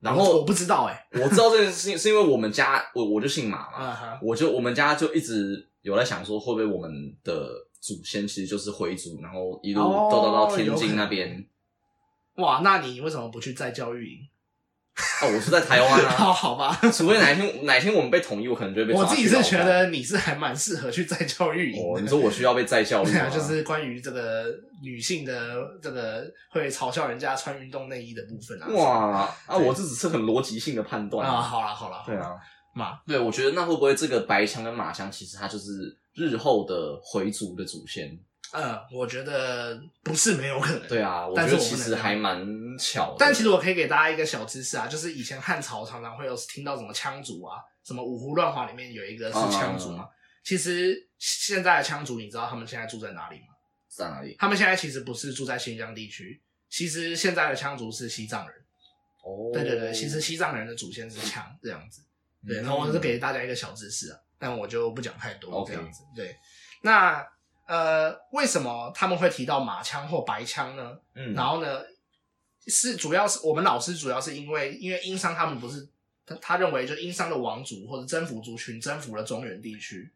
Speaker 2: 然
Speaker 1: 我
Speaker 2: 后
Speaker 1: 我不知道哎、
Speaker 2: 我知道这件事情是因为我们家我我就姓马嘛，
Speaker 1: 啊哈
Speaker 2: 我就我们家就一直有在想说，会不会我们的祖先其实就是回族，然后一路
Speaker 1: 哦
Speaker 2: 斗到到天
Speaker 1: 有可
Speaker 2: 津
Speaker 1: 能
Speaker 2: 那边。
Speaker 1: 哇，那你为什么不去再教育 营？
Speaker 2: 哦，我是在台湾啊，
Speaker 1: 好好吧，
Speaker 2: 除非哪一天哪一天我们被统一，我可能就会被抓
Speaker 1: 我
Speaker 2: 去
Speaker 1: 自己是
Speaker 2: 劳
Speaker 1: 觉
Speaker 2: 改
Speaker 1: 得你是还蛮适合去再教育营
Speaker 2: 哦，
Speaker 1: 的。
Speaker 2: 你说我需要被 再教育
Speaker 1: 对啊，
Speaker 2: 吗？
Speaker 1: 就是关于这个女性的这个会嘲笑人家穿运动内衣的部分啊。
Speaker 2: 哇啊！
Speaker 1: 对
Speaker 2: 我这只是很逻辑性的判断
Speaker 1: 啊，。好啦好啦，
Speaker 2: 对啊，
Speaker 1: 嘛，
Speaker 2: 对，我觉得那会不会这个白枪跟马枪，其实它就是日后的回族的祖先？
Speaker 1: 呃，我觉得不是没有可能。
Speaker 2: 对啊，我
Speaker 1: 但是
Speaker 2: 觉得
Speaker 1: 我
Speaker 2: 其
Speaker 1: 不能
Speaker 2: 实
Speaker 1: 这样
Speaker 2: 还蛮巧的。
Speaker 1: 但其实我可以给大家一个小知识啊，就是以前汉朝常常会有听到什么羌族啊，什么五胡乱华里面有一个是羌族
Speaker 2: 啊
Speaker 1: 嘛。其实现在的羌族，你知道他们现在住在哪里吗？
Speaker 2: 在哪里？
Speaker 1: 他们现在其实不是住在新疆地区，其实现在的羌族是西藏人。
Speaker 2: 哦，
Speaker 1: 对对对，其实西藏人的祖先是羌这样子。对，
Speaker 2: 嗯
Speaker 1: 然后我是给大家一个小知识啊，但我就不讲太多
Speaker 2: OK
Speaker 1: 这样子。对，那呃，为什么他们会提到马枪或白枪呢？
Speaker 2: 嗯，
Speaker 1: 然后呢，是主要是我们老师主要是因为因为殷商他们不是他他认为就殷商的王族或者征服族群征服了中原地区，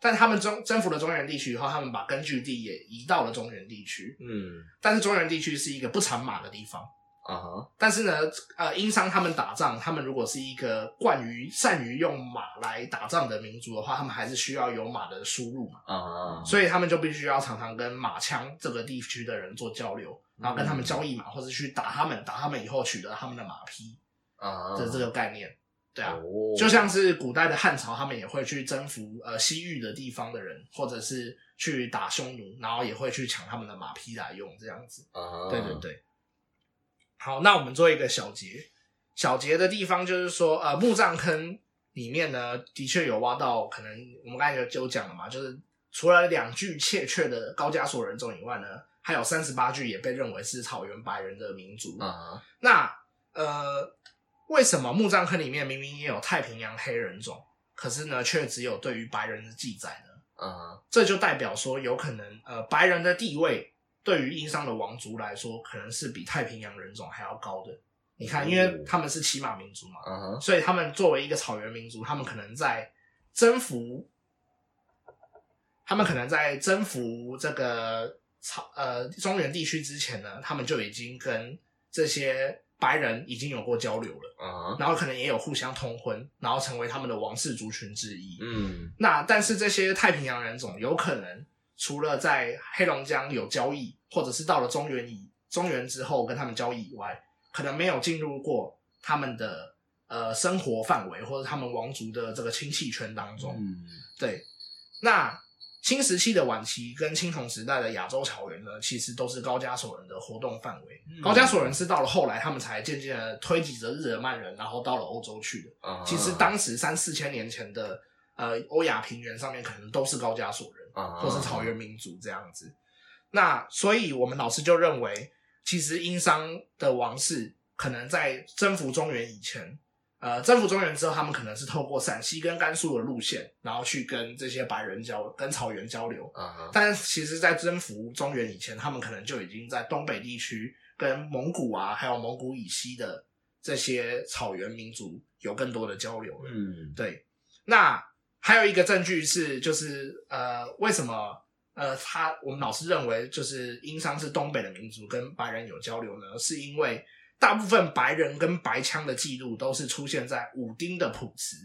Speaker 1: 但他们征征服了中原地区以后，他们把根据地也移到了中原地区，
Speaker 2: 嗯
Speaker 1: 但是中原地区是一个不产马的地方。
Speaker 2: 啊哈，
Speaker 1: 但是呢，呃，殷商他们打仗，他们如果是一个惯于善于用马来打仗的民族的话，他们还是需要有马的输入嘛，
Speaker 2: 啊，
Speaker 1: 所以他们就必须要常常跟马羌这个地区的人做交流，然后跟他们交易马，或者去打他们，打他们以后取得他们的马匹
Speaker 2: 啊，
Speaker 1: 的这个概念。对啊，
Speaker 2: 哦
Speaker 1: 就像是古代的汉朝，他们也会去征服呃西域的地方的人，或者是去打匈奴，然后也会去抢他们的马匹来用这样子。
Speaker 2: 啊，
Speaker 1: 对对对。好，那我们做一个小结。小结的地方就是说，呃，墓葬坑里面呢，的确有挖到，可能我们刚才有就讲了嘛，就是除了两具确切的高加索人种以外呢，还有三十八具也被认为是草原白人的民族。
Speaker 2: 啊，
Speaker 1: 那呃，为什么墓葬坑里面明明也有太平洋黑人种，可是呢，却只有对于白人的记载呢？
Speaker 2: 啊，
Speaker 1: 这就代表说，有可能呃，白人的地位对于殷商的王族来说，可能是比太平洋人种还要高的。你看，因为他们是骑马民族嘛，
Speaker 2: 啊哈，
Speaker 1: 所以他们作为一个草原民族，他们可能在征服，他们可能在征服这个草呃中原地区之前呢，他们就已经跟这些白人已经有过交流了，
Speaker 2: 啊哈，
Speaker 1: 然后可能也有互相通婚，然后成为他们的王室族群之一。
Speaker 2: 嗯
Speaker 1: 那但是这些太平洋人种有可能除了在黑龙江有交易，或者是到了中原以中原之后跟他们交易以外，可能没有进入过他们的呃生活范围或者他们王族的这个亲戚圈当中。
Speaker 2: 嗯
Speaker 1: 对，那新石器的晚期跟青铜时代的亚洲草原呢，其实都是高加索人的活动范围。
Speaker 2: 嗯
Speaker 1: 高加索人是到了后来，他们才渐渐的推挤着日耳曼人，然后到了欧洲去的。
Speaker 2: 啊哈，
Speaker 1: 其实当时三四千年前的呃欧亚平原上面可能都是高加索人，
Speaker 2: 啊
Speaker 1: 或是草原民族这样子。那所以我们老师就认为，其实殷商的王室可能在征服中原以前，呃，征服中原之后，他们可能是透过陕西跟甘肃的路线，然后去跟这些白人交跟草原交流。
Speaker 2: 啊
Speaker 1: 但其实，在征服中原以前，他们可能就已经在东北地区跟蒙古啊，还有蒙古以西的这些草原民族有更多的交流了。
Speaker 2: 嗯
Speaker 1: 对，那还有一个证据是，就是呃，为什么呃，他我们老师认为就是殷商是东北的民族，跟白人有交流呢？是因为大部分白人跟白腔的记录都是出现在武丁的谱辞，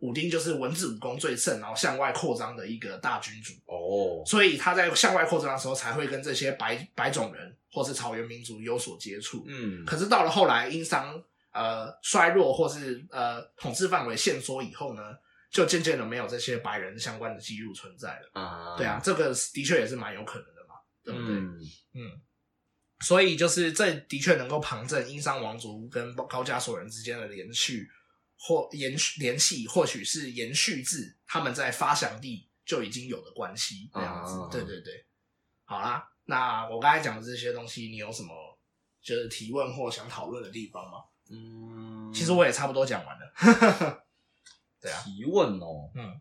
Speaker 1: 武丁就是文字武功最盛，然后向外扩张的一个大君主。
Speaker 2: 哦
Speaker 1: 所以他在向外扩张的时候，才会跟这些白白种人或是草原民族有所接触。
Speaker 2: 嗯
Speaker 1: 可是到了后来，殷商呃衰弱或是呃统治范围限缩以后呢，就渐渐的没有这些白人相关的记录存在了。
Speaker 2: 啊
Speaker 1: 对啊，这个是的确也是蛮有可能的嘛，对不对？
Speaker 2: 嗯
Speaker 1: 所以就是这的确能够旁证殷商王族跟高加索人之间的连续或延续联系，或许是延续至他们在发祥地就已经有的关系这样子。
Speaker 2: 啊
Speaker 1: 对对对，好啦，那我刚才讲的这些东西，你有什么就是提问或想讨论的地方吗？
Speaker 2: 嗯
Speaker 1: 其实我也差不多讲完了。对啊，
Speaker 2: 提问哦，
Speaker 1: 嗯，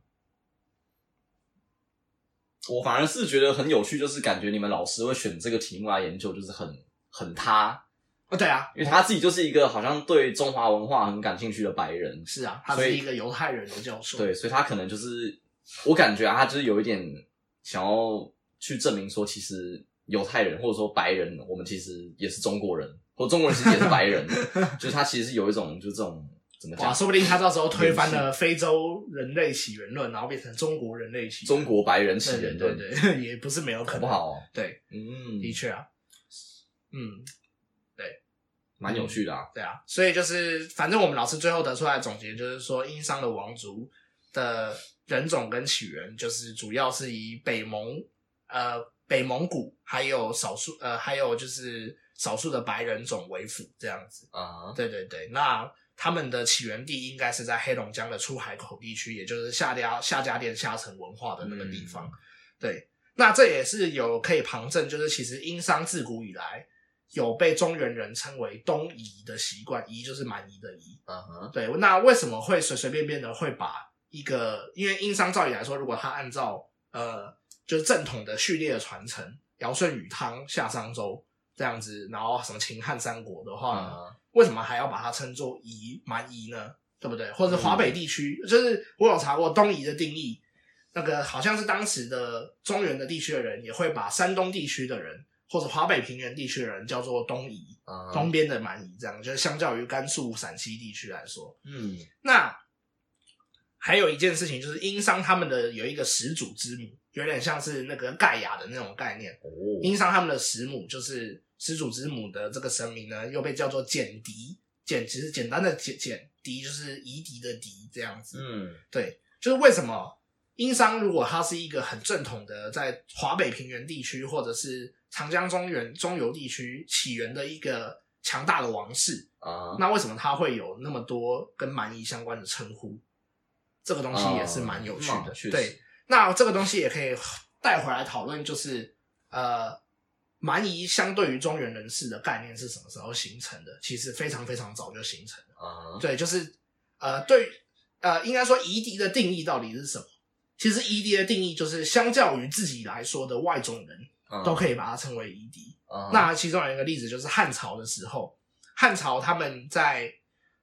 Speaker 2: 我反而是觉得很有趣，就是感觉你们老师会选这个题目来研究，就是很很他，
Speaker 1: 哦对啊，
Speaker 2: 因为他自己就是一个好像对中华文化很感兴趣的白人，
Speaker 1: 是啊，他
Speaker 2: 所
Speaker 1: 是
Speaker 2: 以
Speaker 1: 一个犹太人的教授。
Speaker 2: 对，所以他可能就是我感觉啊，他就是有一点想要去证明说，其实犹太人或者说白人，我们其实也是中国人，或中国人其实也是白 人，就是他其实是有一种就这种怎么
Speaker 1: 哇，
Speaker 2: 讲，
Speaker 1: 说不定他到时候推翻了非洲人类起源论，然后变成中国人类起源论
Speaker 2: 中国白人起
Speaker 1: 对
Speaker 2: 源
Speaker 1: 对
Speaker 2: 论
Speaker 1: 对，对， 也不是没有可
Speaker 2: 好
Speaker 1: 能，
Speaker 2: 不？好？
Speaker 1: 对，
Speaker 2: 嗯，
Speaker 1: 的确啊，嗯，
Speaker 2: 蛮有趣的啊。
Speaker 1: 对啊，所以就是，反正我们老师最后得出来的总结就是说，殷商的王族的人种跟起源，就是主要是以北蒙呃北蒙古，还有少数呃还有就是少数的白人种为辅这样子。
Speaker 2: 啊，
Speaker 1: 对对对，那他们的起源地应该是在黑龙江的出海口地区，也就是夏家夏家店下层文化的那个地方。对，那这也是有可以旁证，就是其实殷商自古以来有被中原人称为东夷的习惯，夷就是蛮夷的夷。
Speaker 2: 啊哈，
Speaker 1: 对，那为什么会随随便便的会把一个，因为殷商照理来说，如果他按照呃就是正统的序列的传承，尧舜禹汤夏商周这样子，然后什么秦汉三国的话呢，
Speaker 2: 啊，
Speaker 1: 为什么还要把它称作夷蛮夷呢？对不对？或者是华北地区，就是我有查过东夷的定义，那个好像是当时的中原的地区的人也会把山东地区的人或者华北平原地区的人叫做东夷，
Speaker 2: 啊
Speaker 1: 东边的蛮夷，这样就是相较于甘肃、陕西地区来说，
Speaker 2: 嗯
Speaker 1: 那还有一件事情就是殷商他们的有一个始祖之母，有点像是那个盖亚的那种概念。
Speaker 2: 哦，
Speaker 1: 殷商他们的始母就是始祖之母的这个神明呢，又被叫做简狄，简其实简单的简简狄就是夷狄的狄这样子。
Speaker 2: 嗯
Speaker 1: 对，就是为什么殷商如果它是一个很正统的在华北平原地区或者是长江中原中游地区起源的一个强大的王室，
Speaker 2: 啊，
Speaker 1: 那为什么它会有那么多跟蛮夷相关的称呼？这个东西也是蛮有趣
Speaker 2: 啊
Speaker 1: 的，
Speaker 2: 确实
Speaker 1: 嗯对。那这个东西也可以带回来讨论，就是呃，蛮夷相对于中原人士的概念是什么时候形成的？其实非常非常早就形成了。
Speaker 2: 啊，
Speaker 1: 对，就是呃，对，呃，应该说夷狄的定义到底是什么？其实夷狄的定义就是相较于自己来说的外种人，
Speaker 2: 嗯
Speaker 1: 都可以把它称为夷狄。
Speaker 2: 啊，
Speaker 1: 那其中有一个例子就是汉朝的时候，汉朝他们在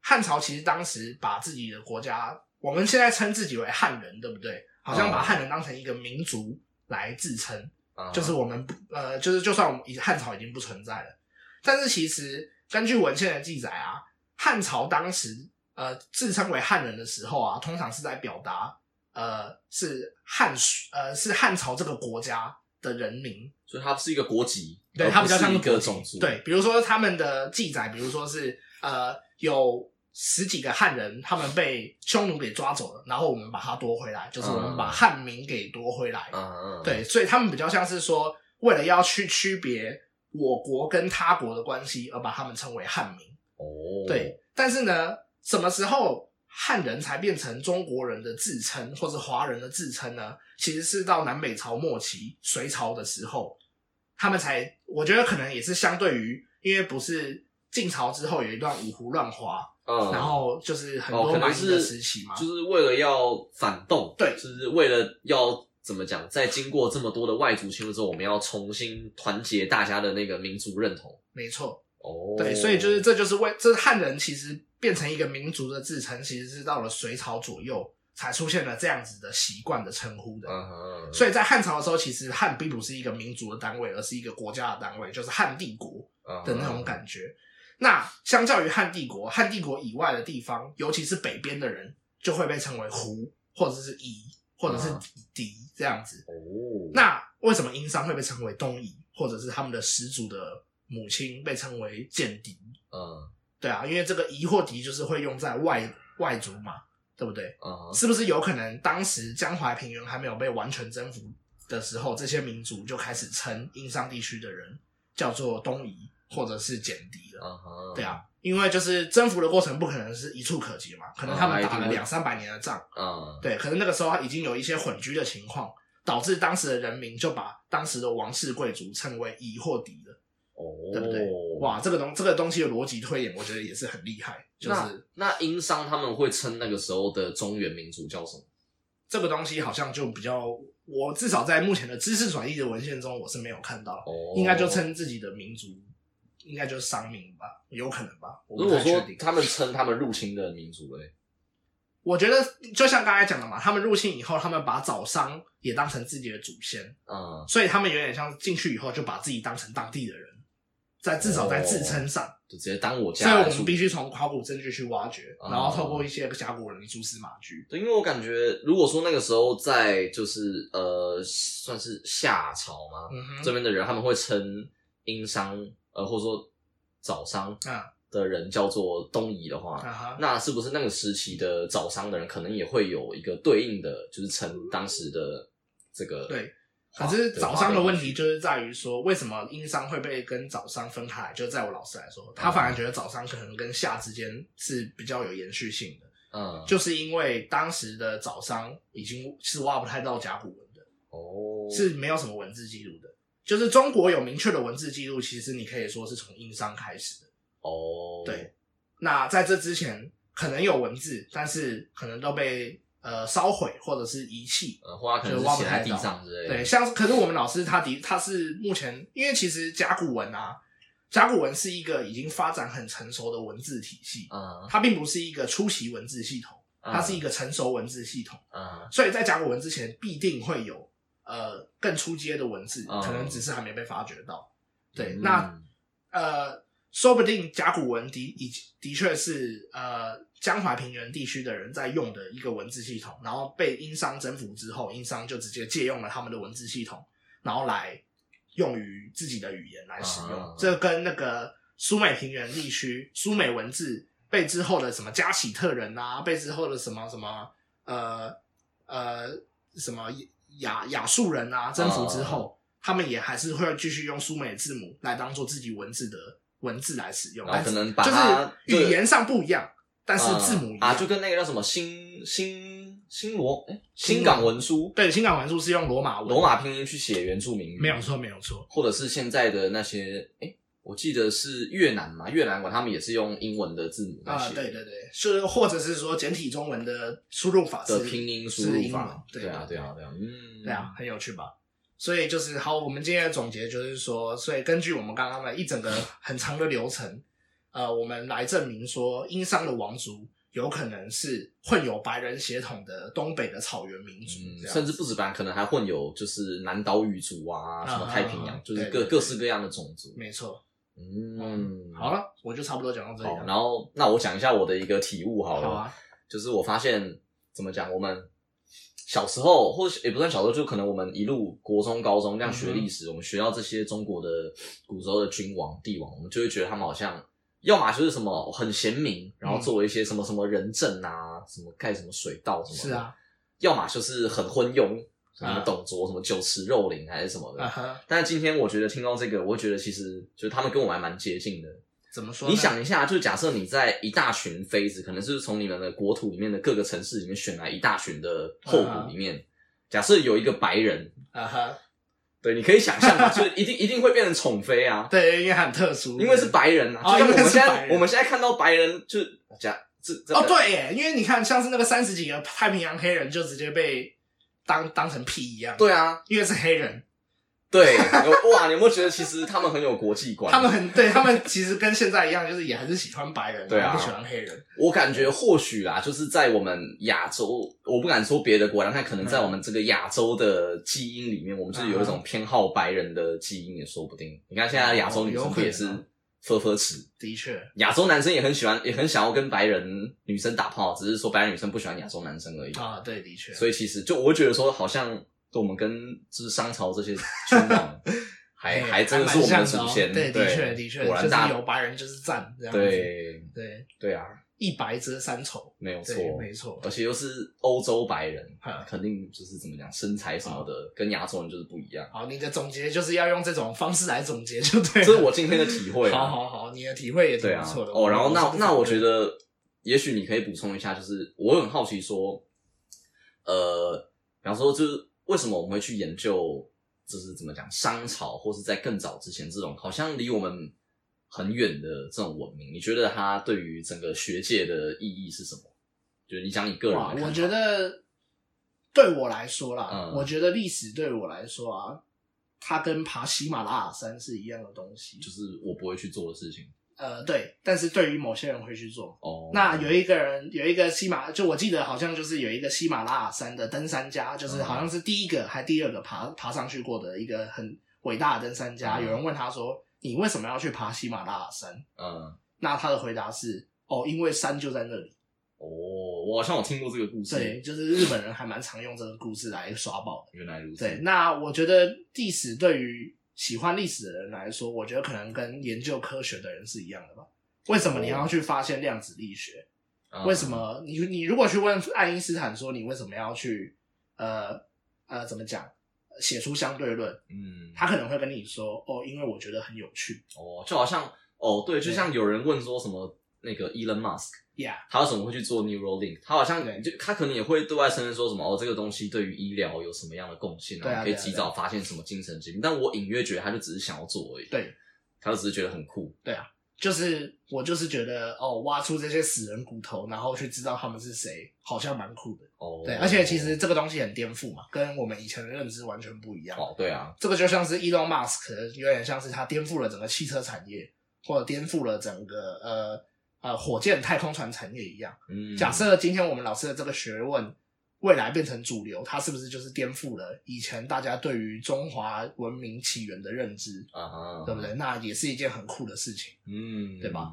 Speaker 1: 汉朝其实当时把自己的国家，我们现在称自己为汉人，对不对？好像把汉人当成一个民族来自称，
Speaker 2: 啊
Speaker 1: 就是我们不呃，就是就算我们已汉朝已经不存在了，但是其实根据文献的记载啊，汉朝当时呃自称为汉人的时候啊，通常是在表达呃是汉属呃是汉朝这个国家的人民
Speaker 2: 所以它是一个国籍，
Speaker 1: 对，
Speaker 2: 而
Speaker 1: 它
Speaker 2: 不
Speaker 1: 比较
Speaker 2: 是
Speaker 1: 像
Speaker 2: 一个
Speaker 1: 国籍
Speaker 2: 种族，
Speaker 1: 对，比如说他们的记载，比如说是呃有十几个汉人，他们被匈奴给抓走了，然后我们把它夺回来，就是我们把
Speaker 2: 嗯
Speaker 1: 汉民给夺回来。
Speaker 2: 啊，啊，
Speaker 1: 对，所以他们比较像是说，为了要去区别我国跟他国的关系，而把他们称为汉民。
Speaker 2: 哦，
Speaker 1: 对，但是呢，什么时候汉人才变成中国人的自称，或者华人的自称呢？其实是到南北朝末期、隋朝的时候，他们才，我觉得可能也是相对于，因为不是晋朝之后有一段五胡乱华，
Speaker 2: 嗯，
Speaker 1: 然后就是很
Speaker 2: 哦，
Speaker 1: 多
Speaker 2: 可
Speaker 1: 蛮
Speaker 2: 能
Speaker 1: 夷的
Speaker 2: 是
Speaker 1: 时期嘛，
Speaker 2: 就是为了要反动，
Speaker 1: 对
Speaker 2: 就是为了要怎么讲，在经过这么多的外族侵入之后，我们要重新团结大家的那个民族认同。
Speaker 1: 没错，
Speaker 2: 哦，
Speaker 1: 对，所以就是这就是为这汉人其实变成一个民族的自称，其实是到了隋朝左右才出现了这样子的习惯的称呼的。
Speaker 2: 嗯哼，
Speaker 1: 所
Speaker 2: 以
Speaker 1: 以在汉朝的时候，其实汉并不是一个民族的单位，而是一个国家的单位，就是汉帝国的那种感觉。那相较于汉帝国，汉帝国以外的地方，尤其是北边的人，就会被称为胡，或者是夷，或者是
Speaker 2: 嗯
Speaker 1: 狄这样子。
Speaker 2: 哦，
Speaker 1: 那为什么殷商会被称为东夷，或者是他们的始祖的母亲被称为建狄？
Speaker 2: 嗯
Speaker 1: 对啊，因为这个夷或狄就是会用在外外族嘛，对不对？
Speaker 2: 嗯
Speaker 1: 是不是有可能当时江淮平原还没有被完全征服的时候，这些民族就开始称殷商地区的人叫做东夷或者是简狄了？
Speaker 2: 嗯哼，
Speaker 1: 对，啊，因为就是征服的过程不可能是一触可及嘛，可能他们打
Speaker 2: 嗯一
Speaker 1: 了
Speaker 2: 定会
Speaker 1: 两三百年的仗，
Speaker 2: 嗯
Speaker 1: 对，可能那个时候已经有一些混居的情况，导致当时的人民就把当时的王室贵族称为夷或狄了。
Speaker 2: 哦，
Speaker 1: 对不对？哇，这个东这个东西的逻辑推演，我觉得也是很厉害，就是
Speaker 2: 那那殷商他们会称那个时候的中原民族叫什么？
Speaker 1: 这个东西好像就比较，我至少在目前的知识转译的文献中，我是没有看到，
Speaker 2: 哦，
Speaker 1: 应该就。称自己的民族，应该就是商民吧，有可能吧，我
Speaker 2: 如
Speaker 1: 不
Speaker 2: 果
Speaker 1: 太确
Speaker 2: 说
Speaker 1: 定。
Speaker 2: 他们称他们入侵的民族嘞，
Speaker 1: 我觉得就像刚才讲的嘛，他们入侵以后，他们把早商也当成自己的祖先，
Speaker 2: 嗯，
Speaker 1: 所以他们有点像进去以后就把自己当成当地的人，在至少在自称上，
Speaker 2: 就直接当我
Speaker 1: 所以
Speaker 2: 哦家
Speaker 1: 我
Speaker 2: 来住
Speaker 1: 们必须从考古证据去挖掘，
Speaker 2: 哦
Speaker 1: 然后透过一些甲骨文的蛛丝马迹，
Speaker 2: 对，因为我感觉，如果说那个时候在就是呃，算是夏朝嘛，
Speaker 1: 嗯哼，
Speaker 2: 这边的人他们会称殷商呃，或者说早商
Speaker 1: 嗯
Speaker 2: 的人叫做东夷的话，
Speaker 1: 啊哈，
Speaker 2: 那是不是那个时期的早商的人可能也会有一个对应的，就是称当时的这个
Speaker 1: 对
Speaker 2: 华？
Speaker 1: 可是
Speaker 2: 对
Speaker 1: 早商的问，题
Speaker 2: 华
Speaker 1: 就是在于说，为什么殷商会被跟早商分开来？就在我老师来说，他反而觉得早商可能跟夏之间是比较有延续性的，
Speaker 2: 嗯，
Speaker 1: 就是因为当时的早商已经是挖不太到甲骨文的，
Speaker 2: 哦，
Speaker 1: 是没有什么文字记录的。就是中国有明确的文字记录，其实你可以说是从殷商开始的。
Speaker 2: 哦，
Speaker 1: 对，那在这之前可能有文字，但是可能都被呃烧毁或者是遗弃，
Speaker 2: 呃，花可能
Speaker 1: 就是挖不
Speaker 2: 写在
Speaker 1: 太
Speaker 2: 地
Speaker 1: 到
Speaker 2: 上之类的，
Speaker 1: 对，，像是可是我们老师他的他是目前，因为其实甲骨文啊，甲骨文是一个已经发展很成熟的文字体系，
Speaker 2: 嗯，
Speaker 1: 它并不是一个初级文字系统，它是一
Speaker 2: 个，
Speaker 1: 个成熟文字系统，
Speaker 2: 嗯
Speaker 1: 所以在甲骨文之前必定会有呃更初阶的文字，
Speaker 2: 嗯
Speaker 1: 可能只是还没被发掘到。对，
Speaker 2: 嗯
Speaker 1: 那呃，说不定甲骨文的已的确是呃江淮平原地区的人在用的一个文字系统，然后被殷商征服之后，殷商就直接借用了他们的文字系统，然后来用于自己的语言来使用。
Speaker 2: 啊
Speaker 1: 这跟那个苏美平原地区苏美文字被之后的什么加喜特人啊，被之后的什么什么呃呃什么亚亚述人啊征服之后。他们也还是会继续用苏美字母来当做自己文字的文字来使用，
Speaker 2: 然后可能把
Speaker 1: 但
Speaker 2: 它
Speaker 1: 是就是语言上不一样，但是字母一
Speaker 2: 嗯
Speaker 1: 样。
Speaker 2: 啊，就跟那个叫什么新新新罗哎
Speaker 1: 新
Speaker 2: 新港文书，
Speaker 1: 对，新港文书是用罗马文，
Speaker 2: 罗马拼音去写原住民语，
Speaker 1: 没有错，没有错。
Speaker 2: 或者是现在的那些哎、我记得是越南嘛，越南管他们也是用英文的字母在
Speaker 1: 啊、
Speaker 2: 写、
Speaker 1: 对对对，是或者是说简体中文的输入法是
Speaker 2: 的拼音输
Speaker 1: 是
Speaker 2: 入
Speaker 1: 英文
Speaker 2: 法，，
Speaker 1: 对
Speaker 2: 啊对啊对啊，嗯，
Speaker 1: 对啊，很有趣吧？所以就是好，我们今天的总结就是说，所以根据我们刚刚的一整个很长的流程，呃，我们来证明说，殷商的王族有可能是混有白人血统的东北的草原民族，
Speaker 2: 嗯，
Speaker 1: 这样
Speaker 2: 甚至不止版可能还混有就是南岛语族啊，
Speaker 1: 啊
Speaker 2: 什么太平
Speaker 1: 啊
Speaker 2: 洋，
Speaker 1: 啊
Speaker 2: 就是
Speaker 1: 对
Speaker 2: 各
Speaker 1: 对
Speaker 2: 各式各样的种族。
Speaker 1: 没错。
Speaker 2: 嗯，
Speaker 1: 好了，我就差不多讲到这里
Speaker 2: 好，
Speaker 1: 了。
Speaker 2: 然后那我讲一下我的一个体悟好了，
Speaker 1: 好啊，
Speaker 2: 就是我发现怎么讲，我们小时候，或者也不算小时候，就可能我们一路国中、高中这样
Speaker 1: 嗯
Speaker 2: 学历史，我们学到这些中国的古时候的君王、帝王，我们就会觉得他们好像。要么就是什么很贤明，然
Speaker 1: 嗯
Speaker 2: 后做了一些什么什么仁政啊，什么盖什么水道什么的。
Speaker 1: 是啊，
Speaker 2: 要么就是很昏庸，什么
Speaker 1: 啊
Speaker 2: 董卓、什么酒池肉林还是什么的。
Speaker 1: 啊哈，
Speaker 2: 但是今天我觉得听到这个，我会觉得其实就是他们跟我还蛮接近的，
Speaker 1: 怎么说呢？
Speaker 2: 你想一下，就假设你在一大群妃子，可能是从你们的国土里面的各个城市里面选来一大群的
Speaker 1: 嗯
Speaker 2: 候补里面，假设有一个白人，
Speaker 1: 啊哈，
Speaker 2: 对，你可以想象嘛，就是一定一定会变成宠 妃啊，
Speaker 1: 对，因为很特殊，
Speaker 2: 因为是白人啊，
Speaker 1: 哦
Speaker 2: 就像我
Speaker 1: 因为
Speaker 2: 们
Speaker 1: 是
Speaker 2: 现
Speaker 1: 白
Speaker 2: 在
Speaker 1: 人
Speaker 2: 我们现在看到白人就假这这
Speaker 1: 哦，对耶，因为你看，像是那个三十几个太平洋黑人就直接被当当成屁一样，，
Speaker 2: 对啊，
Speaker 1: 因为是黑人，
Speaker 2: 对，有哇，你有没有觉得其实他们很有国际 观？
Speaker 1: 他们很对他们其实跟现在一样，就是也还是喜欢白人，
Speaker 2: 对啊
Speaker 1: 然后不喜欢黑人，
Speaker 2: 我感觉或许啦，就是在我们亚洲，我不敢说别的国家，但可能在
Speaker 1: 嗯
Speaker 2: 我们这个亚洲的基因里面，我们是有一种偏好白人的基因，也说不定。你看现在亚洲女生不也是
Speaker 1: 啊哦有可能
Speaker 2: 呵呵吃，
Speaker 1: 的确，
Speaker 2: 亚洲男生也很喜欢，也很想要跟白人女生打炮，只是说白人女生不喜欢亚洲男生而已。
Speaker 1: 啊，对，的确，
Speaker 2: 所以其实就我会觉得说，好像就我们跟就是商朝这些君王 还，
Speaker 1: 哎
Speaker 2: 还真的是我们
Speaker 1: 蛮
Speaker 2: 的
Speaker 1: 像
Speaker 2: 祖
Speaker 1: 哦
Speaker 2: 先。
Speaker 1: 对，的确，的确，
Speaker 2: 果
Speaker 1: 就
Speaker 2: 然
Speaker 1: 是
Speaker 2: 大
Speaker 1: 有白人就是赞，这样子，
Speaker 2: 对
Speaker 1: 对，
Speaker 2: 对啊，
Speaker 1: 一白遮三丑，
Speaker 2: 没有错，
Speaker 1: 对，没错
Speaker 2: 而，且又是欧洲白人
Speaker 1: 嗯，
Speaker 2: 肯定就是怎么讲，身材什么的跟亚洲人就是不一 样。
Speaker 1: 好，你的总结就是要用这种方式来总结，就对了，
Speaker 2: 这是我今天的体会啊
Speaker 1: 好好好，你的体会也挺
Speaker 2: 对啊
Speaker 1: 不错的，，
Speaker 2: 哦，然后那
Speaker 1: 是
Speaker 2: 那我觉得，也许你可以补充一下，就是我很好奇说，呃，比方说就是为什么我们会去研究，就是怎么讲商朝或是在更早之前这种好像离我们很远的这种文明，你觉得它对于整个学界的意义是什么？就是你讲你个人来
Speaker 1: 哇
Speaker 2: 看，法，
Speaker 1: 我觉得对我来说啦，
Speaker 2: 嗯
Speaker 1: 我觉得历史对我来说啊，它跟爬喜马拉雅山是一样的东西。
Speaker 2: 就是我不会去做的事情。
Speaker 1: 呃，对，但是对于某些人会去做。
Speaker 2: 哦，
Speaker 1: 那有一个人，有一个喜马，就我记得好像就是有一个喜马拉雅山的登山家，就是
Speaker 2: 嗯
Speaker 1: 好像是第一个还第二个爬爬上去过的一个很伟大的登山家。
Speaker 2: 嗯
Speaker 1: 有人问他说：“你为什么要去爬喜马拉雅山
Speaker 2: 嗯，？”
Speaker 1: 那他的回答是：“哦，因为山就在那里。”
Speaker 2: 哦，我好像有听过这个故事。
Speaker 1: 对，，就是日本人还蛮常用这个故事来耍宝的。
Speaker 2: 原来如此。
Speaker 1: 对，那我觉得历史对于喜欢历史的人来说，我觉得可能跟研究科学的人是一样的吧。为什么你
Speaker 2: 哦
Speaker 1: 要去发现量子力学？
Speaker 2: 嗯
Speaker 1: 为什？么你你如果去问爱因斯坦说你为什么要去呃呃怎么讲写出相对论，
Speaker 2: 嗯，
Speaker 1: 他可能会跟你说哦，因为我觉得很有趣
Speaker 2: 哦，就好像哦，对，就像有人问说什么那个 Elon Musk，
Speaker 1: ，Yeah，
Speaker 2: 他为什么会去做 Neuralink？他好
Speaker 1: 对
Speaker 2: 像就他可能也会对外声称说什么哦，这个东西对于医疗有什么样的贡献
Speaker 1: 对啊
Speaker 2: 可以
Speaker 1: 对啊
Speaker 2: 及早发现什么精神疾病。但我隐约觉得他就只是想要做而已。
Speaker 1: 对，
Speaker 2: 他就只是觉得很酷。
Speaker 1: 就是我就是觉得哦，挖出这些死人骨头，然后去知道他们是谁，好像蛮酷的。
Speaker 2: 哦，
Speaker 1: 对，而且其实这个东西很颠覆嘛，跟我们以前的认知完全不一样。
Speaker 2: 哦，对啊，
Speaker 1: 这个就像是 Elon Musk，有点像是他颠覆了整个汽车产业，或者颠覆了整个呃呃火箭太空船产业一样。
Speaker 2: 嗯，
Speaker 1: 假设今天我们老师的这个学问未来变成主流，它是不是就是颠覆了以前大家对于中华文明起源的认知？
Speaker 2: 啊哈，
Speaker 1: 对不？对？那也是一件很酷的事情。
Speaker 2: 嗯，
Speaker 1: 对吧？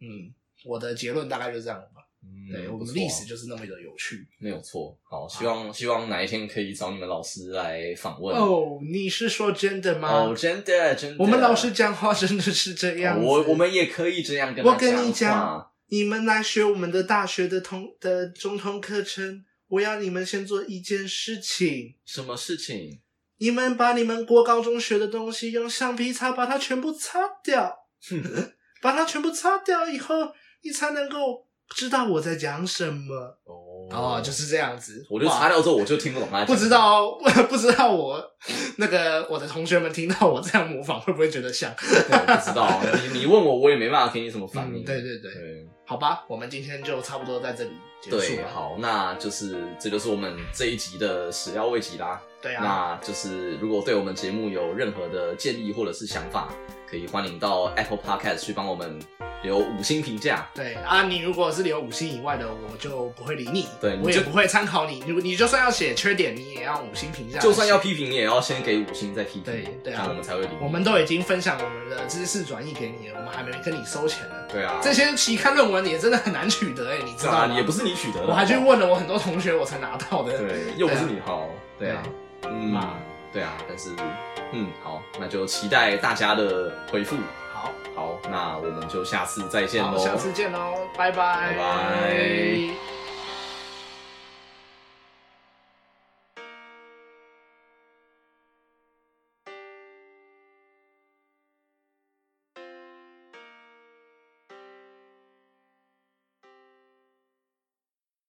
Speaker 1: 嗯，我的结论大概就这样吧。
Speaker 2: 嗯，
Speaker 1: 对我
Speaker 2: 不
Speaker 1: 们
Speaker 2: 错
Speaker 1: 历
Speaker 2: 啊
Speaker 1: 史就是那么的有趣。
Speaker 2: 没有错。好，希望、希望哪一天可以找你们老师来访问。
Speaker 1: 哦，你是说真的吗？
Speaker 2: 哦，真的真的，
Speaker 1: 我们老师讲话真的是这样
Speaker 2: 哦
Speaker 1: 子。
Speaker 2: 我我们也可以这样跟他
Speaker 1: 我跟你
Speaker 2: 话
Speaker 1: 讲，你们来学我们的大学的通的中通课程，我要你们先做一件事情，
Speaker 2: 什么事情？
Speaker 1: 你们把你们国高中学的东西用橡皮擦把它全部擦掉，把它全部擦掉以后，你才能够知道我在讲什么。
Speaker 2: 哦
Speaker 1: 哦，就，是这样子，
Speaker 2: 我就擦掉之后我就听不懂他讲
Speaker 1: 不知道， 不知道我那个我的同学们听到我这样模仿会不会觉得像？
Speaker 2: 对我不知道，你你问我我也没办法给你什么反应。
Speaker 1: 嗯，对对对，
Speaker 2: 对
Speaker 1: 好吧，我们今天就差不多在这里结束
Speaker 2: 对，
Speaker 1: 了。
Speaker 2: 好，那就是这就是我们这一集的始料未及啦。
Speaker 1: 对啊，
Speaker 2: 那就是如果对我们节目有任何的建议或者是想法，可以欢迎到 Apple Podcast 去帮我们留五星评价。
Speaker 1: 对啊，你如果是留五星以外的，我就不会理你，
Speaker 2: 对你
Speaker 1: 我也
Speaker 2: 就
Speaker 1: 不会参考你。你你就算要写缺点，你也要五星评价。
Speaker 2: 就算要，批评，你也要先给五星再批评，
Speaker 1: 对对啊
Speaker 2: 这样我们才会理你。
Speaker 1: 我们都已经分享我们的知识转译给你了，我们还没跟你收钱呢。
Speaker 2: 对啊，
Speaker 1: 这些期刊论文也真的很难取得哎、你知
Speaker 2: 是
Speaker 1: 道
Speaker 2: 啊，
Speaker 1: 吗？
Speaker 2: 也不是你取得的，
Speaker 1: 我还去
Speaker 2: 好不好
Speaker 1: 问了我很多同学，我才拿到的。
Speaker 2: 对，又不是你好，
Speaker 1: 对
Speaker 2: 对
Speaker 1: 啊
Speaker 2: 啊，嗯
Speaker 1: 嘛，
Speaker 2: 对啊，但是，嗯，好，那就期待大家的回复。
Speaker 1: 好，
Speaker 2: 好，那我们就下次再见
Speaker 1: 好，
Speaker 2: 喽，
Speaker 1: 下次见喽，拜
Speaker 2: 拜拜